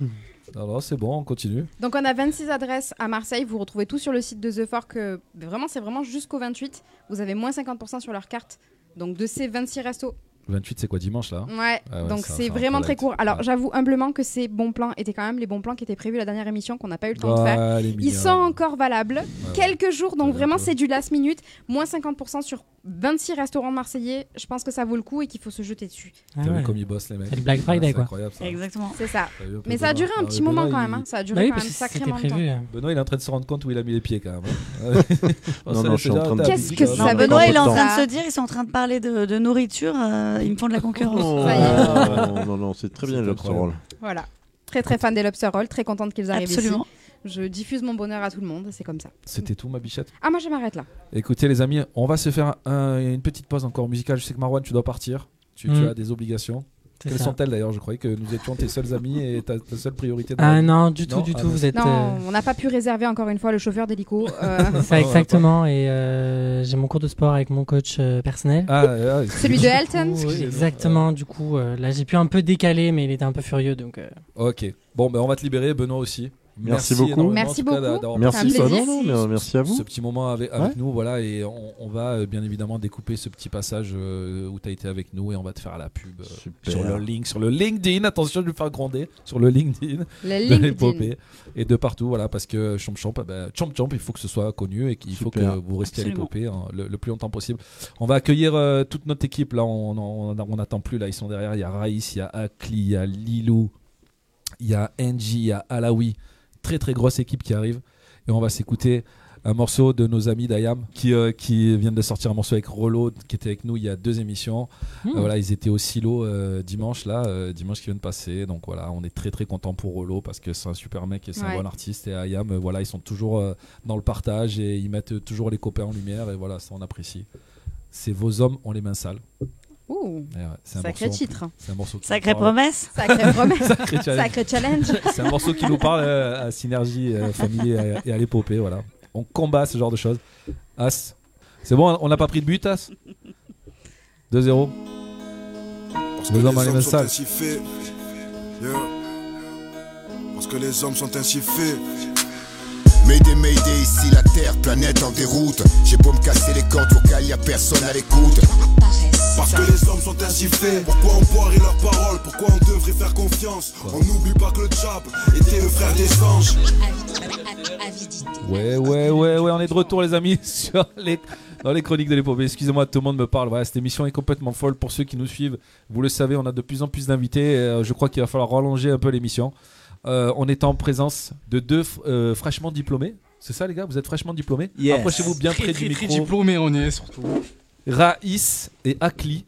Speaker 5: Mmh.
Speaker 1: Alors c'est bon, on continue.
Speaker 2: Donc, on a 26 adresses à Marseille, vous retrouvez tout sur le site de The Fork. euh, mais vraiment, c'est vraiment jusqu'au 28. Vous avez moins 50% sur leur carte. Donc, de ces 26 restos,
Speaker 1: Le 28, c'est quoi dimanche là
Speaker 2: Ouais,
Speaker 1: Ah ouais,
Speaker 2: donc
Speaker 1: ça-
Speaker 2: c'est
Speaker 1: ça va
Speaker 2: vraiment
Speaker 1: pas
Speaker 2: très
Speaker 1: l'être.
Speaker 2: court. Alors j'avoue humblement que ces bons plans étaient quand même les bons plans qui étaient prévus la dernière émission qu'on n'a pas eu le temps
Speaker 1: Ouais,
Speaker 2: de faire.
Speaker 1: elle est
Speaker 2: Ils
Speaker 1: mignonne.
Speaker 2: sont encore valables.
Speaker 1: ouais.
Speaker 2: Quelques jours, donc vraiment c'est du last minute. Moins 50% sur 26 restaurants marseillais. Je pense que ça vaut le coup et qu'il faut se jeter dessus.
Speaker 10: Ah
Speaker 1: T'as vu comme ils bossent les mecs
Speaker 11: C'est le Black Friday,
Speaker 1: Ouais, c'est
Speaker 11: quoi.
Speaker 1: incroyable, ça.
Speaker 9: Exactement.
Speaker 2: C'est ça.
Speaker 1: T'as vu un peu
Speaker 2: Mais ça a
Speaker 1: Benoît
Speaker 2: duré un
Speaker 1: Ah,
Speaker 2: petit
Speaker 1: Benoît,
Speaker 2: moment quand
Speaker 1: il-
Speaker 2: même. hein. Ça a
Speaker 10: Bah
Speaker 2: duré quand
Speaker 10: oui,
Speaker 2: même
Speaker 10: parce que c'était
Speaker 2: sacrément de temps.
Speaker 10: prévu, hein.
Speaker 1: Benoît, il est en train de se rendre compte où il a mis les pieds quand même. hein.
Speaker 10: (laughs)
Speaker 5: Non, non, je suis en train de-
Speaker 2: Qu'est-ce que ça
Speaker 9: Non,
Speaker 2: veut
Speaker 9: Benoît,
Speaker 2: dire,
Speaker 9: il est en
Speaker 2: ça
Speaker 9: train de se dire, ils sont en train de parler de, de nourriture, euh, ils me font de la concurrence.
Speaker 5: Oh,
Speaker 2: Ça y est.
Speaker 1: Ah.
Speaker 5: non, non, non, c'est très bien le lobster roll.
Speaker 2: Voilà. Très très fan des lobster rolls, très contente qu'ils arrivent
Speaker 9: Absolument.
Speaker 2: ici. Je diffuse mon bonheur à tout le monde, c'est comme ça.
Speaker 1: C'était tout, ma bichette.
Speaker 2: Ah moi je m'arrête là.
Speaker 1: Écoutez, les amis, on va se faire un- une petite pause encore musicale. Je sais que Marwan, tu dois partir. Tu, tu
Speaker 10: Mm.
Speaker 1: as des obligations.
Speaker 10: C'est
Speaker 1: Quelles
Speaker 10: ça.
Speaker 1: sont-elles d'ailleurs Je croyais que nous étions tes seuls amis et ta, ta seule priorité. dans la
Speaker 10: Ah
Speaker 1: vie.
Speaker 10: non, du tout, du
Speaker 1: Ah
Speaker 10: tout,
Speaker 1: non.
Speaker 10: vous êtes. euh,
Speaker 2: Non, on n'a pas pu réserver encore une fois le chauffeur d'hélico. euh,
Speaker 9: (laughs)
Speaker 10: C'est ça, exactement. Et euh, j'ai mon cours de sport avec mon coach euh, personnel.
Speaker 1: Ah, ah,
Speaker 2: Celui de Elton
Speaker 10: Du coup, Exactement. Du coup, euh, là, j'ai pu un peu décaler, mais il était un peu furieux, donc. euh,
Speaker 1: Ok. Bon, ben on va te libérer, Benoît aussi.
Speaker 5: Merci beaucoup.
Speaker 1: énormément,
Speaker 2: Merci
Speaker 1: en tout cas,
Speaker 2: beaucoup.
Speaker 1: d'avoir
Speaker 5: Merci,
Speaker 1: pris
Speaker 2: Ça me
Speaker 5: Sonia,
Speaker 2: plaisir.
Speaker 5: non, mais, euh, merci à vous.
Speaker 1: ce petit moment avec, avec
Speaker 5: Ouais.
Speaker 1: nous, voilà, et on, on va euh, bien évidemment découper ce petit passage euh, où tu as été avec nous et on va te faire la pub euh,
Speaker 5: Super.
Speaker 1: sur le link, sur le LinkedIn. Attention de nous faire gronder sur le LinkedIn (laughs)
Speaker 2: le
Speaker 1: de
Speaker 2: LinkedIn.
Speaker 1: l'épopée et de partout, voilà, parce que Chomp Chomp, eh ben, Chomp Chomp, il faut que ce soit connu et qu'il faut que
Speaker 5: Super.
Speaker 1: vous restiez à
Speaker 9: Absolument.
Speaker 1: l'épopée hein, le, le plus longtemps possible. On va accueillir euh, toute notre équipe, là, on on- on n'attend plus, là, ils sont derrière. Il y a Raïs, il y a Akli, il y a Lilou, il y a Angie, il y a Alaoui. Très, très grosse équipe qui arrive et on va s'écouter un morceau de nos amis d'Ayam qui, euh, qui viennent de sortir un morceau avec Rollo qui était avec nous il y a deux émissions.
Speaker 10: Hmm.
Speaker 1: Euh, voilà, ils étaient au silo euh, dimanche là, euh, dimanche qui vient de passer. Donc voilà, on est très très content pour Rollo parce que c'est un super mec et c'est un
Speaker 2: Ouais.
Speaker 1: bon artiste et Ayam euh, voilà, ils sont toujours euh, dans le partage et ils mettent toujours les copains en lumière et voilà, ça on apprécie. C'est vos hommes ont les mains sales.
Speaker 2: Ouh,
Speaker 1: Et ouais, c'est un
Speaker 2: sacré
Speaker 1: morceau-
Speaker 2: titre.
Speaker 1: C'est un morceau. qui
Speaker 9: Sacrée
Speaker 1: nous parle.
Speaker 2: (laughs)
Speaker 9: promesse.
Speaker 1: (laughs)
Speaker 2: Sacré promesse.
Speaker 1: Sacré challenge.
Speaker 2: Sacré challenge.
Speaker 1: (laughs) C'est un morceau qui nous parle euh, à Synergie, euh, Famille et à, et à l'épopée. Voilà. On combat ce genre de choses. As. C'est bon, on n'a pas pris de but, As 2-0.
Speaker 4: Parce
Speaker 1: Nous
Speaker 4: que
Speaker 1: sommes allés
Speaker 4: les
Speaker 1: dans
Speaker 4: hommes
Speaker 1: le
Speaker 4: sont
Speaker 1: stade.
Speaker 4: ainsi faits. Yeah. Parce que les hommes sont ainsi faits.
Speaker 12: Mayday, mayday, ici la terre, planète en déroute. J'ai beau me casser les cordes vocales, y a personne à l'écoute.
Speaker 4: Parce que les hommes sont ainsi faits. Pourquoi on boirait leurs paroles Pourquoi on devrait faire confiance On n'oublie pas que le diable était le frère des anges.
Speaker 1: Ouais,
Speaker 13: Ah,
Speaker 1: ouais, ouais, ouais, on est de retour, les amis, (laughs) sur les, dans les chroniques de l'épopée. Excusez-moi, tout le monde me parle. Voilà, cette émission est complètement folle. Pour ceux qui nous suivent, vous le savez, on a de plus en plus d'invités. Euh, je crois qu'il va falloir rallonger un peu l'émission. Euh, on est en présence de deux fr- euh, fraîchement diplômés. C'est ça, les gars Vous êtes fraîchement diplômés
Speaker 11: Yes.
Speaker 1: Approchez-vous bien près du micro.
Speaker 13: diplômé on est surtout.
Speaker 1: Raïs et Akli.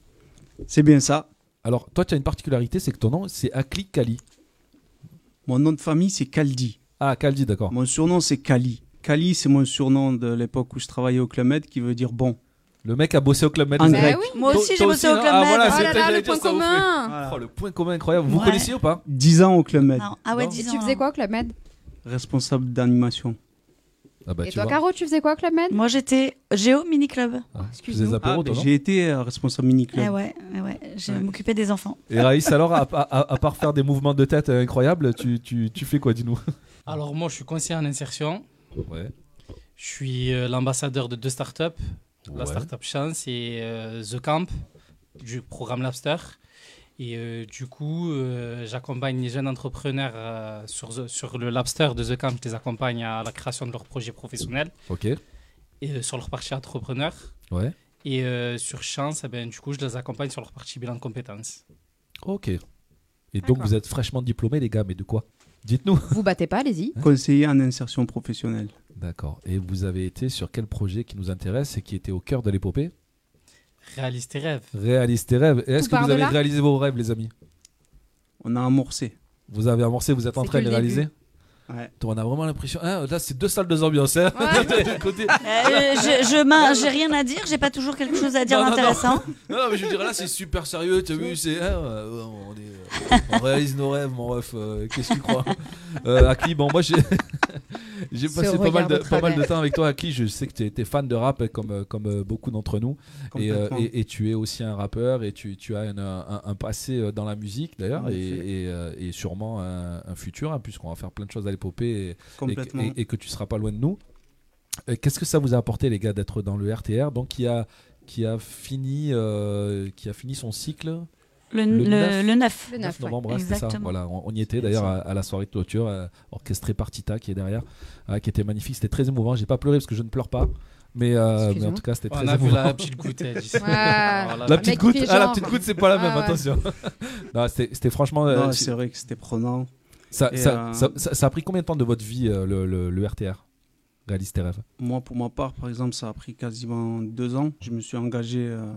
Speaker 13: C'est bien ça.
Speaker 1: Alors, toi, tu as une particularité, c'est que ton nom, c'est Akli Kali.
Speaker 13: Mon nom de famille c'est Kaldi.
Speaker 1: Ah, Kaldi, d'accord.
Speaker 13: Mon surnom c'est Kali. Kali c'est mon surnom de l'époque où je travaillais au Club Med qui veut dire bon.
Speaker 1: Le mec a bossé au Club Med.
Speaker 13: En
Speaker 1: les amis.
Speaker 13: grec.
Speaker 2: Bah oui.
Speaker 9: Moi
Speaker 1: Toi-
Speaker 9: aussi, j'ai
Speaker 1: toi
Speaker 9: bossé au
Speaker 1: non
Speaker 9: Club
Speaker 1: Ah,
Speaker 9: Med.
Speaker 1: voilà,
Speaker 2: Oh
Speaker 1: c'est-
Speaker 2: là là,
Speaker 1: j'allais
Speaker 2: le
Speaker 1: dire
Speaker 2: point
Speaker 1: ça, vous
Speaker 2: commun.
Speaker 1: faites- Oh, le point commun incroyable. Vous
Speaker 9: Ouais.
Speaker 1: connaissiez ou pas
Speaker 13: 10 ans au Club Med,
Speaker 9: Non. Ah ouais,
Speaker 1: Non.
Speaker 2: Et
Speaker 9: 10 ans.
Speaker 2: tu faisais
Speaker 9: alors.
Speaker 2: quoi au Club Med
Speaker 13: responsable d'animation.
Speaker 1: Ah bah,
Speaker 2: Et toi, Caro, tu faisais quoi au Club Med
Speaker 9: Moi, j'étais géo mini club.
Speaker 1: Ah, tu
Speaker 2: excuse-nous.
Speaker 1: faisais des apéros,
Speaker 13: Ah,
Speaker 1: toi,
Speaker 13: ben,
Speaker 1: non
Speaker 13: j'ai été euh, responsable mini club.
Speaker 9: Eh ouais, eh ouais, je
Speaker 13: Ouais.
Speaker 9: m'occupais des enfants.
Speaker 1: Et Raïs, alors, à, à- à part faire des mouvements de tête euh, incroyables, tu, tu- tu fais quoi, dis-nous
Speaker 13: Alors moi je suis conseiller en insertion.
Speaker 1: Ouais.
Speaker 13: Je suis euh, l'ambassadeur de deux startups,
Speaker 1: Ouais.
Speaker 13: startup Chance et euh, The Camp du programme Labster. Et euh, du coup, euh, j'accompagne les jeunes entrepreneurs euh, sur, sur le Labster de The Camp. Je les accompagne à la création de leur projet professionnel.
Speaker 1: Ok.
Speaker 13: et euh, sur leur partie entrepreneur.
Speaker 1: Ouais.
Speaker 13: Et euh, sur chance, eh ben, du coup, je les accompagne sur leur partie bilan de compétences.
Speaker 1: Ok. Et donc,
Speaker 2: D'accord.
Speaker 1: vous êtes fraîchement diplômés, les gars, mais de quoi Dites-nous.
Speaker 2: Vous battez pas, allez-y.
Speaker 1: Hein
Speaker 14: Conseiller en insertion professionnelle.
Speaker 1: D'accord. Et vous avez été sur quel projet qui nous intéresse et qui était au cœur de l'épopée
Speaker 13: Réalise tes rêves.
Speaker 1: Réalise tes rêves. Et est-ce
Speaker 13: Tout
Speaker 1: que
Speaker 13: part
Speaker 1: vous
Speaker 13: de
Speaker 1: avez
Speaker 13: là
Speaker 1: réalisé vos rêves, les amis
Speaker 14: On a amorcé.
Speaker 1: Vous avez amorcé, vous êtes en
Speaker 14: C'est
Speaker 1: train
Speaker 14: que
Speaker 1: de les
Speaker 14: le
Speaker 1: réaliser
Speaker 14: début. Ouais.
Speaker 1: Toi, On a vraiment l'impression. hein, là, c'est deux salles, deux ambiances. hein. (laughs) D'un côté-
Speaker 9: Euh, je je
Speaker 1: Ah,
Speaker 9: m'in- j'ai rien à dire, j'ai pas toujours quelque chose à dire
Speaker 1: Non, non, non.
Speaker 9: d'intéressant.
Speaker 1: Non, non, mais je veux dire, là, c'est super sérieux, t'as vu, c'est. hein, euh, on, est, euh, on réalise nos rêves, mon ref, euh, qu'est-ce que tu crois euh, Akli, bon, moi, j'ai. (laughs) J'ai
Speaker 6: Ce
Speaker 1: passé pas mal,
Speaker 6: regard
Speaker 1: de,
Speaker 6: de
Speaker 1: pas mal de
Speaker 6: travers.
Speaker 1: temps avec toi, Akli. Je sais que tu étais fan de rap, comme, euh, comme euh, beaucoup d'entre nous. Et, euh,
Speaker 6: Complètement.
Speaker 1: et, et tu es aussi un rappeur et tu, tu as un, un- un passé euh, dans la musique, d'ailleurs,
Speaker 14: En
Speaker 1: et,
Speaker 14: effet.
Speaker 1: et, euh, et sûrement un, un futur, hein, puisqu'on va faire plein de choses à l'épopée et, et,
Speaker 14: Complètement.
Speaker 1: et- et que tu seras pas loin de nous. Euh, Qu'est-ce que ça vous a apporté, les gars, d'être dans le RTR, donc qui a, qui a, fini, euh, qui a fini son cycle
Speaker 9: Le- le- le 9.
Speaker 1: Le
Speaker 9: Le
Speaker 1: 9
Speaker 9: 9,
Speaker 1: novembre,
Speaker 9: ouais.
Speaker 1: hein, c'était ça.
Speaker 9: Exactement.
Speaker 1: Voilà, on, on y était d'ailleurs à, à la soirée de clôture, euh, orchestrée par Tita qui est derrière, euh, qui était magnifique. C'était très émouvant. J'ai pas pleuré parce que je ne pleure pas. Mais, euh, mais en
Speaker 13: Excuse-moi.
Speaker 1: tout cas, c'était
Speaker 13: On
Speaker 1: très
Speaker 13: a vu
Speaker 1: émouvant. (laughs)
Speaker 13: la petite goutte, elle dit. Ouais.
Speaker 1: la,
Speaker 13: Alors là,
Speaker 1: petite
Speaker 13: mec
Speaker 1: goutte,
Speaker 13: qui fait
Speaker 1: ah, la
Speaker 13: genre.
Speaker 2: hein.
Speaker 1: petite goutte, c'est pas la même,
Speaker 13: Ah ouais.
Speaker 1: attention. (laughs) Non, c'était c'était franchement. euh,
Speaker 14: Non,
Speaker 1: si-
Speaker 14: c'est vrai que c'était prenant.
Speaker 1: ça,
Speaker 14: Et,
Speaker 1: ça-
Speaker 14: euh,
Speaker 1: ça- ça- ça a pris combien de temps de votre vie, euh, le, le- le RTR Réalise tes rêves.
Speaker 14: Moi, pour ma part, par exemple, ça a pris quasiment deux ans. Je me suis engagé euh,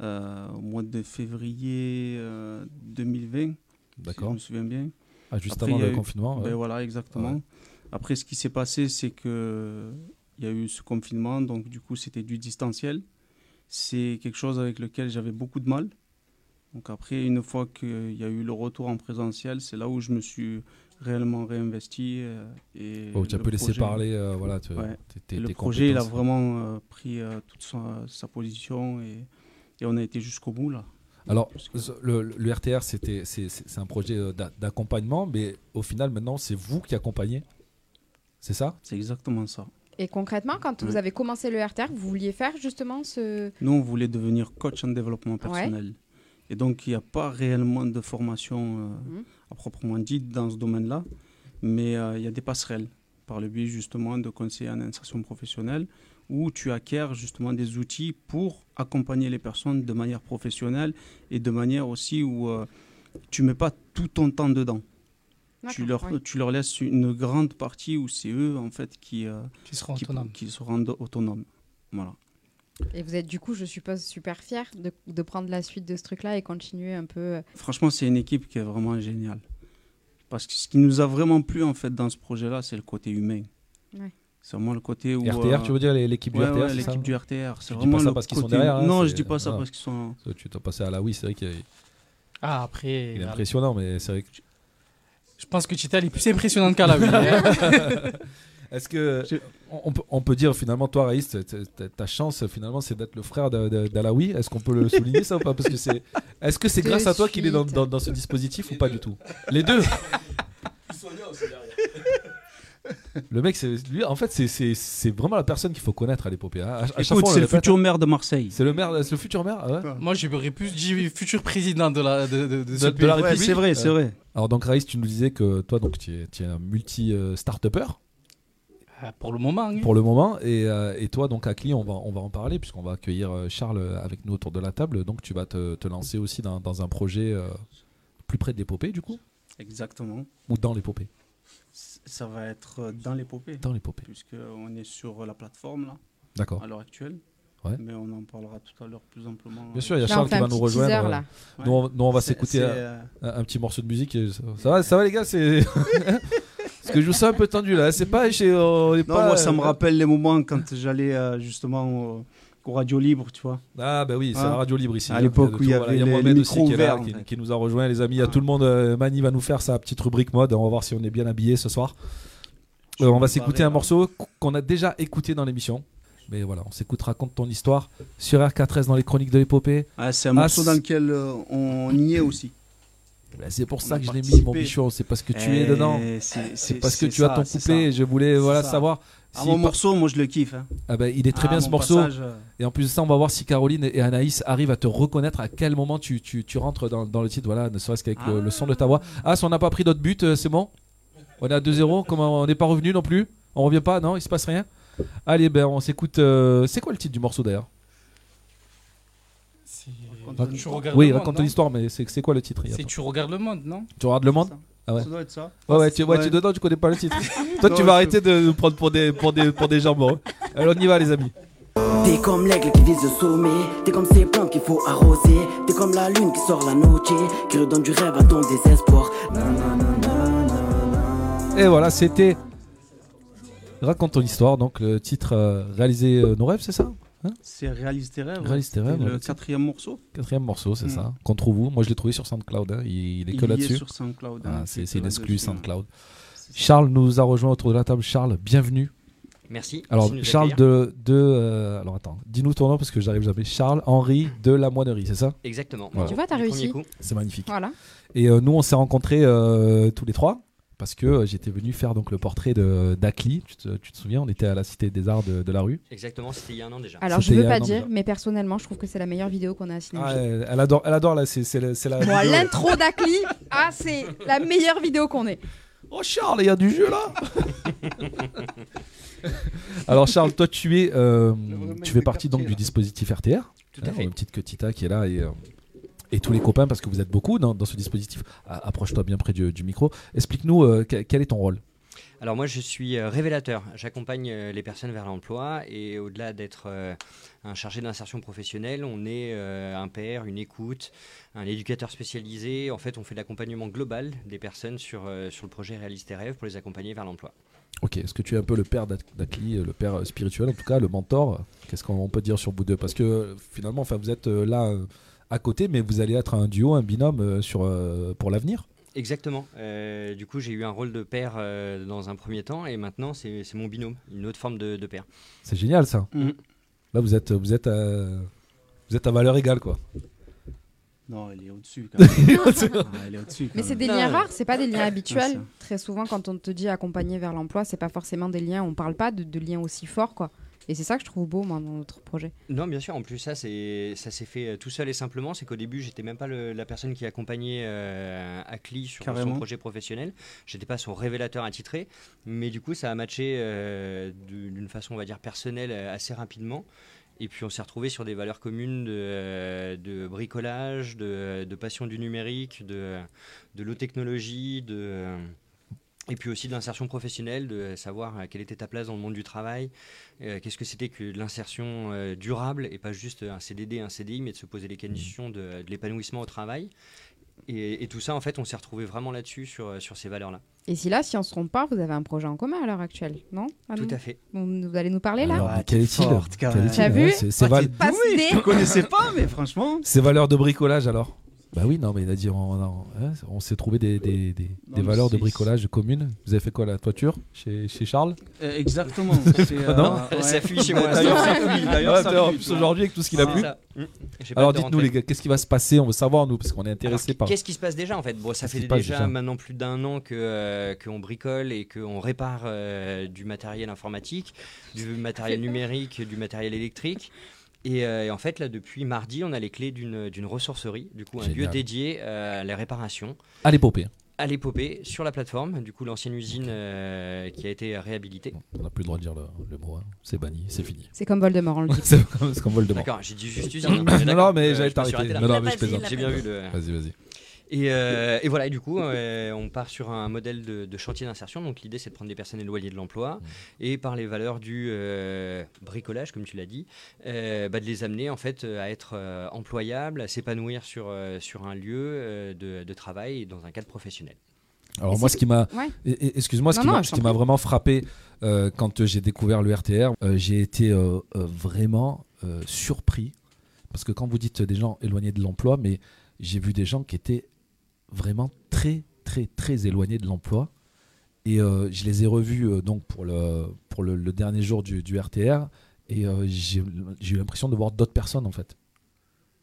Speaker 14: euh, au mois de février euh, 2020.
Speaker 1: D'accord.
Speaker 14: Si je me souviens bien.
Speaker 1: Ah, juste avant
Speaker 14: il y a
Speaker 1: le confinement, ouais.
Speaker 14: Ben voilà, exactement.
Speaker 1: Ouais.
Speaker 14: Après, ce qui s'est passé, c'est que il y a eu ce confinement, donc du coup, c'était du distanciel. C'est quelque chose avec lequel j'avais beaucoup de mal. Donc après, une fois qu'il y a eu le retour en présentiel, c'est là où je me suis réellement réinvesti. euh, Et
Speaker 1: Oh, tu as
Speaker 14: le
Speaker 1: pu laisser
Speaker 14: projet-
Speaker 1: parler, euh, voilà, tu-
Speaker 14: Ouais.
Speaker 1: tes- tes-
Speaker 14: Et le
Speaker 1: tes
Speaker 14: projet, il a
Speaker 1: compétences.
Speaker 14: vraiment euh, pris euh, toute sa, sa position et, et on a été jusqu'au bout là.
Speaker 1: Alors, ce- le, le RTR, c'était- c'est c'est- c'est un projet euh, d'a- d'accompagnement, mais au final, maintenant, c'est vous qui accompagnez. C'est ça
Speaker 14: C'est exactement ça.
Speaker 2: Et concrètement, quand vous
Speaker 14: Ouais.
Speaker 2: avez commencé le RTR, vous vouliez faire justement ce.
Speaker 14: Nous, on voulait devenir coach en développement personnel. Et donc, il n'y a pas réellement de formation euh,
Speaker 2: Mhm.
Speaker 14: à proprement dite dans ce domaine-là, mais euh, il y a des passerelles par le biais justement de conseillers en insertion professionnelle où tu acquiers justement des outils pour accompagner les personnes de manière professionnelle et de manière aussi où euh, tu ne mets pas tout ton temps dedans. Tu leur,
Speaker 13: D'accord, oui.
Speaker 14: tu leur laisses une grande partie où c'est eux en fait qui, euh,
Speaker 13: Qui seront
Speaker 14: qui-
Speaker 13: autonomes.
Speaker 14: qui se rendent autonomes. Voilà.
Speaker 2: Et vous êtes du coup, je suppose, super fier de, de prendre la suite de ce truc-là et continuer un peu. euh,
Speaker 14: Franchement, c'est une équipe qui est vraiment géniale. Parce que ce qui nous a vraiment plu en fait dans ce projet-là, c'est le côté humain.
Speaker 2: Ouais.
Speaker 14: C'est vraiment le côté où. euh,
Speaker 1: RTR, tu veux dire, les- l'équipe du
Speaker 14: Ouais,
Speaker 1: RTR,
Speaker 14: ouais,
Speaker 1: c'est ça
Speaker 14: l'équipe du RTR.
Speaker 1: Tu
Speaker 14: C'est
Speaker 1: dis
Speaker 14: vraiment
Speaker 1: pas ça
Speaker 14: le
Speaker 1: parce qu'ils sont
Speaker 14: côté-
Speaker 1: derrière. hein,
Speaker 14: Non,
Speaker 1: c'est-
Speaker 14: je dis pas ça
Speaker 1: voilà.
Speaker 14: parce qu'ils sont.
Speaker 1: Parce que Tu t'en passé à la oui, c'est vrai qu'il est,
Speaker 13: Ah, après.
Speaker 1: il est
Speaker 13: voilà.
Speaker 1: impressionnant, mais c'est vrai que.
Speaker 13: Je pense que Tita, elle est plus impressionnante qu'Ala.
Speaker 1: (laughs)
Speaker 13: oui.
Speaker 1: Est-ce que on, on peut, on peut dire finalement, toi, Raïs, t- t- ta chance finalement, c'est d'être le frère de- de- d'Alaoui Est-ce qu'on peut le souligner ça ou pas Parce que c'est, est-ce que c'est
Speaker 6: De
Speaker 1: grâce à toi qu'il est dans,
Speaker 6: suite.
Speaker 1: dans- dans ce dispositif ou pas du tout Les
Speaker 14: (laughs)
Speaker 1: deux. Le mec, c'est lui. En fait, c'est- c'est c'est vraiment la personne qu'il faut connaître à l'épopée. hein. À, à chaque
Speaker 14: Écoute,
Speaker 1: fois, on
Speaker 14: c'est le
Speaker 1: répète.
Speaker 14: futur maire de Marseille.
Speaker 1: C'est le maire, le futur maire. ah ouais
Speaker 13: Moi, j'aurais plus dit futur (laughs) président de la, de, de, de ce
Speaker 1: de, de la
Speaker 13: pays.
Speaker 1: République.
Speaker 14: c'est vrai, c'est
Speaker 1: Euh,
Speaker 14: vrai.
Speaker 1: Alors donc Raïs, tu nous disais que toi donc tu es, tu es un multi euh, start-upper
Speaker 13: Ah, Pour le moment. hein.
Speaker 1: pour le moment et, euh, et toi donc Akli, on va on va en parler puisqu'on va accueillir euh, Charles avec nous autour de la table. Donc tu vas te, te lancer aussi dans, dans un projet euh, plus près de l'épopée du coup
Speaker 14: Exactement.
Speaker 1: ou dans l'épopée.
Speaker 14: C- Ça va être euh, dans l'épopée.
Speaker 1: Dans l'épopée.
Speaker 14: Puisque on est sur la plateforme là.
Speaker 1: D'accord.
Speaker 14: À l'heure actuelle.
Speaker 1: Ouais.
Speaker 14: Mais on en parlera tout à l'heure plus amplement.
Speaker 1: Bien sûr, il y a
Speaker 2: Là, on
Speaker 1: Charles
Speaker 2: fait
Speaker 1: qui
Speaker 2: un
Speaker 1: va nous
Speaker 2: petit
Speaker 1: rejoindre.
Speaker 2: teaser, là.
Speaker 1: Nous, on, nous, on va
Speaker 14: C'est-
Speaker 1: s'écouter
Speaker 14: c'est,
Speaker 1: un, (laughs)
Speaker 14: euh,
Speaker 1: un petit morceau de musique. et ça, ça va, ça va les gars,
Speaker 14: (laughs)
Speaker 1: c'est parce que je vous sens un peu tendu là. C'est pas chez. on est
Speaker 14: Non,
Speaker 1: pas- euh,
Speaker 14: moi, ça me rappelle les moments quand j'allais euh, justement au, au Radio Libre, tu vois. Hein
Speaker 1: Ah bah oui, c'est la radio libre ici.
Speaker 14: À l'époque où il y
Speaker 1: Voilà,
Speaker 14: avait les,
Speaker 1: Mohamed
Speaker 14: les
Speaker 1: aussi
Speaker 14: micros
Speaker 1: qui, est là,
Speaker 14: ouverts.
Speaker 1: qui- qui nous a rejoint, les amis. Il y a tout le monde. euh, Mani va nous faire sa petite rubrique mode. On va voir si on est bien habillé ce soir. Euh, on va s'écouter un
Speaker 14: hein.
Speaker 1: morceau qu'on a déjà écouté dans l'émission. Mais voilà, on s'écoute Raconte ton histoire sur RK13 dans les chroniques de l'épopée.
Speaker 14: Ah, c'est un
Speaker 1: Ah,
Speaker 14: morceau dans lequel euh, on y est aussi.
Speaker 1: Bah, c'est pour
Speaker 14: On
Speaker 1: ça
Speaker 14: a
Speaker 1: que je l'ai mis,
Speaker 14: participé.
Speaker 1: mon bichon. C'est parce que tu
Speaker 14: Eh,
Speaker 1: es dedans.
Speaker 14: c'est-
Speaker 1: C'est
Speaker 14: c'est-
Speaker 1: parce que
Speaker 14: c'est
Speaker 1: tu as
Speaker 14: ça,
Speaker 1: ton
Speaker 14: c'est
Speaker 1: couplet.
Speaker 14: ça.
Speaker 1: et Je voulais voilà,
Speaker 14: C'est ça.
Speaker 1: savoir.
Speaker 14: Ah,
Speaker 1: si
Speaker 14: mon
Speaker 1: par-
Speaker 14: morceau, moi, je le kiffe. hein.
Speaker 1: Ah ben, il est très
Speaker 14: Ah,
Speaker 1: bien
Speaker 14: mon
Speaker 1: ce morceau.
Speaker 14: passage, euh.
Speaker 1: Et en plus de ça, on va voir si Caroline et Anaïs arrivent à te reconnaître à quel moment tu, tu, tu rentres dans, dans le titre. Voilà, ne serait-ce qu'avec le, le son de ta voix. Ah, si on n'a pas pris d'autres buts, euh, c'est bon On est à 2-0, comment on n'est pas revenu non plus On revient pas, non Il se passe rien Allez, ben on s'écoute. euh, c'est quoi le titre du morceau d'ailleurs Enfin,
Speaker 13: Tu regardes
Speaker 1: oui,
Speaker 13: le monde,
Speaker 1: raconte
Speaker 13: non
Speaker 1: l'histoire, mais c'est c'est quoi le titre il y a
Speaker 13: C'est
Speaker 1: pas-
Speaker 13: Tu regardes le monde, non
Speaker 1: Tu regardes le monde ah ouais.
Speaker 13: Ça doit être ça.
Speaker 1: Ouais, ouais, tu, ouais,
Speaker 13: Ouais.
Speaker 1: tu dedans, tu connais pas le
Speaker 13: (laughs)
Speaker 1: titre. Toi,
Speaker 13: Non,
Speaker 1: tu
Speaker 13: je-
Speaker 1: vas arrêter de nous prendre pour des, pour des, pour des jambons. Alors, on y va, les amis.
Speaker 15: T'es comme l'aigle qui vise le sommet, t'es comme ces plans qu'il faut arroser, t'es comme la lune qui sort la noche, qui redonne du rêve à ton désespoir.
Speaker 1: Et voilà, c'était Raconte ton histoire, donc le titre euh, Réaliser euh, nos rêves, c'est ça Hein
Speaker 14: C'est Réalise tes rêves.
Speaker 1: Réalise tes
Speaker 14: c'était
Speaker 1: rêves, ouais,
Speaker 14: Le
Speaker 1: le titre. (laughs)
Speaker 14: quatrième morceau.
Speaker 1: Quatrième morceau, c'est
Speaker 14: Mm.
Speaker 1: ça. Qu'on trouve où Moi, je l'ai trouvé sur SoundCloud. hein. Il, il est que
Speaker 14: Il y est
Speaker 1: là-dessus.
Speaker 14: sur SoundCloud,
Speaker 1: Ah,
Speaker 14: hein.
Speaker 1: c'est
Speaker 14: Il
Speaker 1: c'est une
Speaker 14: est
Speaker 1: exclue
Speaker 14: là-dessus, hein.
Speaker 1: SoundCloud. Charles nous a rejoint autour de la table. Charles, bienvenue.
Speaker 16: Merci.
Speaker 1: Alors,
Speaker 16: Merci de nous
Speaker 1: Charles
Speaker 16: accueillir.
Speaker 1: de. de euh, alors, attends, dis-nous ton nom parce que j'arrive jamais. Charles Henri de la Moinerie, c'est ça
Speaker 16: Exactement.
Speaker 1: Voilà.
Speaker 16: Tu vois, t'as Du réussi. premier coup.
Speaker 1: C'est magnifique.
Speaker 16: Voilà.
Speaker 1: Et euh, nous, on s'est rencontrés euh, tous les trois parce que euh, j'étais venu faire donc le portrait de d'Akli. Tu, te- tu te souviens, on était à la Cité des Arts de, de la rue.
Speaker 16: Exactement, c'était il y a un an déjà.
Speaker 2: Alors, je
Speaker 1: C'était il
Speaker 2: veux
Speaker 1: y a
Speaker 2: pas
Speaker 1: un an
Speaker 2: dire,
Speaker 1: déjà.
Speaker 2: mais personnellement, je trouve que c'est la meilleure vidéo qu'on a à
Speaker 1: Ah,
Speaker 2: Cinéma.
Speaker 1: elle, elle adore, elle adore là. C'est c'est la. c'est la
Speaker 2: Moi,
Speaker 1: vidéo.
Speaker 2: l'intro d'Akli, (laughs) ah, c'est la meilleure vidéo qu'on ait.
Speaker 1: Oh, Charles, il y a du jeu là Alors Charles, toi tu es, euh, tu fais partie donc du dispositif RTR.
Speaker 16: Tout à
Speaker 1: Hein, une petite Ketita qui est là et, euh, et tous les copains parce que vous êtes beaucoup dans, dans ce dispositif. Ah, Approche-toi bien près du, du micro. Explique-nous euh, que- quel est ton rôle.
Speaker 16: Alors moi, je suis euh, révélateur. J'accompagne euh, les personnes vers l'emploi et au-delà d'être euh, un chargé d'insertion professionnelle, on est euh, un père, une écoute, un éducateur spécialisé. En fait, on fait de l'accompagnement global des personnes sur, euh, sur le projet Réalise tes rêves pour les accompagner vers l'emploi.
Speaker 1: Ok, est-ce que tu es un peu le père d'Ak- d'Akli, euh, le père euh, spirituel en tout cas, le mentor euh, Qu'est-ce qu'on peut dire sur vous deux Parce que euh, finalement, enfin, vous êtes euh, là euh, à côté, mais vous allez être un duo, un binôme euh, sur, euh, pour l'avenir.
Speaker 16: Exactement. Euh, du coup, j'ai eu un rôle de père euh, dans un premier temps et maintenant, c'est c'est mon binôme, une autre forme de, de père.
Speaker 1: C'est génial ça.
Speaker 16: Mm.
Speaker 1: Là, vous êtes, vous êtes, à, vous êtes à valeur égale quoi.
Speaker 14: Non, il est au-dessus
Speaker 1: (laughs)
Speaker 14: quand même.
Speaker 1: Il est au-dessus.
Speaker 14: Ah, il est au-dessus, quand
Speaker 2: (laughs) Mais c'est
Speaker 14: même.
Speaker 2: des liens rares, c'est pas des liens
Speaker 14: Ah,
Speaker 2: habituels.
Speaker 14: ça.
Speaker 2: Très souvent, quand on te dit accompagner vers l'emploi, c'est pas forcément des liens, on parle pas de, de liens aussi forts, quoi. Et c'est ça que je trouve beau, moi, dans notre projet.
Speaker 16: Non, bien sûr. En plus, ça, c'est, ça s'est fait euh, tout seul et simplement. C'est qu'au début, j'étais même pas le- la personne qui accompagnait euh, Akli sur
Speaker 14: Carrément.
Speaker 16: son projet professionnel. J'étais pas son révélateur attitré. Mais du coup, ça a matché euh, du- d'une façon, on va dire, personnelle euh, assez rapidement. Et puis, on s'est retrouvé sur des valeurs communes de, euh, de bricolage, de, de passion du numérique, de, de l'eau technologie, de. euh, et puis aussi de l'insertion professionnelle, de savoir euh, quelle était ta place dans le monde du travail, euh, qu'est-ce que c'était que de l'insertion euh, durable et pas juste un CDD, un CDI, mais de se poser les conditions de, de l'épanouissement au travail. Et, et tout ça, en fait, on s'est retrouvé vraiment là-dessus, sur, euh, sur ces valeurs-là.
Speaker 2: Et si là, si on se trompe pas, vous avez un projet en commun à l'heure actuelle, non Manon
Speaker 16: Tout à fait.
Speaker 2: Vous, vous allez nous parler là
Speaker 1: Alors, mais quel est-il
Speaker 14: forte, quand
Speaker 1: Quel
Speaker 14: même.
Speaker 1: est-il
Speaker 14: T'as
Speaker 1: Ouais,
Speaker 14: vu
Speaker 1: c'est- c'est
Speaker 14: Ah,
Speaker 1: val-
Speaker 14: t'es douée, je te connaissais pas, mais franchement.
Speaker 1: Ces valeurs de bricolage alors Bah oui, non, mais il a dit, on, on- hein, on s'est trouvé des,
Speaker 16: Euh,
Speaker 1: des- des- des
Speaker 14: mais
Speaker 1: valeurs de
Speaker 14: c'est-
Speaker 1: bricolage communes. Vous avez fait quoi la toiture chez, chez Charles
Speaker 14: Euh, exactement.
Speaker 1: (laughs)
Speaker 14: C'est, euh, ouais. Ça fuit chez moi.
Speaker 1: D'ailleurs,
Speaker 14: Ça
Speaker 1: ça
Speaker 14: fuit.
Speaker 1: fuit.
Speaker 14: D'ailleurs, ça
Speaker 1: Ah, Ouais, en
Speaker 14: fuit,
Speaker 1: plus,
Speaker 14: toi.
Speaker 1: aujourd'hui avec tout ce qu'il a
Speaker 16: C'est
Speaker 1: plu.
Speaker 16: ça. Mm. J'ai pas
Speaker 1: Alors
Speaker 16: hâte de
Speaker 1: dites-nous
Speaker 16: rentrer.
Speaker 1: les gars, qu'est-ce qui va se passer On veut savoir nous parce qu'on est intéressés par.
Speaker 16: Qu'est-ce qui se passe déjà en fait Bon, ça
Speaker 1: Qu'est-ce
Speaker 16: fait
Speaker 1: qui se
Speaker 16: déjà,
Speaker 1: passe déjà
Speaker 16: maintenant plus d'un an que euh, qu'on bricole et qu'on répare euh, du matériel informatique, du matériel numérique, du matériel électrique. Et, euh, et en fait, là, depuis mardi, on a les clés d'une d'une ressourcerie, du coup, un
Speaker 1: Génial.
Speaker 16: lieu dédié euh, à la réparation
Speaker 1: À l'épopée.
Speaker 16: à l'épopée sur la plateforme, du coup l'ancienne usine euh, qui a été réhabilitée.
Speaker 1: On n'a plus le droit de dire le, le mot. hein. C'est banni, c'est fini.
Speaker 2: C'est comme Voldemort, on le dit.
Speaker 1: c'est comme c'est comme Voldemort.
Speaker 16: D'accord, j'ai dit juste usine. hein.
Speaker 1: Non, non,
Speaker 16: D'accord,
Speaker 1: mais
Speaker 16: euh,
Speaker 1: j'allais
Speaker 16: je me suis
Speaker 1: t'arrêter.
Speaker 16: arrêté là.
Speaker 1: Non, non, mais je plaisante.
Speaker 16: J'ai bien vu le.
Speaker 1: Vas-y, vas-y.
Speaker 16: Et, euh, et voilà, et du coup, euh, on part sur un modèle de, de chantier d'insertion. Donc l'idée, c'est de prendre des personnes éloignées de
Speaker 1: Mmh.
Speaker 16: l'emploi et par les valeurs du euh, bricolage, comme tu l'as dit, euh, bah, de les amener en fait euh, à être euh, employables, à s'épanouir sur, euh, sur un lieu euh, de, de travail et dans un cadre professionnel.
Speaker 1: Alors moi, ce qui m'a,
Speaker 16: Ouais.
Speaker 1: et- et- excuse-moi, ce
Speaker 16: Non,
Speaker 1: qui
Speaker 16: non,
Speaker 1: m'a-
Speaker 16: je
Speaker 1: ce
Speaker 16: t'en
Speaker 1: qui m'a
Speaker 16: prie.
Speaker 1: vraiment frappé euh, quand euh, j'ai découvert le RTR, euh, j'ai été euh, euh, vraiment euh, surpris parce que quand vous dites des gens éloignés de l'emploi, mais j'ai vu des gens qui étaient vraiment très très très éloignés de l'emploi et euh, je les ai revus euh, donc pour le pour le, le dernier jour du, du RTR et euh, j'ai j'ai eu l'impression de voir d'autres personnes en fait.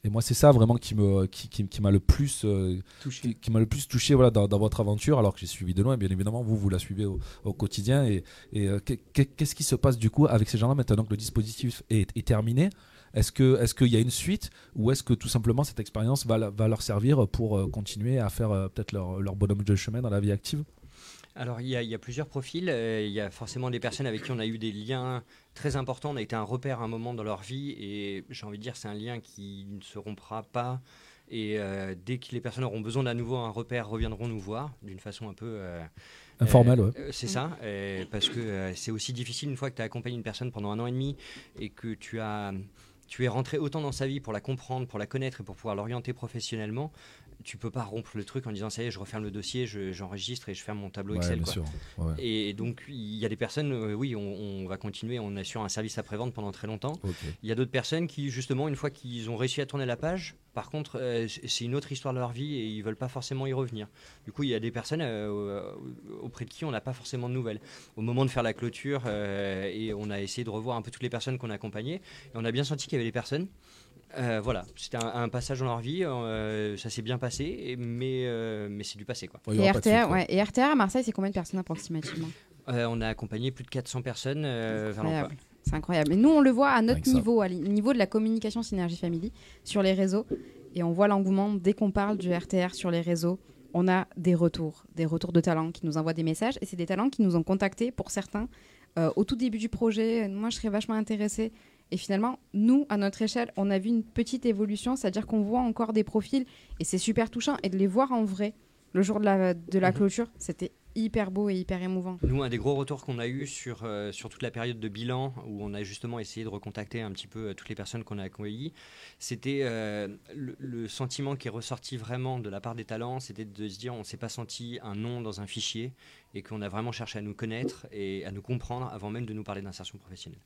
Speaker 1: Et moi, c'est ça vraiment qui me qui, qui- qui m'a le plus euh,
Speaker 14: touché,
Speaker 1: qui m'a le plus touché voilà dans, dans votre aventure. Alors que j'ai suivi de loin, bien évidemment, vous vous la suivez au, au quotidien. Et, et, euh, qu'est- qu'est- qu'est-ce qui se passe du coup avec ces gens-là maintenant que le dispositif est, est terminé Est-ce que est-ce qu'il y a une suite ou est-ce que tout simplement cette expérience va, la- va leur servir pour euh, continuer à faire euh, peut-être leur, leur bonhomme de chemin dans la vie active
Speaker 16: Alors, il y, a, il y a plusieurs profils. Euh, Il y a forcément des personnes avec qui on a eu des liens très importants. On a été un repère à un moment dans leur vie. Et j'ai envie de dire, c'est un lien qui ne se rompra pas. Et euh, dès que les personnes auront besoin d'un nouveau un repère, reviendront nous voir d'une façon un peu. euh,
Speaker 1: Informelle,
Speaker 16: euh,
Speaker 1: ouais.
Speaker 16: euh, C'est ça. euh, parce que euh, c'est aussi difficile une fois que tu as accompagné une personne pendant un an et demi et que tu as. Tu es rentré autant dans sa vie pour la comprendre, pour la connaître et pour pouvoir l'orienter professionnellement. Tu peux pas rompre le truc en disant ça y est, je referme le dossier, je- j'enregistre et je ferme mon tableau
Speaker 1: Ouais,
Speaker 16: Excel.
Speaker 1: bien
Speaker 16: quoi.
Speaker 1: sûr, ouais.
Speaker 16: Et donc, il y a des personnes, euh, oui, on, on va continuer, on assure un service après-vente pendant très longtemps.
Speaker 1: Ok.
Speaker 16: Il y a d'autres personnes qui, justement, une fois qu'ils ont réussi à tourner la page, par contre, euh, c- c'est une autre histoire de leur vie et ils veulent pas forcément y revenir. Du coup, il y a des personnes euh, auprès de qui on n'a pas forcément de nouvelles. Au moment de faire la clôture, euh, et on a essayé de revoir un peu toutes les personnes qu'on accompagnait, et on a bien senti qu'il y avait des personnes. euh, voilà, c'était un, un passage dans leur vie, euh, ça s'est bien passé, et- mais, euh, mais c'est du passé. Quoi.
Speaker 2: Et
Speaker 1: hein.
Speaker 2: RTR, ouais. et RTR à Marseille, c'est combien de personnes approximativement
Speaker 16: Euh, on a accompagné plus de 400 personnes euh, vers l'emploi.
Speaker 2: Incroyable. C'est incroyable. Et nous, on le voit à notre
Speaker 16: Rien que ça.
Speaker 2: niveau, à l- niveau de la communication Synergie Family, sur les réseaux. Et on voit l'engouement dès qu'on parle du RTR sur les réseaux. On a des retours, des retours de talents qui nous envoient des messages. Et c'est des talents qui nous ont contactés pour certains euh, au tout début du projet. euh, Moi, je serais vachement intéressée. Et finalement, nous, à notre échelle, on a vu une petite évolution, c'est-à-dire qu'on voit encore des profils. Et c'est super touchant. Et de les voir en vrai, le jour de la, de la clôture, c'était hyper beau et hyper émouvant.
Speaker 16: Nous, un des gros retours qu'on a eu sur, euh, sur toute la période de bilan, où on a justement essayé de recontacter un petit peu euh, toutes les personnes qu'on a accueillies, c'était euh, le, le sentiment qui est ressorti vraiment de la part des talents, c'était de se dire on ne s'est pas senti un nom dans un fichier et qu'on a vraiment cherché à nous connaître et à nous comprendre avant même de nous parler d'insertion professionnelle.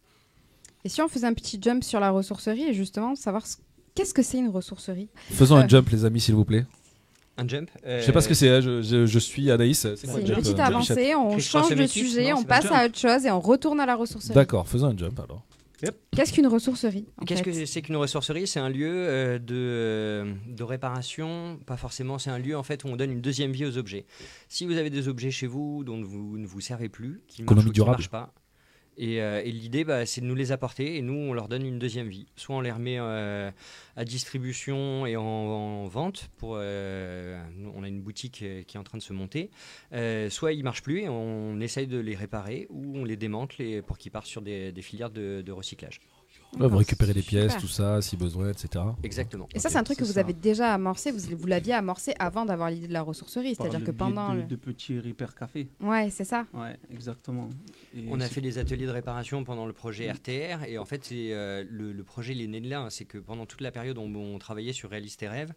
Speaker 2: Et si on faisait un petit jump sur la ressourcerie et justement savoir ce- qu'est-ce que c'est une ressourcerie
Speaker 1: Faisons
Speaker 2: Euh,
Speaker 1: un jump, les amis, s'il vous plaît.
Speaker 16: Un jump euh,
Speaker 1: Je sais pas ce que c'est, hein, je, je- je suis Anaïs. C'est quoi
Speaker 2: C'est
Speaker 1: un
Speaker 2: une
Speaker 1: jump,
Speaker 2: petite
Speaker 1: euh,
Speaker 2: avancée,
Speaker 1: Michel
Speaker 2: on change de sujet, on passe à autre chose et on retourne à la ressourcerie.
Speaker 1: D'accord, faisons un jump alors.
Speaker 2: Qu'est-ce qu'une ressourcerie en
Speaker 16: Qu'est-ce
Speaker 2: fait
Speaker 16: que c'est qu'une ressourcerie C'est un lieu euh, de, de réparation, pas forcément, c'est un lieu en fait où on donne une deuxième vie aux objets. Si vous avez des objets chez vous dont vous ne vous servez plus, qui marchent
Speaker 1: Économie
Speaker 16: ou qui ne
Speaker 1: durable.
Speaker 16: marchent pas, et, euh, et l'idée bah, c'est de nous les apporter et nous on leur donne une deuxième vie. Soit on les remet euh, à distribution et en, en vente, pour, euh, nous, on a une boutique euh, qui est en train de se monter, Euh, soit ils ne marchent plus et on essaye de les réparer ou on les démantle et- pour qu'ils partent sur des, des filières de- de recyclage.
Speaker 1: Ouais, vous récupérez des pièces,
Speaker 2: Super.
Speaker 1: tout ça, si besoin, etc.
Speaker 16: Exactement.
Speaker 2: Et ça, c'est un truc que vous avez déjà amorcé, vous, vous l'aviez amorcé avant d'avoir l'idée de la ressourcerie,
Speaker 14: Par
Speaker 2: c'est-à-dire
Speaker 14: le
Speaker 2: que
Speaker 14: biais
Speaker 2: pendant.
Speaker 14: de,
Speaker 2: le-
Speaker 14: de petits repères café.
Speaker 2: Ouais, c'est ça.
Speaker 14: Ouais, exactement. Et
Speaker 16: On a
Speaker 14: c'est-
Speaker 16: fait des ateliers de réparation pendant le projet RTR et en fait c'est, euh, le, le projet il est né de là, hein. c'est que pendant toute la période où on, on travaillait sur Réalise tes rêves,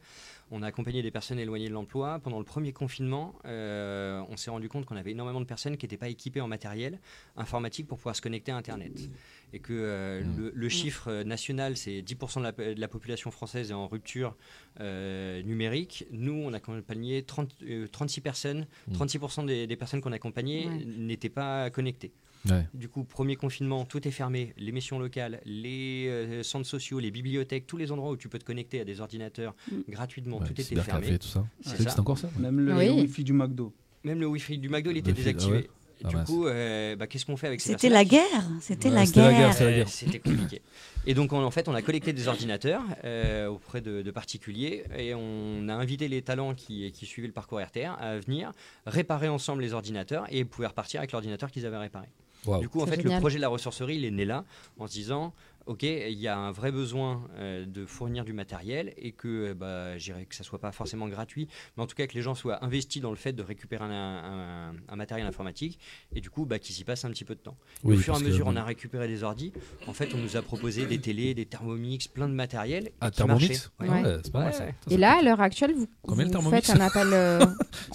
Speaker 16: on a accompagné des personnes éloignées de l'emploi. Pendant le premier confinement, euh, on s'est rendu compte qu'on avait énormément de personnes qui n'étaient pas équipées en matériel informatique pour pouvoir se connecter à Internet et que euh, le, le chiffre euh, national c'est 10% de la, de la population française est en rupture euh, numérique. Nous on a accompagné 30, euh, 36 personnes,
Speaker 1: Mm.
Speaker 16: 36% des, des personnes qu'on accompagnait
Speaker 1: Ouais.
Speaker 16: n'étaient pas connectées.
Speaker 1: Ouais.
Speaker 16: Du coup, premier confinement, tout est fermé. Les missions locales, les euh, centres sociaux, les bibliothèques, tous les endroits où tu peux te connecter à des ordinateurs gratuitement,
Speaker 1: Ouais,
Speaker 16: tout
Speaker 1: les
Speaker 16: était fermé.
Speaker 1: cybercafés, tout ça. Ça
Speaker 16: C'est
Speaker 1: existe encore, ça
Speaker 14: Mm. Même le,
Speaker 16: Oui.
Speaker 14: le wifi du McDo.
Speaker 16: Même le Wi-Fi du McDo, il était
Speaker 14: Le fil- ah
Speaker 16: désactivé.
Speaker 14: ouais. Ah
Speaker 16: du
Speaker 14: mince.
Speaker 16: coup, euh, bah, qu'est-ce qu'on fait avec ces
Speaker 9: C'était la
Speaker 16: personnes
Speaker 9: guerre, c'était Ouais, la c'était la guerre, guerre. c'était la
Speaker 16: Euh,
Speaker 9: guerre.
Speaker 16: C'était compliqué. Et donc, on- en fait, on a collecté des ordinateurs euh, auprès de, de particuliers et on a invité les talents qui, qui suivaient le parcours RTR à venir réparer ensemble les ordinateurs et pouvaient repartir avec l'ordinateur qu'ils avaient réparé.
Speaker 1: Wow.
Speaker 16: Du coup, en
Speaker 1: C'est
Speaker 16: fait, le
Speaker 1: génial.
Speaker 16: projet de la ressourcerie, il est né là, en se disant, OK, il y a un vrai besoin euh, de fournir du matériel et que, euh, bah, je dirais que ça soit pas forcément gratuit, mais en tout cas que les gens soient investis dans le fait de récupérer un, un- un matériel informatique et du coup, bah, qu'ils y passent un petit peu de temps. Et
Speaker 1: Oui,
Speaker 16: au fur et à
Speaker 1: parce que,
Speaker 16: mesure, on
Speaker 1: oui.
Speaker 16: a récupéré des ordis. En fait, on nous a proposé des télés, des thermomix, plein de matériel.
Speaker 1: Ah,
Speaker 16: et qui
Speaker 1: Thermomix
Speaker 16: marchait.
Speaker 1: Ouais. Ouais, c'est pas mal, ça.
Speaker 2: Et là, à l'heure actuelle, vous,
Speaker 1: Combien le
Speaker 2: vous
Speaker 1: Thermomix
Speaker 2: faites un appel euh,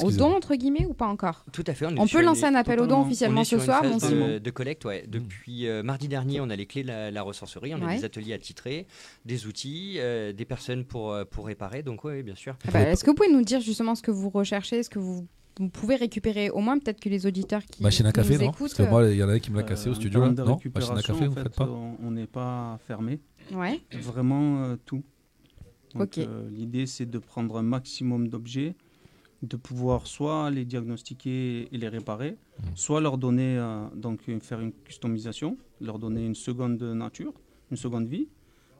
Speaker 2: au don, entre guillemets, ou pas encore
Speaker 16: Tout à fait. est
Speaker 2: On
Speaker 16: sur
Speaker 2: peut
Speaker 16: une-
Speaker 2: lancer un appel au don
Speaker 16: totalement. On
Speaker 2: officiellement
Speaker 16: est
Speaker 2: ce
Speaker 16: sur une
Speaker 2: soir,
Speaker 16: phase
Speaker 2: mais on sait-
Speaker 16: de, de collecte, ouais. Depuis euh, mardi dernier, on a les clés de la, la ressourcerie, on a
Speaker 2: Ouais.
Speaker 16: des ateliers attitrés, des outils, euh, des personnes pour, euh, pour réparer. Donc, oui, bien sûr.
Speaker 2: Ah bah, Est-ce que vous pouvez nous dire justement ce que vous recherchez, ce que vous, vous pouvez récupérer Au moins, peut-être que les auditeurs qui
Speaker 1: Machine à
Speaker 2: qui
Speaker 1: café,
Speaker 2: nous
Speaker 1: non
Speaker 2: écoutent,
Speaker 1: Parce que moi, il y en a qui me l'a cassé au
Speaker 14: Euh, en
Speaker 1: studio. Là.
Speaker 14: termes de
Speaker 1: Non, machine à
Speaker 14: récupération,
Speaker 1: café,
Speaker 14: en
Speaker 1: vous
Speaker 14: fait,
Speaker 1: faites pas
Speaker 14: on- On n'est pas fermé.
Speaker 2: Ouais.
Speaker 14: Vraiment euh, tout. Donc,
Speaker 2: Ok.
Speaker 14: euh, L'idée, c'est de prendre un maximum d'objets, de pouvoir soit les diagnostiquer et les réparer,
Speaker 1: Mmh.
Speaker 14: soit leur donner, euh, donc une- faire une customisation, leur donner une seconde nature, une seconde vie,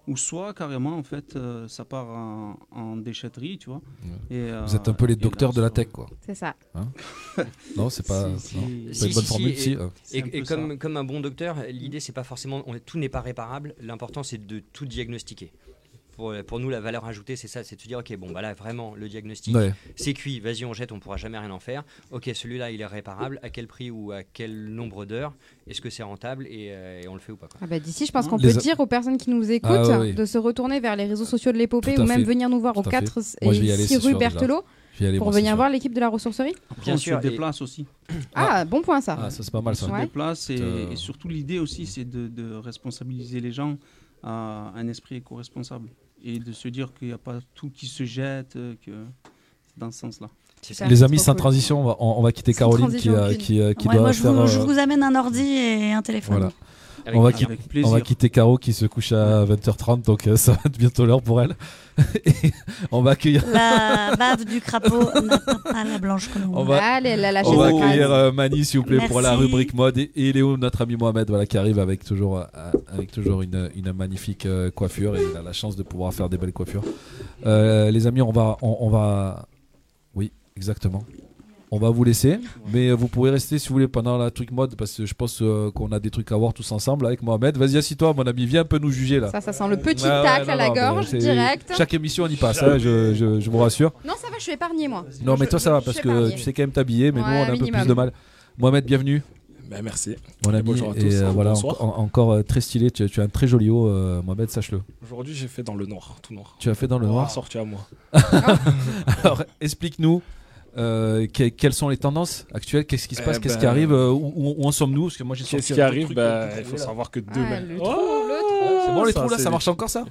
Speaker 14: ou soit carrément en fait euh, ça part en, en déchetterie, tu vois. Et, euh,
Speaker 1: Vous êtes un peu les
Speaker 14: et là,
Speaker 1: docteurs de la
Speaker 14: ça-
Speaker 1: tech, quoi.
Speaker 2: C'est ça.
Speaker 1: Hein
Speaker 2: (laughs)
Speaker 1: non, c'est pas,
Speaker 14: Si,
Speaker 1: non,
Speaker 14: si.
Speaker 1: c'est pas
Speaker 16: Si,
Speaker 1: une bonne
Speaker 16: si, si,
Speaker 1: formule. si,
Speaker 16: et-
Speaker 1: hein.
Speaker 16: Et, et comme, comme un bon docteur, l'idée, c'est pas forcément. on- tout n'est pas réparable. L'important, c'est de tout diagnostiquer. Pour, pour nous, la valeur ajoutée, c'est ça c'est de se dire, ok, bon, bah là, vraiment, le diagnostic,
Speaker 1: Ouais.
Speaker 16: c'est cuit, vas-y, on jette, on pourra jamais rien en faire. Ok, celui-là, il est réparable. À quel prix ou à quel nombre d'heures Est-ce que c'est rentable et, euh, et on le fait ou pas quoi.
Speaker 2: Ah bah, D'ici, je pense qu'on
Speaker 16: Les
Speaker 2: peut
Speaker 16: a-
Speaker 2: dire aux personnes qui nous écoutent
Speaker 16: Ah oui.
Speaker 2: de se retourner vers les réseaux sociaux de l'épopée
Speaker 1: Tout à
Speaker 2: ou même
Speaker 1: fait.
Speaker 2: venir nous voir
Speaker 1: Tout
Speaker 2: au
Speaker 1: à fait.
Speaker 2: 4
Speaker 1: Moi,
Speaker 2: et
Speaker 1: je vais y aller,
Speaker 2: 6
Speaker 1: c'est
Speaker 2: rue
Speaker 1: sûr, déjà.
Speaker 2: Berthelot
Speaker 1: Je vais y aller,
Speaker 2: pour
Speaker 1: moi,
Speaker 2: venir
Speaker 1: c'est
Speaker 2: voir l'équipe de la ressourcerie.
Speaker 14: Après, on se déplace aussi.
Speaker 2: (clears throat) Ah, bon point ça.
Speaker 14: On se
Speaker 2: Ouais.
Speaker 14: déplace et,
Speaker 1: Euh.
Speaker 14: et surtout l'idée aussi c'est de, de responsabiliser les gens à un esprit éco-responsable et de se dire qu'il n'y a pas tout qui se jette, euh, que dans ce sens-là.
Speaker 1: Les amis, sans transition, on va, on- on va quitter Caroline qui, euh, qui, euh, qui
Speaker 9: Ouais,
Speaker 1: doit
Speaker 9: moi, je
Speaker 1: faire.
Speaker 9: vous, je
Speaker 1: euh,
Speaker 9: vous amène un ordi et un téléphone.
Speaker 1: Voilà. on, va quitter, on va quitter Caro qui se couche à 20h30, donc euh, ça va être bientôt l'heure pour elle. (laughs) Et on va accueillir.
Speaker 9: La bave du crapaud n'atteint pas la blanche colombe.
Speaker 1: On va, on va accueillir euh, Mani, s'il vous plaît, pour la
Speaker 9: Merci.
Speaker 1: rubrique mode. Et, et Léo, notre ami Mohamed, voilà, qui arrive avec toujours, euh, avec toujours une, une magnifique euh, coiffure. Et il a la chance de pouvoir faire des belles coiffures. Euh, les amis, on va, on, on va. Oui, exactement. On va vous laisser, mais vous pourrez rester si vous voulez pendant la truc mode parce que je pense euh, qu'on a des trucs à voir tous ensemble avec Mohamed. Vas-y, assis-toi, mon ami, viens un peu nous juger là.
Speaker 2: Ça, ça sent le petit
Speaker 1: Ouais, ouais,
Speaker 2: tacle à
Speaker 1: non,
Speaker 2: la
Speaker 1: non, mais
Speaker 2: gorge,
Speaker 1: c'est-
Speaker 2: direct.
Speaker 1: Chaque émission, on y passe, hein, je- je- je vous rassure.
Speaker 2: Non, ça va, je suis épargnée moi.
Speaker 1: Non, mais toi ça va
Speaker 2: je
Speaker 1: parce
Speaker 2: sais
Speaker 1: que
Speaker 2: pas.
Speaker 1: tu sais quand même t'habiller, mais nous
Speaker 2: Ouais,
Speaker 1: on a un peu
Speaker 2: minimum.
Speaker 1: plus de mal. Mohamed, bienvenue.
Speaker 17: Ben, merci.
Speaker 1: Mon
Speaker 17: Et
Speaker 1: ami,
Speaker 17: bonjour à
Speaker 1: et
Speaker 17: tous.
Speaker 1: euh, voilà,
Speaker 17: Bonsoir.
Speaker 1: en- en- encore euh, très stylé. Tu, tu as un très joli haut, euh, Mohamed, sache-le.
Speaker 17: Aujourd'hui, j'ai fait dans le noir, tout noir.
Speaker 1: Tu as fait dans le noir. Ah.
Speaker 17: Sorti à moi.
Speaker 9: (laughs)
Speaker 1: Alors, explique-nous euh, que- quelles sont les tendances actuelles, qu'est-ce qui se
Speaker 17: Eh
Speaker 1: passe, qu'est-ce
Speaker 17: ben,
Speaker 1: qui arrive, euh, où, où- où en sommes-nous Parce que moi j'ai
Speaker 17: Qu'est-ce
Speaker 1: sorti
Speaker 17: qui
Speaker 1: un
Speaker 17: arrive
Speaker 1: truc,
Speaker 17: Bah,
Speaker 1: euh,
Speaker 17: il faut savoir que
Speaker 1: là.
Speaker 17: demain.
Speaker 1: C'est bon les
Speaker 17: Ça,
Speaker 1: trous là,
Speaker 17: c'est-
Speaker 1: ça marche encore ça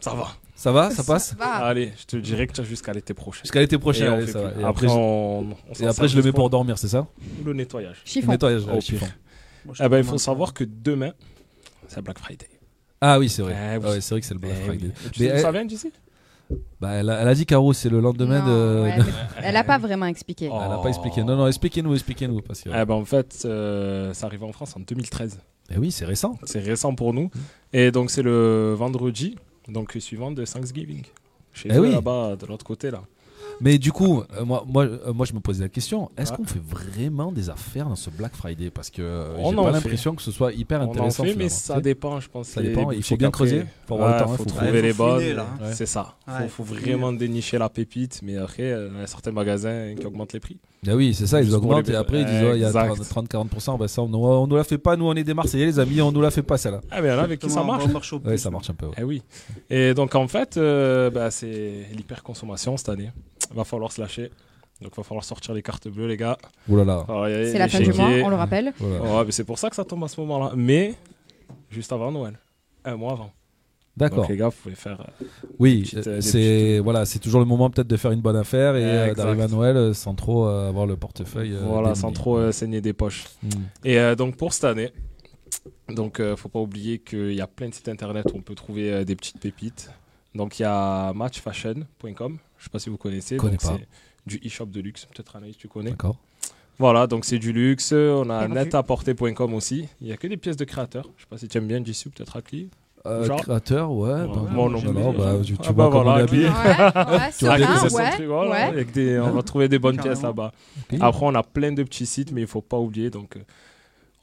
Speaker 17: Ça va.
Speaker 1: Ça va, ça passe
Speaker 17: Allez, je te dirais que tu as jusqu'à l'été prochain.
Speaker 1: Jusqu'à l'été prochain.
Speaker 17: Et on
Speaker 1: allez,
Speaker 17: fait
Speaker 1: ça va.
Speaker 17: plus.
Speaker 1: Et
Speaker 17: après,
Speaker 1: après, je-
Speaker 17: on- on
Speaker 1: et
Speaker 17: s'en
Speaker 1: après
Speaker 17: sert
Speaker 1: je le mets
Speaker 17: juste
Speaker 1: pour dormir, c'est ça
Speaker 17: Le nettoyage.
Speaker 1: Chiffon. Le nettoyage,
Speaker 17: Oh,
Speaker 1: ouais, chiffon.
Speaker 17: putain.
Speaker 1: Moi, je
Speaker 17: Eh ben, il faut
Speaker 1: commande.
Speaker 17: savoir que demain, c'est Black Friday.
Speaker 1: Ah oui, c'est vrai.
Speaker 17: Eh oui.
Speaker 1: Ah ouais, c'est vrai que c'est le Black
Speaker 17: Eh oui.
Speaker 1: Friday.
Speaker 17: Tu sais
Speaker 1: Mais
Speaker 17: d'où ça
Speaker 1: elle-
Speaker 17: vient d'ici
Speaker 1: bah, elle, a, elle a dit Caro, c'est le lendemain
Speaker 2: Non,
Speaker 1: de. (laughs)
Speaker 2: ouais,
Speaker 1: de-
Speaker 2: mais Elle a pas vraiment expliqué.
Speaker 1: euh, Elle
Speaker 17: Oh.
Speaker 1: n'a pas expliqué. Non, non, expliquez-nous, expliquez-nous. Parce que...
Speaker 17: Eh ben, en fait, euh, c'est arrivé en France en 2013.
Speaker 1: Eh oui, c'est récent. Mmh.
Speaker 17: C'est récent pour nous. Et donc, c'est le vendredi, donc suivant de Thanksgiving. Chez
Speaker 1: Eh
Speaker 17: eux,
Speaker 1: oui.
Speaker 17: là-bas, de l'autre côté, là.
Speaker 1: Mais du coup, euh, moi, moi, euh, moi, je me posais la question est-ce
Speaker 17: Ouais.
Speaker 1: qu'on fait vraiment des affaires dans ce Black Friday Parce que euh,
Speaker 17: On
Speaker 1: j'ai
Speaker 17: en
Speaker 1: pas
Speaker 17: fait.
Speaker 1: l'impression que ce soit hyper
Speaker 17: On en
Speaker 1: intéressant.
Speaker 17: fait, mais
Speaker 1: finalement, tu
Speaker 17: ça
Speaker 1: sais.
Speaker 17: dépend, je pense.
Speaker 1: Ça
Speaker 17: les
Speaker 1: dépend. Il faut
Speaker 17: boutiques
Speaker 1: bien
Speaker 17: après.
Speaker 1: creuser. Faut avoir
Speaker 17: Ouais,
Speaker 1: le temps. hein,
Speaker 17: faut
Speaker 1: faut
Speaker 17: trouver
Speaker 1: trouver.
Speaker 17: les
Speaker 1: Faut
Speaker 17: bonnes.
Speaker 1: filer, là, hein.
Speaker 17: C'est ça. Faut,
Speaker 1: Ouais,
Speaker 17: faut
Speaker 1: faut
Speaker 17: vraiment dénicher la pépite, mais après, euh, il y a certains magasins qui augmentent les prix.
Speaker 1: Ah oui, c'est ça, ils
Speaker 17: Juste pour
Speaker 1: augmentent
Speaker 17: les-
Speaker 1: et après ils disent oh, il y a
Speaker 17: Exact.
Speaker 1: 30-40%, bah ça on, on nous la fait pas, nous on est des Marseillais les amis, on nous la fait pas celle-là.
Speaker 17: Ah, mais là, avec qui ça marche
Speaker 1: hein. Ouais, ça marche un peu. ouais.
Speaker 17: Eh oui. Et donc, en fait, euh, bah, c'est l'hyperconsommation cette année. Il va falloir se lâcher. Donc, va falloir sortir les cartes bleues, les gars.
Speaker 1: Ouh là là.
Speaker 17: Alors, il y a
Speaker 2: C'est
Speaker 17: les
Speaker 2: la fin du mois,
Speaker 17: chéquiers.
Speaker 2: on le rappelle.
Speaker 1: Voilà.
Speaker 17: Ouais, mais c'est pour ça que ça tombe à ce moment-là. Mais, juste avant Noël. Un mois avant.
Speaker 1: D'accord.
Speaker 17: Donc, les gars, vous pouvez faire. euh, des
Speaker 1: Oui,
Speaker 17: petites,
Speaker 1: euh,
Speaker 17: euh, des
Speaker 1: c'est voilà, c'est toujours le moment peut-être de faire une bonne affaire et euh,
Speaker 17: Exact.
Speaker 1: d'arriver à Noël euh, sans trop euh, avoir le portefeuille. euh,
Speaker 17: voilà,
Speaker 1: démuni.
Speaker 17: sans trop euh, saigner des poches.
Speaker 1: Mm.
Speaker 17: Et euh, donc pour cette année, donc euh, faut pas oublier qu'il y a plein de sites internet où on peut trouver euh, des petites pépites. Donc il y a matchfashion.com, je sais pas si vous connaissez.
Speaker 1: Connais
Speaker 17: donc
Speaker 1: pas.
Speaker 17: c'est Du e-shop de luxe, peut-être Anaïs, tu connais.
Speaker 1: D'accord.
Speaker 17: Voilà, donc c'est du luxe. On a
Speaker 1: Perdu.
Speaker 17: netaporté.com aussi. Il y a que des pièces de créateurs. Je sais pas si tu aimes bien JC ou peut-être Akli.
Speaker 1: Euh,
Speaker 17: Genre-
Speaker 1: créateur, ouais.
Speaker 17: Ouais.
Speaker 1: bah,
Speaker 17: Moi, non,
Speaker 1: bah,
Speaker 17: mais-
Speaker 1: non, bah, tu, tu
Speaker 17: Ah, bah,
Speaker 1: vois comment on
Speaker 17: voilà,
Speaker 1: est habillé.
Speaker 17: Akli. (laughs)
Speaker 1: (laughs) Tu
Speaker 17: Akli,
Speaker 1: vois bien.
Speaker 17: c'est son truc, voilà,
Speaker 1: ouais.
Speaker 17: avec des- On va trouver des bonnes pièces
Speaker 1: Carrément.
Speaker 17: là-bas. Ah,
Speaker 1: Ok.
Speaker 17: Après, on a plein de petits sites, mais il faut pas oublier. Donc, euh,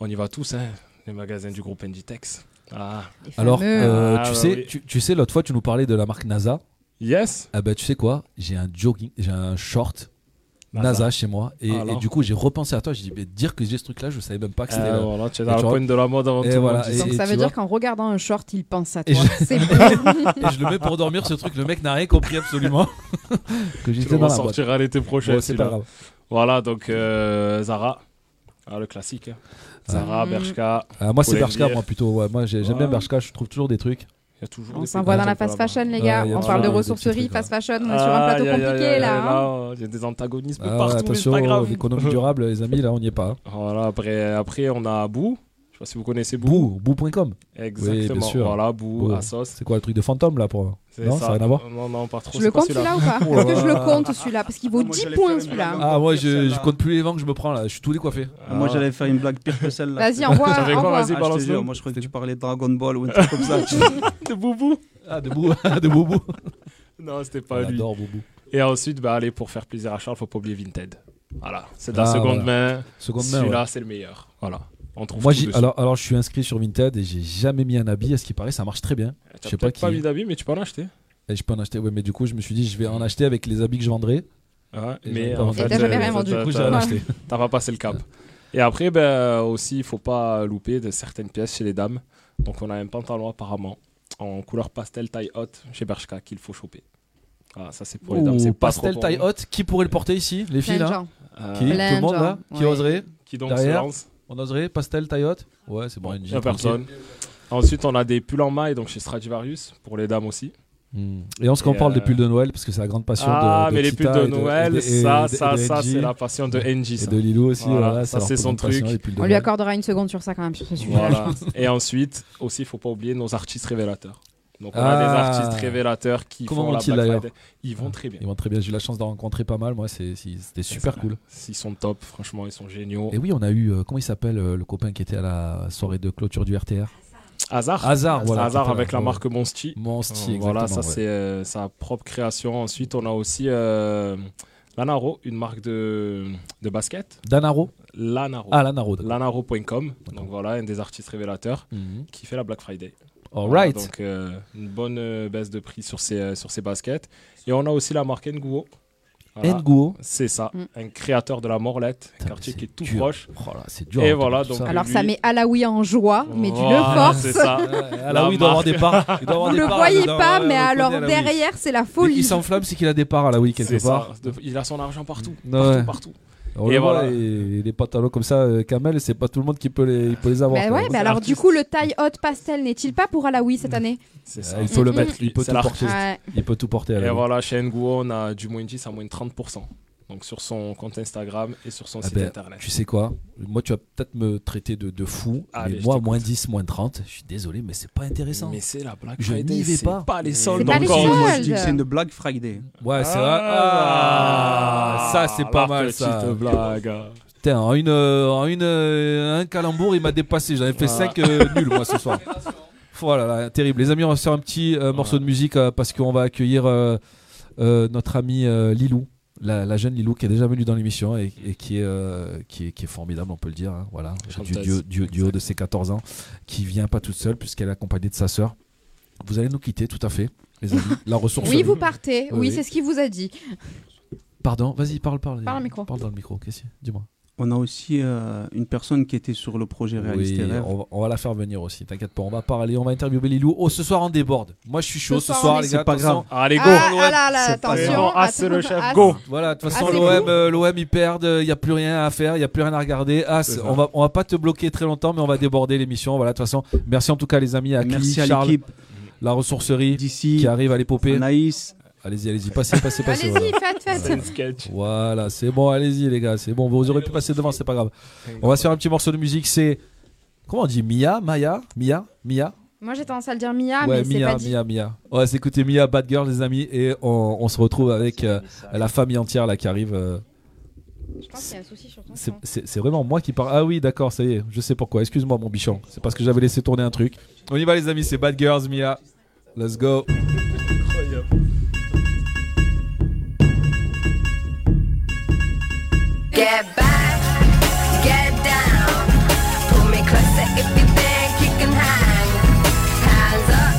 Speaker 17: on y va tous, hein, les magasins du groupe Inditex. Ah.
Speaker 1: Alors, euh,
Speaker 17: Ah,
Speaker 1: tu,
Speaker 17: bah
Speaker 1: sais,
Speaker 17: oui.
Speaker 1: tu, tu sais, l'autre fois, tu nous parlais de la marque NASA.
Speaker 17: Yes.
Speaker 1: Ah bah, tu sais quoi J'ai un jogging, j'ai un short
Speaker 17: NASA.
Speaker 1: NASA, chez moi. Et,
Speaker 17: Alors
Speaker 1: et du coup, j'ai repensé à toi. J'ai dit, mais dire que j'ai ce truc-là, je savais même pas que
Speaker 17: Eh,
Speaker 1: c'était. euh,
Speaker 17: voilà, tu es
Speaker 1: et
Speaker 17: dans la
Speaker 1: vois-
Speaker 17: pointe de la mode avant
Speaker 1: et
Speaker 17: tout le
Speaker 1: voilà,
Speaker 17: monde,
Speaker 1: et-
Speaker 17: dis
Speaker 2: Donc
Speaker 1: et
Speaker 2: ça
Speaker 1: tu
Speaker 2: veut
Speaker 1: vois.
Speaker 2: dire qu'en regardant un short, il pense à
Speaker 1: Et
Speaker 2: toi.
Speaker 1: je...
Speaker 2: C'est
Speaker 1: et je le mets pour dormir ce truc, le mec n'a rien compris absolument. (laughs) que
Speaker 17: Tu
Speaker 1: j'étais
Speaker 17: le
Speaker 1: dans la
Speaker 17: ressortiras
Speaker 1: boîte.
Speaker 17: l'été prochain.
Speaker 1: Bon, c'est pas
Speaker 17: celui-là.
Speaker 1: grave.
Speaker 17: Voilà, donc euh, Zara. Ah, le classique. hein. Zara,
Speaker 1: Mm.
Speaker 17: Bershka.
Speaker 1: Ah, moi c'est
Speaker 17: Pull&Bear.
Speaker 1: Bershka moi plutôt ouais, moi j'ai- j'aime bien Bershka je trouve toujours des trucs.
Speaker 17: Il y a toujours
Speaker 2: On s'envoie dans la fast fashion, les gars.
Speaker 1: Ouais, y a
Speaker 2: on parle de
Speaker 1: toujours des
Speaker 2: ressourcerie,
Speaker 1: petits trucs,
Speaker 2: fast fashion. On est sur un plateau compliqué là. hein.
Speaker 17: Il y a des antagonismes
Speaker 1: Ah, ouais,
Speaker 17: partout, mais c'est
Speaker 1: attention
Speaker 17: pas grave. (laughs)
Speaker 1: l'économie durable les amis là on n'y est pas.
Speaker 17: Voilà, après, après on a Abou. Je pas si vous connaissez Boo.
Speaker 1: Boo, boo.com.
Speaker 17: Exactement.
Speaker 1: Oui, bien sûr.
Speaker 17: Voilà, Boo, Assos.
Speaker 1: C'est quoi le truc de fantôme là pour...
Speaker 17: C'est
Speaker 1: Non, ça n'a rien à voir.
Speaker 17: Non, non, pas trop.
Speaker 2: Je
Speaker 17: c'est
Speaker 2: le
Speaker 17: pas
Speaker 2: compte celui-là ou pas
Speaker 17: Oh là
Speaker 2: Parce que je le
Speaker 17: là.
Speaker 2: compte celui-là, parce qu'il vaut 10 points celui-là.
Speaker 1: Ah, moi je, je compte plus les vents que je me prends là, je suis tout décoiffé.
Speaker 14: Ah, moi, j'allais faire une blague pire que celle-là.
Speaker 2: Vas-y,
Speaker 1: (laughs)
Speaker 2: envoie,
Speaker 14: T'avais
Speaker 2: envoie.
Speaker 14: Ah, je te jure, Moi, je croyais que tu parlais de Dragon Ball ou un truc comme ça.
Speaker 1: (laughs)
Speaker 17: (laughs) de Boubou.
Speaker 1: Ah, de, Bou... de Boubou.
Speaker 17: Non, c'était pas
Speaker 1: On
Speaker 17: lui.
Speaker 1: adore Boubou.
Speaker 17: Et ensuite, bah, allez, pour faire plaisir à Charles, faut pas oublier Vinted. Voilà, c'est de la
Speaker 1: Ah,
Speaker 17: seconde
Speaker 1: voilà.
Speaker 17: main.
Speaker 1: Seconde main,
Speaker 17: Celui-là,
Speaker 1: ouais.
Speaker 17: c'est le meilleur. Voilà. On trouve
Speaker 1: Moi,
Speaker 17: tout
Speaker 1: j'ai-
Speaker 17: dessus.
Speaker 1: alors, alors, je suis inscrit sur Vinted et j'ai jamais mis un habit. À ce qui paraît, ça marche très bien. Je
Speaker 17: Eh, T'as
Speaker 1: sais
Speaker 17: peut-être
Speaker 1: pas qui.
Speaker 17: mis d'habits, mais tu peux en acheter.
Speaker 1: Et je peux en acheter, ouais, mais du coup, je me suis dit, je vais en acheter avec les habits que je vendrai.
Speaker 17: Ouais,
Speaker 1: Et
Speaker 17: Ah, mais
Speaker 1: j'en ai pas
Speaker 17: en
Speaker 1: vendu.
Speaker 17: fait, euh, t'as-
Speaker 1: Du coup, j'ai
Speaker 17: t'as-
Speaker 1: rien acheté.
Speaker 17: T'as pas passé le cap. Et après, ben, aussi, il faut pas louper de certaines pièces chez les dames. Donc, on a un pantalon apparemment en couleur pastel taille haute chez Bershka qu'il faut choper. Ah, ça, c'est pour les dames. C'est
Speaker 1: Ouh,
Speaker 17: pas
Speaker 1: pastel
Speaker 17: trop pour
Speaker 1: taille
Speaker 17: nous.
Speaker 1: haute, qui pourrait le porter ici Les
Speaker 17: Plein
Speaker 1: filles
Speaker 17: de
Speaker 1: là
Speaker 17: gens. Euh,
Speaker 1: Qui Tout
Speaker 17: Plein
Speaker 1: le
Speaker 17: de
Speaker 1: monde
Speaker 17: gens,
Speaker 1: là Qui
Speaker 17: ouais.
Speaker 1: oserait
Speaker 17: Qui donc se
Speaker 1: Derrière
Speaker 17: lance
Speaker 1: On oserait Pastel taille haute Ouais, c'est bon, une
Speaker 17: Y a personne. Ensuite, on a des pulls en maille, donc chez Stradivarius, pour les dames aussi.
Speaker 1: Hmm. Et on se qu'on
Speaker 17: Et,
Speaker 1: parle des
Speaker 17: euh,
Speaker 1: pulls de Noël parce que c'est la grande passion de.
Speaker 17: ah,
Speaker 1: de
Speaker 17: mais les
Speaker 1: Tita
Speaker 17: pulls de
Speaker 1: et et
Speaker 17: Noël,
Speaker 1: et- et-
Speaker 17: ça,
Speaker 1: et-
Speaker 17: ça,
Speaker 1: et de
Speaker 17: ça,
Speaker 1: NJ.
Speaker 17: c'est la passion de NJ. ça.
Speaker 1: Et de Lilou aussi,
Speaker 17: Voilà,
Speaker 1: voilà,
Speaker 17: ça,
Speaker 1: leur
Speaker 17: c'est son
Speaker 1: présentation,
Speaker 17: truc.
Speaker 1: les pulls de
Speaker 2: On lui
Speaker 1: Noël.
Speaker 2: accordera une seconde sur ça quand même sur ce
Speaker 17: (laughs)
Speaker 2: sujet.
Speaker 17: Voilà. Et ensuite, aussi, il faut pas oublier nos artistes révélateurs. Donc, on a
Speaker 1: Ah.
Speaker 17: des artistes révélateurs qui
Speaker 1: Comment
Speaker 17: font la
Speaker 1: vont-ils
Speaker 17: Black
Speaker 1: d'ailleurs
Speaker 17: Friday. Ils vont très bien.
Speaker 1: Ils vont très bien. J'ai eu la chance d'en rencontrer pas mal. Moi, c'est- c'est- c'était super cool.
Speaker 17: Ils sont top, franchement, ils sont géniaux.
Speaker 1: Et oui, on a eu, euh, comment il s'appelle, euh, le copain qui était à la soirée de clôture du RTR
Speaker 17: Hasard.
Speaker 1: Hasard, voilà.
Speaker 17: Hasard
Speaker 1: Voilà,
Speaker 17: avec la
Speaker 1: ouais.
Speaker 17: marque Monsti.
Speaker 1: Monsti,
Speaker 17: Voilà, ça
Speaker 1: exactement, ouais.
Speaker 17: c'est euh, sa propre création. Ensuite, on a aussi euh, Lanaro, une marque de, de basket.
Speaker 1: Danaro
Speaker 17: Lanaro.
Speaker 1: Ah, Lanaro, d'accord.
Speaker 17: Lanaro.com. Donc voilà, un des artistes révélateurs
Speaker 1: Mhm.
Speaker 17: qui fait la Black Friday.
Speaker 1: All
Speaker 17: Voilà,
Speaker 1: right.
Speaker 17: donc euh, une bonne euh, baisse de prix sur ces, euh, sur ces baskets. Et on a aussi la marque Nguo.
Speaker 1: Nguo.
Speaker 17: C'est ça,
Speaker 2: Mm.
Speaker 17: un créateur de la Morlette, un quartier qui est tout proche.
Speaker 1: c'est dur.
Speaker 17: Et
Speaker 1: hein,
Speaker 17: voilà,
Speaker 1: tout ça.
Speaker 17: donc
Speaker 2: Alors ça
Speaker 17: lui-
Speaker 2: met Alaoui en joie, mais tu le
Speaker 17: Voilà,
Speaker 2: forces.
Speaker 17: C'est ça.
Speaker 1: Alaoui
Speaker 17: La
Speaker 1: doit avoir
Speaker 17: marque.
Speaker 1: des parts. Il doit avoir
Speaker 2: Vous
Speaker 1: des
Speaker 2: le
Speaker 1: parts
Speaker 2: voyez
Speaker 1: dedans,
Speaker 2: pas,
Speaker 1: ouais, on
Speaker 2: mais
Speaker 1: le
Speaker 2: alors
Speaker 1: connaît, Alaoui.
Speaker 2: derrière, c'est la
Speaker 1: Dès qu'il
Speaker 2: folie.
Speaker 1: s'enflamme, c'est qu'il a des parts à la oui quelque
Speaker 17: C'est
Speaker 1: part.
Speaker 17: ça. De- Il a son argent partout.
Speaker 1: Ouais.
Speaker 17: Partout, partout.
Speaker 1: On
Speaker 17: Et
Speaker 1: le voit,
Speaker 17: voilà.
Speaker 1: et les pantalons comme ça, euh, Kamel, c'est pas tout le monde qui peut les, il peut les avoir.
Speaker 2: Bah
Speaker 1: quoi.
Speaker 2: ouais, mais alors du coup, le taille haute pastel n'est-il pas pour Alaoui cette année
Speaker 17: C'est
Speaker 1: Ah, il faut le
Speaker 2: Mm,
Speaker 1: mettre,
Speaker 2: mm.
Speaker 1: il peut
Speaker 17: C'est
Speaker 1: tout
Speaker 17: l'artiste.
Speaker 1: porter.
Speaker 2: Ouais.
Speaker 1: Il peut tout porter.
Speaker 17: Et
Speaker 1: Alaoui.
Speaker 17: voilà, chez Nguo, on a du moins 10 à moins de 30%. Donc sur son compte Instagram et sur son
Speaker 1: Ah
Speaker 17: site
Speaker 1: ben,
Speaker 17: internet.
Speaker 1: tu sais quoi Moi, tu vas peut-être me traiter de, de fou.
Speaker 17: Ah,
Speaker 1: mais
Speaker 17: mais je
Speaker 1: moi, moins 10, moins 30, je suis désolé, mais c'est pas intéressant.
Speaker 17: Mais c'est la Black
Speaker 1: Je
Speaker 17: Friday,
Speaker 1: n'y vais
Speaker 17: c'est
Speaker 1: pas.
Speaker 17: pas les
Speaker 14: soldes
Speaker 1: pas les
Speaker 14: encore.
Speaker 1: soldes.
Speaker 14: Moi, je dis que c'est une Black Friday.
Speaker 1: Ouais, c'est vrai. Ah, ça, c'est pas mal, ça.
Speaker 17: petite blague.
Speaker 1: Putain, en une, euh, en une, euh, un calembour, il m'a dépassé. J'avais fait
Speaker 17: Voilà.
Speaker 1: 5 nuls, moi, ce soir. Voilà, là, terrible. Les amis, on va se faire un petit euh, morceau de musique euh, parce qu'on va accueillir euh, euh, notre ami euh, Lilou, la, la jeune Lilou qui est déjà venue dans l'émission et, et qui, est, euh, qui, est, qui est formidable, on peut le dire. hein, voilà, du,
Speaker 17: Chanteuse.
Speaker 1: du- du- du haut de ses 14 ans, qui vient pas toute seule puisqu'elle est accompagnée de sa sœur. Vous allez nous quitter, tout à fait, les amis. La ressource. euh,
Speaker 2: Oui, vous partez.
Speaker 1: Oui,
Speaker 2: Oui,
Speaker 1: oui.
Speaker 2: c'est ce qu'il vous a dit.
Speaker 1: Pardon, vas-y, parle, parle.
Speaker 2: Parle au micro.
Speaker 1: Parle dans le micro, qu'est-ce que Dis-moi.
Speaker 14: On a aussi euh, une personne qui était sur le projet Réaliste
Speaker 1: Oui,
Speaker 14: et Rêve.
Speaker 1: on va, on va la faire venir aussi, t'inquiète pas, on va parler, on va interviewer Lilou. Oh, ce soir on déborde. Moi je suis chaud ce
Speaker 14: Ce soir,
Speaker 1: soir,
Speaker 14: on est-
Speaker 1: les
Speaker 14: c'est
Speaker 1: gars.
Speaker 14: pas
Speaker 1: attention.
Speaker 14: grave. Ah, allez, go. Ah,
Speaker 2: ah là là,
Speaker 1: C'est pas
Speaker 2: attention,
Speaker 1: grave.
Speaker 2: Ah, c'est le chef, attends, go. ah,
Speaker 1: Voilà, de toute
Speaker 2: ah,
Speaker 1: façon
Speaker 2: c'est
Speaker 1: l'OM
Speaker 2: vous.
Speaker 1: euh, l'OM ils perdent, euh, il y a plus rien à faire, il y a plus rien à regarder. Ah, c'est-
Speaker 14: C'est ça.
Speaker 1: on va on va pas te bloquer très longtemps mais on va déborder l'émission. Voilà, de toute façon, merci en tout cas les amis à
Speaker 14: Merci
Speaker 1: Cli,
Speaker 14: à
Speaker 1: Charles,
Speaker 14: l'équipe.
Speaker 1: la ressourcerie qui arrive à l'épopée.
Speaker 14: Anaïs.
Speaker 1: Allez-y, allez-y, passez, passez, passez.
Speaker 2: Allez-y,
Speaker 1: voilà.
Speaker 2: faites, faites.
Speaker 1: Voilà. Voilà, c'est bon, allez-y les gars, c'est bon. Vous aurez pu passer devant, c'est pas grave. On va se faire un petit morceau de musique, c'est. Comment on dit Mia Maya Mia Mia
Speaker 2: Moi, j'ai tendance à le dire
Speaker 1: Ouais,
Speaker 2: Mia, Ah, mais c'est
Speaker 1: Mia,
Speaker 2: pas dit.
Speaker 1: Mia, Mia. On va s'écouter Mia Bad Girl, les amis, et on, on se retrouve avec euh, la famille entière là qui arrive. euh.
Speaker 2: Je pense qu'il y a un souci sur ton
Speaker 1: C'est-
Speaker 2: son.
Speaker 1: C'est c'est vraiment moi qui parle. Ah oui, d'accord, ça y est, je sais pourquoi. Excuse-moi, mon bichon. C'est parce que j'avais laissé tourner un truc. On y va, les amis, c'est Bad Girls, Mia. Let's go.
Speaker 7: Get back, get down. Pull me closer if you think you can hang. Hands up,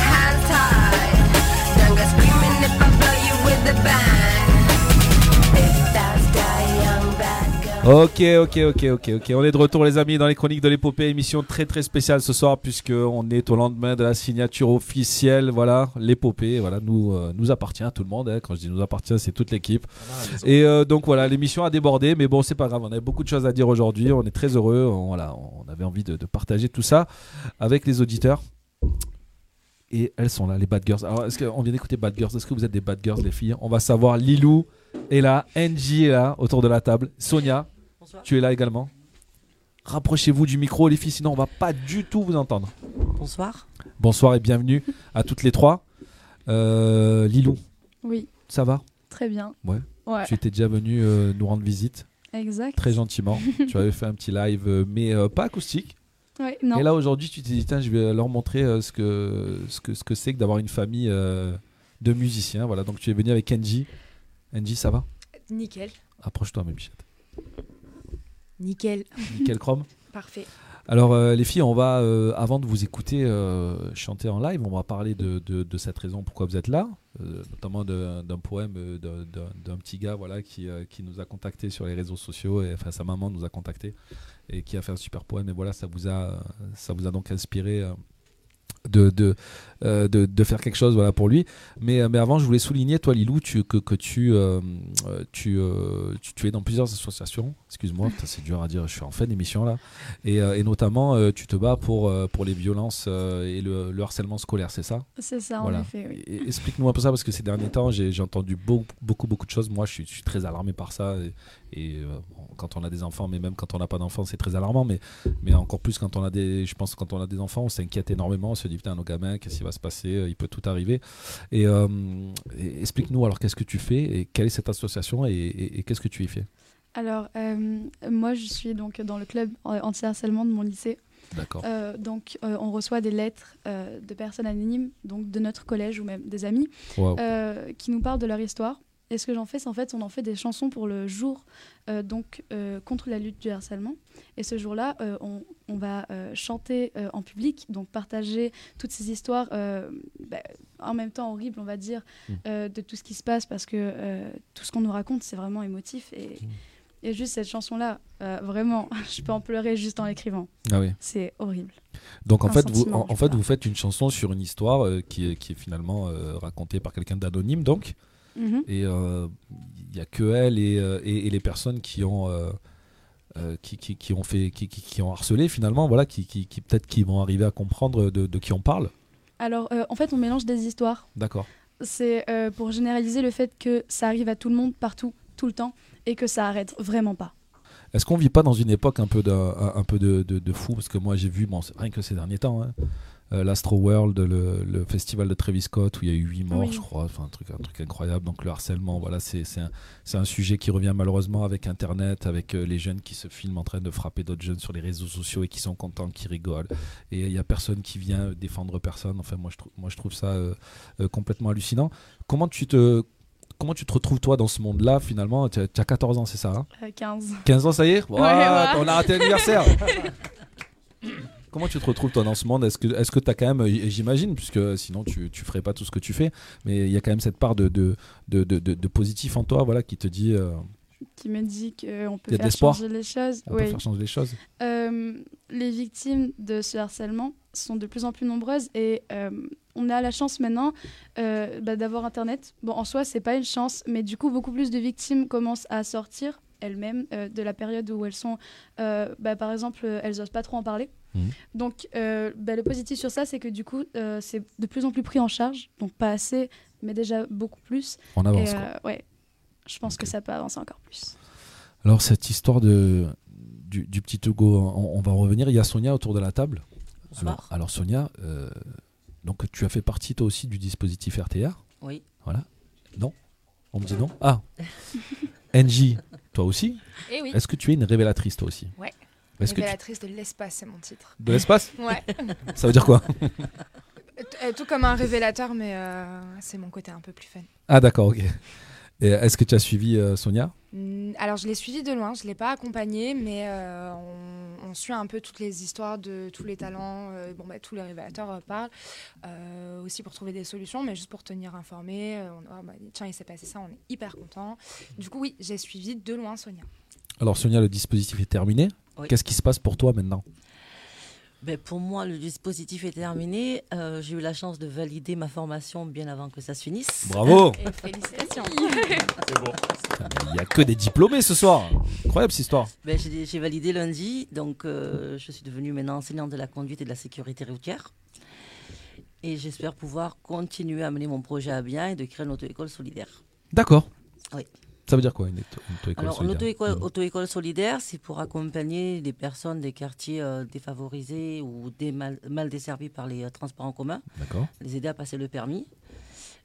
Speaker 7: hands tied. Don't go screaming if I blow you with a bang. If that's that young bad girl.
Speaker 1: Ok, ok, ok, ok, ok. On est de retour, les amis, dans les chroniques de l'épopée. Émission très, très spéciale ce soir, puisque on est au lendemain de la signature officielle. Voilà, l'épopée, voilà, nous, euh, nous appartient à tout le monde. hein. Quand je dis nous appartient, c'est toute l'équipe. Et euh, donc voilà, l'émission a débordé, mais bon, c'est pas grave. On avait beaucoup de choses à dire aujourd'hui. On est très heureux. On, voilà, on avait envie de, de partager tout ça avec les auditeurs. Et elles sont là, les Bad Girls. Alors, est-ce qu'on vient d'écouter Bad Girls Est-ce que vous êtes des Bad Girls, les filles On va savoir. Lilou est là, Angie est là, autour de la table. Sonia, tu es là également. Rapprochez-vous du micro, les filles, sinon on va pas du tout vous entendre.
Speaker 9: Bonsoir.
Speaker 1: Bonsoir et bienvenue à toutes les trois. Euh, Lilou.
Speaker 18: Oui.
Speaker 1: Ça va
Speaker 18: Très bien.
Speaker 1: Ouais.
Speaker 18: Ouais.
Speaker 1: Tu étais déjà venu euh, nous rendre visite.
Speaker 18: Exact.
Speaker 1: Très gentiment. tu avais fait un petit live, euh, mais euh, pas acoustique.
Speaker 18: Ouais, non.
Speaker 1: Et là aujourd'hui, tu t'es dit, Tiens, je vais leur montrer euh, ce que ce que ce que c'est que d'avoir une famille euh, de musiciens. Voilà, donc tu es venu avec Angie. Angie, ça va
Speaker 19: Nickel.
Speaker 1: Approche-toi, ma bichette.
Speaker 19: Nickel.
Speaker 1: (laughs) Nickel Chrome.
Speaker 19: Parfait.
Speaker 1: Alors euh, les filles, on va euh, avant de vous écouter euh, chanter en live, on va parler de, de- de cette raison pourquoi vous êtes là, euh, notamment de- d'un poème euh, d'un- d'un d'un petit gars voilà qui, euh, qui nous a contacté sur les réseaux sociaux, et, enfin sa maman nous a contacté et qui a fait un super poème et voilà ça vous a ça vous a donc inspiré. euh, de, de, euh, de, de faire quelque chose voilà, pour lui. Mais, euh, mais avant, je voulais souligner, toi, Lilou, tu, que, que tu, euh, euh, tu, euh, tu, tu es dans plusieurs associations. Excuse-moi, putain, c'est dur à dire, je suis en fin d'émission là. Et, euh, et notamment, euh, tu te bats pour, euh, pour les violences euh, et le, le harcèlement scolaire, c'est ça
Speaker 18: C'est ça, en effet, oui.
Speaker 1: Et- Explique-nous un peu ça, parce que ces derniers temps, j'ai j'ai entendu beaucoup, beaucoup, beaucoup de choses. Moi, je suis, je suis très alarmé par ça. Et, et, euh, bon, quand on a des enfants, mais même quand on n'a pas d'enfants, c'est très alarmant. Mais, mais encore plus quand on a des, je pense, que quand on a des enfants, on s'inquiète énormément. On se dit, putain, nos gamins, qu'est-ce qui va se passer Euh, Il peut tout arriver. Et, euh, et explique-nous alors qu'est-ce que tu fais et quelle est cette association et, et- et qu'est-ce que tu y fais
Speaker 18: Alors, euh, moi, je suis donc dans le club euh, anti-harcèlement de mon lycée.
Speaker 1: D'accord.
Speaker 18: Euh, donc, euh, on reçoit des lettres euh, de personnes anonymes, donc de notre collège ou même des amis,
Speaker 19: Waouh.
Speaker 18: euh, qui nous parlent de leur histoire. Et ce que j'en fais, c'est en fait, on en fait des chansons pour le jour euh, donc euh, contre la lutte du harcèlement. Et ce jour-là, euh, on, on va euh, chanter euh, en public, donc partager toutes ces histoires, euh, bah, en même temps horribles, on va dire,
Speaker 1: Hmm.
Speaker 18: euh, de tout ce qui se passe, parce que euh, tout ce qu'on nous raconte, c'est vraiment émotif. Et, et juste cette chanson-là, euh, vraiment, (laughs) je peux en pleurer juste en l'écrivant.
Speaker 1: Ah oui.
Speaker 18: C'est horrible.
Speaker 1: Donc en
Speaker 18: Un
Speaker 1: fait, vous,
Speaker 18: sentiment,
Speaker 1: en, en
Speaker 18: je
Speaker 1: fait
Speaker 18: crois.
Speaker 1: vous faites une chanson sur une histoire euh, qui, est, qui est finalement euh, racontée par quelqu'un d'anonyme, donc.
Speaker 18: Mhm.
Speaker 1: Et euh, il n'y a que elle et, euh, et- et les personnes qui ont, euh, euh, qui, qui- qui ont fait, qui, qui- qui ont harcelé finalement, voilà, qui, qui- qui peut-être qui vont arriver à comprendre de, de qui on parle.
Speaker 18: Alors, euh, en fait, on mélange des histoires.
Speaker 1: D'accord.
Speaker 18: C'est euh, pour généraliser le fait que ça arrive à tout le monde, partout, tout le temps, et que ça arrête vraiment pas.
Speaker 1: Est-ce qu'on vit pas dans une époque un peu de, un, un peu de, de- de fou Parce que moi j'ai vu, bon, c'est rien que ces derniers temps, hein, euh, l'Astro World, le, le festival de Travis Scott où il y a eu 8 morts,
Speaker 18: Oui.
Speaker 1: je crois, enfin un truc, un truc incroyable. Donc le harcèlement, voilà, c'est c'est un, c'est un sujet qui revient malheureusement avec Internet, avec euh, les jeunes qui se filment en train de frapper d'autres jeunes sur les réseaux sociaux et qui sont contents, qui rigolent. Et il y a personne qui vient euh, défendre personne. Enfin moi je, trou- moi, je trouve ça euh, euh, complètement hallucinant. Comment tu te... Comment tu te retrouves toi dans ce monde-là finalement Tu as tu as 14 ans, c'est ça hein
Speaker 18: Euh, 15.
Speaker 1: 15 ans, ça y
Speaker 4: (laughs)
Speaker 1: est Wow,
Speaker 18: Ouais, ouais.
Speaker 1: On a raté l'anniversaire Comment tu te retrouves toi dans ce monde Est-ce que est-ce que t'as quand même, et j'imagine, puisque sinon tu tu ferais pas tout ce que tu fais, mais il y a quand même cette part de de, de, de- de- de positif en toi, voilà, qui te dit euh,
Speaker 18: Qui me dit qu'on
Speaker 1: Il y
Speaker 18: peut
Speaker 1: a de
Speaker 18: faire
Speaker 1: l'espoir.
Speaker 18: changer les choses.
Speaker 1: On peut
Speaker 18: Oui.
Speaker 1: faire changer les choses.
Speaker 18: Euh, les victimes de ce harcèlement sont de plus en plus nombreuses et euh, on a la chance maintenant euh, bah, d'avoir Internet. Bon, en soi, c'est pas une chance, mais du coup, beaucoup plus de victimes commencent à sortir elles-mêmes euh, de la période où elles sont, euh, bah, par exemple, euh, elles osent pas trop en parler.
Speaker 1: Mhm.
Speaker 18: Donc, euh, bah, le positif sur ça, c'est que du coup, euh, c'est de plus en plus pris en charge, donc pas assez, mais déjà beaucoup plus.
Speaker 1: On avance,
Speaker 18: Et, euh,
Speaker 1: quoi.
Speaker 18: ouais, je pense que ça peut avancer encore plus.
Speaker 1: Alors cette histoire de du, du petit Hugo, on, on va en revenir. Il y a Sonia autour de la table. Alors, alors Sonia, euh, donc tu as fait partie toi aussi du dispositif RTA.
Speaker 20: Oui.
Speaker 1: Voilà. Non. On me dit non. Ah. Angie, toi aussi.
Speaker 19: Eh oui.
Speaker 1: Est-ce que tu es une révélatrice toi aussi
Speaker 19: Ouais.
Speaker 1: Est-ce que tu-
Speaker 19: Révélatrice de l'espace, c'est mon titre.
Speaker 1: De l'espace
Speaker 19: Ouais.
Speaker 1: Ça veut dire quoi
Speaker 19: T- euh, Tout comme un révélateur, mais euh, c'est mon côté un peu plus fun.
Speaker 1: Ah d'accord, ok. Et Est-ce que tu as suivi euh, Sonia
Speaker 19: Mm, Alors, je l'ai suivi de loin, je ne l'ai pas accompagné, mais euh, on, on suit un peu toutes les histoires de tous les talents. euh, bon, bah, tous les révélateurs euh, parlent euh, aussi pour trouver des solutions, mais juste pour tenir informé. euh, on, ah, bah, tiens, il s'est passé ça, on est hyper content. Du coup, oui, j'ai suivi de loin Sonia.
Speaker 1: Alors Sonia, le dispositif est terminé.
Speaker 20: Oui.
Speaker 1: Qu'est-ce qui se passe pour toi maintenant
Speaker 20: Ben, pour moi, le dispositif est terminé. Euh, J'ai eu la chance de valider ma formation bien avant que ça se finisse.
Speaker 1: Bravo.
Speaker 20: Et félicitations.
Speaker 1: Il n'y a que des diplômés ce soir. Incroyable cette histoire.
Speaker 20: Ben, j'ai j'ai validé lundi, donc euh, je suis devenue maintenant enseignante de la conduite et de la sécurité routière. Et j'espère pouvoir continuer à mener mon projet à bien et de créer une auto-école solidaire.
Speaker 1: D'accord.
Speaker 20: Oui.
Speaker 1: Ça veut dire quoi une auto- une auto-école
Speaker 20: Alors,
Speaker 1: solidaire Mm. Hmm.
Speaker 20: l'auto-école auto-école solidaire, c'est pour accompagner les personnes des quartiers euh, défavorisés ou des mal, mal desservis par les euh, transports en commun,
Speaker 1: D'accord.
Speaker 20: les aider à passer le permis.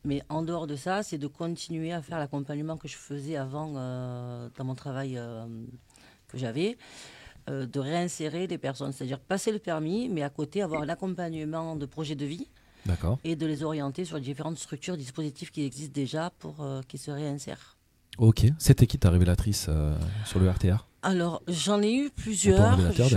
Speaker 20: Mais en dehors de ça, c'est de continuer à faire l'accompagnement que je faisais avant euh, dans mon travail euh, que j'avais, euh, de réinsérer les personnes, c'est-à-dire passer le permis, mais à côté avoir l'accompagnement de projets de vie
Speaker 7: (laughs)
Speaker 1: D'accord.
Speaker 20: et de les orienter sur les différentes structures, dispositifs qui existent déjà pour euh, qu'ils se réinsèrent.
Speaker 1: Ok. C'était qui ta révélatrice euh, sur le RTR
Speaker 20: Alors, j'en ai eu
Speaker 1: Autant
Speaker 20: plusieurs.
Speaker 1: révélateur,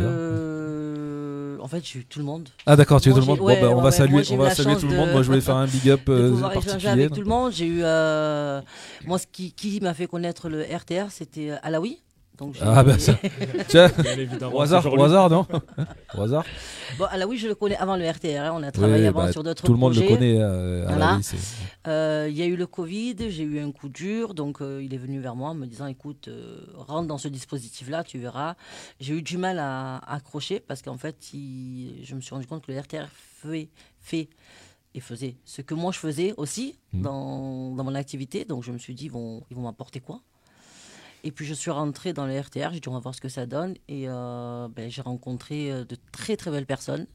Speaker 20: Je... En fait, j'ai eu tout le monde.
Speaker 1: Ah d'accord, tu es
Speaker 20: Moi,
Speaker 1: tout le
Speaker 20: j'ai-
Speaker 1: monde.
Speaker 20: ouais,
Speaker 1: bon, bah, on
Speaker 20: ouais,
Speaker 1: va
Speaker 20: ouais,
Speaker 1: saluer,
Speaker 20: moi, j'ai
Speaker 1: on
Speaker 20: eu
Speaker 1: va
Speaker 20: la
Speaker 1: saluer
Speaker 20: chance
Speaker 1: tout le
Speaker 20: de-
Speaker 1: monde. Moi, je voulais faire un big up
Speaker 20: de
Speaker 1: euh,
Speaker 20: pouvoir échanger
Speaker 1: particulier.
Speaker 20: avec
Speaker 1: non
Speaker 20: tout le monde. J'ai eu euh, moi ce qui, qui m'a fait connaître le RTR, c'était euh, Alaoui. Donc j'ai-
Speaker 1: Ah bah
Speaker 20: (laughs)
Speaker 1: ça. Tiens, au hasard, au hasard, non Au hasard.
Speaker 20: Bon, Alaoui, je le connais avant le RTR. hein. On a travaillé
Speaker 1: Oui,
Speaker 20: avant
Speaker 1: bah,
Speaker 20: sur d'autres projets.
Speaker 1: tout le monde le connaît, euh,
Speaker 20: Voilà.
Speaker 1: Alaoui, c'est-
Speaker 20: Euh, Il y a eu le Covid, j'ai eu un coup dur, donc euh, il est venu vers moi en me disant écoute, euh, rentre dans ce dispositif-là, tu verras. J'ai eu du mal à, à accrocher parce qu'en fait, il- je me suis rendu compte que le RTR fait, fait et faisait ce que moi je faisais aussi
Speaker 1: Mmh.
Speaker 20: dans, dans mon activité, donc je me suis dit ils vont, ils vont m'apporter quoi et puis je suis rentrée dans le RTR, j'ai dit on va voir ce que ça donne. Et euh, ben, j'ai rencontré euh, de très très belles personnes.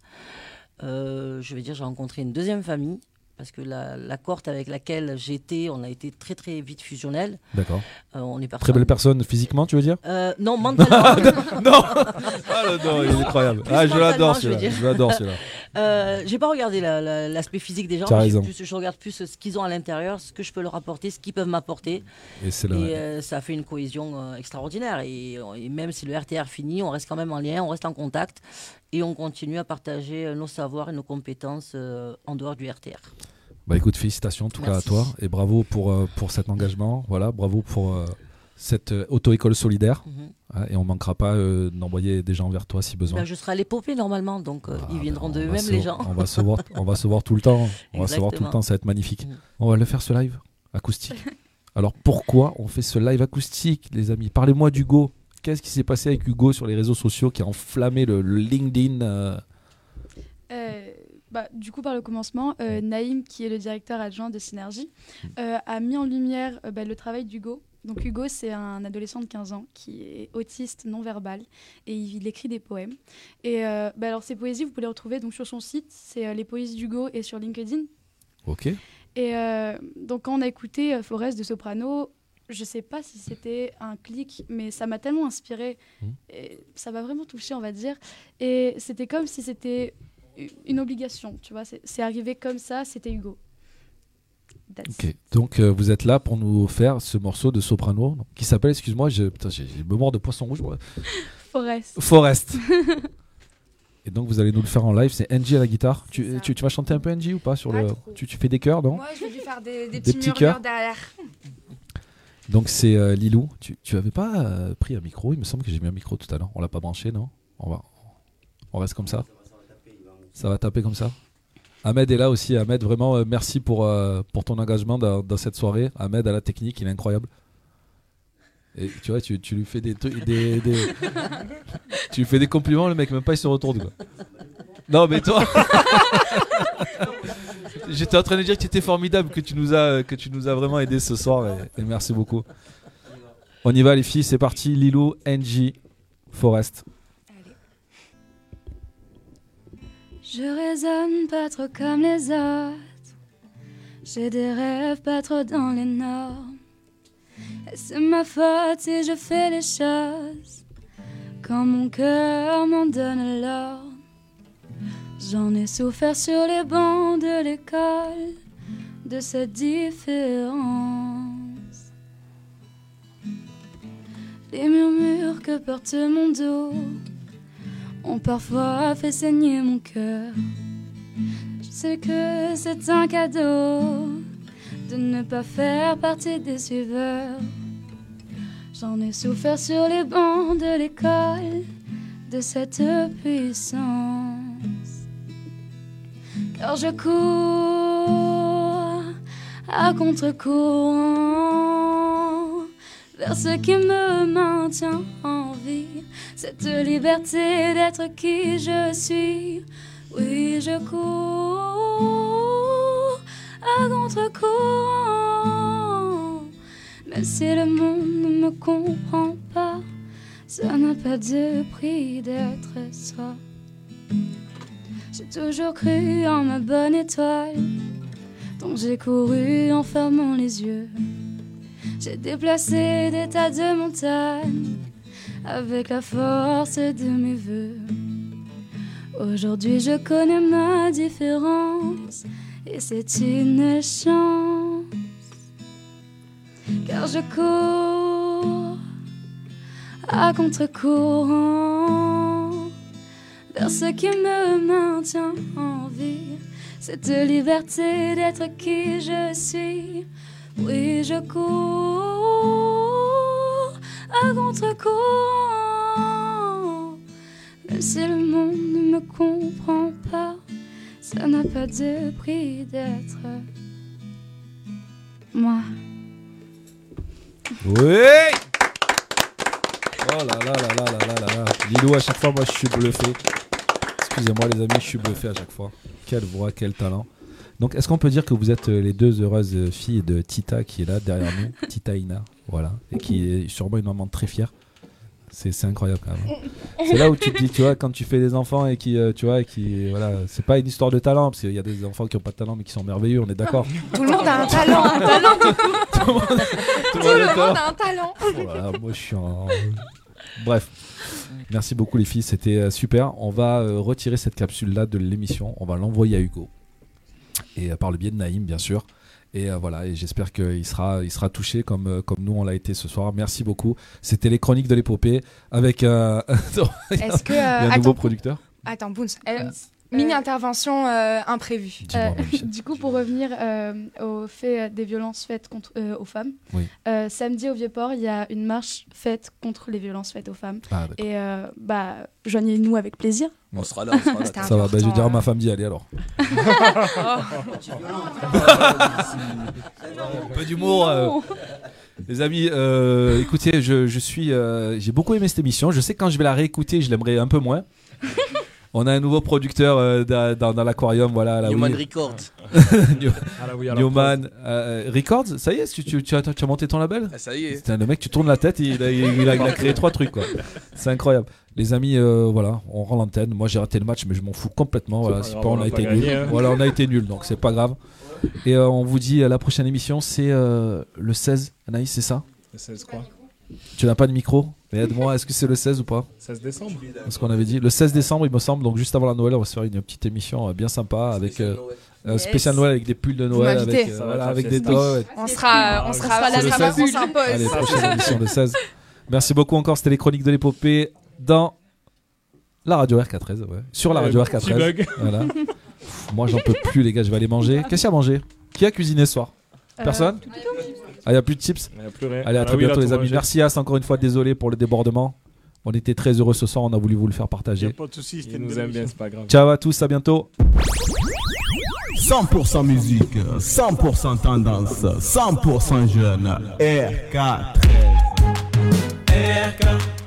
Speaker 20: Euh, je vais dire, j'ai rencontré une deuxième famille, parce que la, la cohorte avec laquelle j'étais, on a été très très vite fusionnel.
Speaker 1: D'accord.
Speaker 20: on est parti
Speaker 1: Très
Speaker 20: en-
Speaker 1: belle personne physiquement, tu veux dire
Speaker 20: Euh,
Speaker 1: (laughs)
Speaker 20: non, mentalement.
Speaker 1: non Ah, le- non, il est incroyable.
Speaker 20: Plus
Speaker 1: Ah, je
Speaker 20: mentalement,
Speaker 1: l'adore,
Speaker 20: je veux
Speaker 1: celui-là.
Speaker 20: dire.
Speaker 1: Je l'adore, celui-là.
Speaker 20: (laughs) Euh, j'ai pas regardé la- la- l'aspect physique des gens.
Speaker 1: T'as
Speaker 20: j'ai
Speaker 1: raison.
Speaker 20: plus- je regarde plus ce qu'ils ont à l'intérieur, ce que je peux leur apporter, ce qu'ils peuvent m'apporter.
Speaker 1: Et c'est le-
Speaker 20: euh, ça fait une cohésion euh, extraordinaire. Et, euh, et même si le RTR finit, on reste quand même en lien, on reste en contact et on continue à partager euh, nos savoirs et nos compétences euh, en dehors du RTR.
Speaker 1: Bah écoute, félicitations en tout cas à
Speaker 20: Merci.
Speaker 1: toi et bravo pour, euh, pour cet engagement. Voilà, bravo pour euh, cette euh, auto-école solidaire.
Speaker 20: Mhm.
Speaker 1: Hein, Et on manquera pas euh, d'envoyer des gens vers toi si besoin. Ah ben,
Speaker 20: Ben, je serai à l'épopée normalement, donc euh, ils viendront de
Speaker 1: On va
Speaker 20: eux-mêmes
Speaker 1: se-
Speaker 20: les gens.
Speaker 1: On va se voir, on va se voir tout le temps. On va se voir tout le
Speaker 20: Exactement.
Speaker 1: temps, ça va être magnifique. On va le faire ce live acoustique. Alors pourquoi on fait ce live acoustique, les amis Parlez-moi d'Hugo. Qu'est-ce qui s'est passé avec Hugo sur les réseaux sociaux qui a enflammé le, le LinkedIn euh,
Speaker 18: Euh, bah, du coup, par le commencement, euh, Naïm, qui est le directeur adjoint de Synergie, euh, a mis en lumière euh, bah, le travail d'Hugo. Donc Hugo, c'est un adolescent de 15 ans qui est autiste non-verbal et il, il écrit des poèmes. Et euh, bah, alors ces poésies, vous pouvez les retrouver donc, sur son site, c'est euh, les poésies d'Hugo et sur LinkedIn.
Speaker 1: Ok.
Speaker 18: Et euh, donc quand on a écouté euh, Forest de Soprano, je sais pas si c'était un clic, mais ça m'a tellement inspiré. Ça m'a vraiment touché, on va dire. Et c'était comme si c'était u- une obligation, tu vois. C'est- C'est arrivé comme ça, c'était Hugo. That's
Speaker 1: Ok, donc euh, vous êtes là pour nous faire ce morceau de soprano donc, qui s'appelle, excuse-moi, je- putain, j'ai j'ai mémoire de poisson rouge. moi.
Speaker 18: Forest.
Speaker 1: Forest. Et donc vous allez nous le faire en live, c'est Angie à la guitare. Tu, tu, tu vas chanter un peu Angie ou pas sur le tu, tu fais des chœurs, non
Speaker 19: Moi, je vais lui faire des, des
Speaker 1: Des
Speaker 19: petits,
Speaker 1: petits cœurs.
Speaker 19: murmures derrière.
Speaker 1: Donc c'est euh, Lilou, tu, tu avais pas euh, pris un micro, il me semble que j'ai mis un micro tout à l'heure. On l'a pas branché, non On va on reste comme ça. Ça va taper comme ça. Ahmed est là aussi. Ahmed, vraiment, euh, merci pour, euh, pour ton engagement dans, dans cette soirée. Ahmed à la technique, il est incroyable. Et tu vois, tu, tu lui fais des, trucs- des, des- tu lui fais des compliments, le mec même pas il se retourne quoi. Non mais toi, (laughs) j'étais en train de dire que tu étais formidable, que tu nous as euh, que tu nous as vraiment aidé ce soir et, et merci beaucoup. On y va les filles, c'est parti. Lilou, Angie, Forest.
Speaker 21: Je raisonne pas trop comme les autres. J'ai des rêves pas trop dans les normes. Et c'est ma faute si je fais les choses. Quand mon cœur m'en donne l'ordre. J'en ai souffert sur les bancs de l'école de cette différence. Les murmures que porte mon dos ont parfois fait saigner mon cœur. Je sais que c'est un cadeau de ne pas faire partie des suiveurs. J'en ai souffert sur les bancs de l'école de cette puissance. Car je cours à contre-courant vers ce qui me maintient en vie, cette liberté d'être qui je suis. Oui, je cours à contre-courant, mais si le monde ne me comprend pas, ça n'a pas de prix d'être soi. J'ai toujours cru en ma bonne étoile, donc j'ai couru en fermant les yeux. J'ai déplacé des tas de montagnes avec la force de mes voeux. Aujourd'hui, je connais ma différence et c'est une chance. Car je cours à contre-courant vers ce qui me maintient en vie, cette liberté d'être qui je suis. Oui, je cours à contre-courant, même si le monde ne me comprend pas, ça n'a pas de prix d'être moi.
Speaker 1: Oui Oh là là là là là là là là. Lilou, à chaque fois, moi, je suis bluffé. Excusez-moi, les amis, je suis bluffé à chaque fois. Quelle voix, quel talent. Donc, est-ce qu'on peut dire que vous êtes euh, les deux heureuses euh, filles de Tita qui est là derrière nous, Tita Ina, voilà, et qui est sûrement une maman très fière. C'est c'est incroyable quand même. hein. C'est là où tu te dis, tu vois, quand tu fais des enfants et qui, euh, tu vois, et qui, voilà, c'est pas une histoire de talent, parce qu'il y a des enfants qui ont pas de talent mais qui sont merveilleux, on est d'accord.
Speaker 19: (laughs) Tout le monde a un talent, un
Speaker 1: (laughs)
Speaker 19: talent.
Speaker 1: Tout le monde-
Speaker 19: Tout
Speaker 1: le monde
Speaker 19: le
Speaker 1: a un
Speaker 19: monde a un talent.
Speaker 1: Voilà, moi je suis en. Bref. Merci beaucoup les filles, c'était euh, super. On va euh, retirer cette capsule là de l'émission, on va l'envoyer à Hugo. Et euh, par le biais de Naïm bien sûr. Et euh, voilà, et j'espère qu'il sera, il sera touché comme, euh, comme nous on l'a été ce soir. Merci beaucoup. C'était les chroniques de l'épopée avec euh, (laughs)
Speaker 19: Est-ce
Speaker 1: (laughs)
Speaker 19: que,
Speaker 1: il y a un
Speaker 19: euh,
Speaker 1: nouveau
Speaker 19: attends.
Speaker 1: producteur.
Speaker 19: Attends, Boons, euh, mini intervention euh, imprévue.
Speaker 18: Euh, (laughs) du coup, pour revenir euh, au fait euh, des violences faites contre, euh, aux femmes,
Speaker 1: Oui.
Speaker 18: euh, samedi au Vieux-Port, il y a une marche faite contre les violences faites aux femmes.
Speaker 1: Ah, d'accord.
Speaker 18: et euh, bah, joignez-nous avec plaisir.
Speaker 1: On sera là, on sera là. Ça va, bah, je vais dire
Speaker 19: hein.
Speaker 1: à ma femme d'y aller alors. (laughs)
Speaker 18: euh, (laughs)
Speaker 1: Oh, hein. Un peu d'humour. euh.
Speaker 18: Non.
Speaker 1: (laughs) Les amis, euh, écoutez, je, je suis, euh, j'ai beaucoup aimé cette émission. Je sais que quand je vais la réécouter, je l'aimerai un peu moins. On a un nouveau producteur euh, dans, dans- dans l'aquarium, voilà. à la
Speaker 3: Newman
Speaker 1: Wii.
Speaker 3: Records.
Speaker 1: (laughs) New-
Speaker 3: À la Wii, à la
Speaker 1: Newman euh, Records, ça y est, tu, tu- tu as, tu as monté ton label
Speaker 3: Ah, ça y est.
Speaker 1: Putain, le mec, tu tournes la tête, il, a- il a, il a créé trois
Speaker 3: (laughs)
Speaker 1: trucs, quoi. C'est incroyable. Les amis, euh, voilà, on rend l'antenne. Moi, j'ai raté le match, mais je m'en fous complètement. Voilà,
Speaker 17: pas
Speaker 1: c'est
Speaker 17: grave,
Speaker 1: pas, on,
Speaker 17: on
Speaker 1: a
Speaker 17: a
Speaker 1: été
Speaker 17: pas gagné,
Speaker 1: nul.
Speaker 17: hein.
Speaker 1: Voilà, on a été nul, donc c'est pas grave. Et euh, on vous dit à la prochaine émission, c'est euh, le 16. Anaïs, c'est ça Tu n'as pas de micro Mais aide-moi, est-ce que c'est le 16 ou pas
Speaker 17: 16 décembre
Speaker 1: ce qu'on avait dit. Le 16 décembre, il me semble, donc juste avant la Noël, on va se faire une petite émission euh, bien sympa avec euh, un
Speaker 19: Yes.
Speaker 1: spécial Noël avec des pulls de
Speaker 19: Vous
Speaker 1: Noël,
Speaker 19: m'invitez.
Speaker 1: avec, euh,
Speaker 19: Ça va
Speaker 1: voilà,
Speaker 19: être
Speaker 1: avec
Speaker 19: la
Speaker 1: des
Speaker 19: fiesta.
Speaker 1: doigts.
Speaker 19: On sera-
Speaker 1: Ah,
Speaker 19: on sera- on sera là, on s'impose.
Speaker 1: Allez, prochaine émission le 16. (laughs) Merci beaucoup encore, c'était les chroniques de l'épopée dans la radio R13, ouais. sur la
Speaker 17: Euh,
Speaker 1: radio
Speaker 17: petit
Speaker 1: R13.
Speaker 17: bug. (laughs) Ah.
Speaker 1: Voilà. Pff, Moi, j'en peux plus, les gars, je vais aller manger. Qu'est-ce qu'il y a à manger Qui a cuisiné ce soir
Speaker 17: Euh,
Speaker 1: Personne Ah, il n'y a plus de chips
Speaker 17: Il y a plus rien.
Speaker 1: Allez, à
Speaker 17: Ah
Speaker 1: très
Speaker 17: oui, là,
Speaker 1: bientôt,
Speaker 17: tout
Speaker 1: les amis.
Speaker 17: mangé.
Speaker 1: Merci, As, encore une fois, désolé pour le débordement. On était très heureux ce soir, on a voulu vous le faire
Speaker 11: Il n'y a
Speaker 1: partager.
Speaker 11: pas de soucis, c'était
Speaker 17: Il
Speaker 11: une
Speaker 17: nous
Speaker 11: belle
Speaker 17: aime bien,
Speaker 11: émission.
Speaker 17: c'est pas grave.
Speaker 1: Ciao à tous, à bientôt.
Speaker 22: 100% musique, 100% tendance, 100% jeune. RK13.
Speaker 3: RK.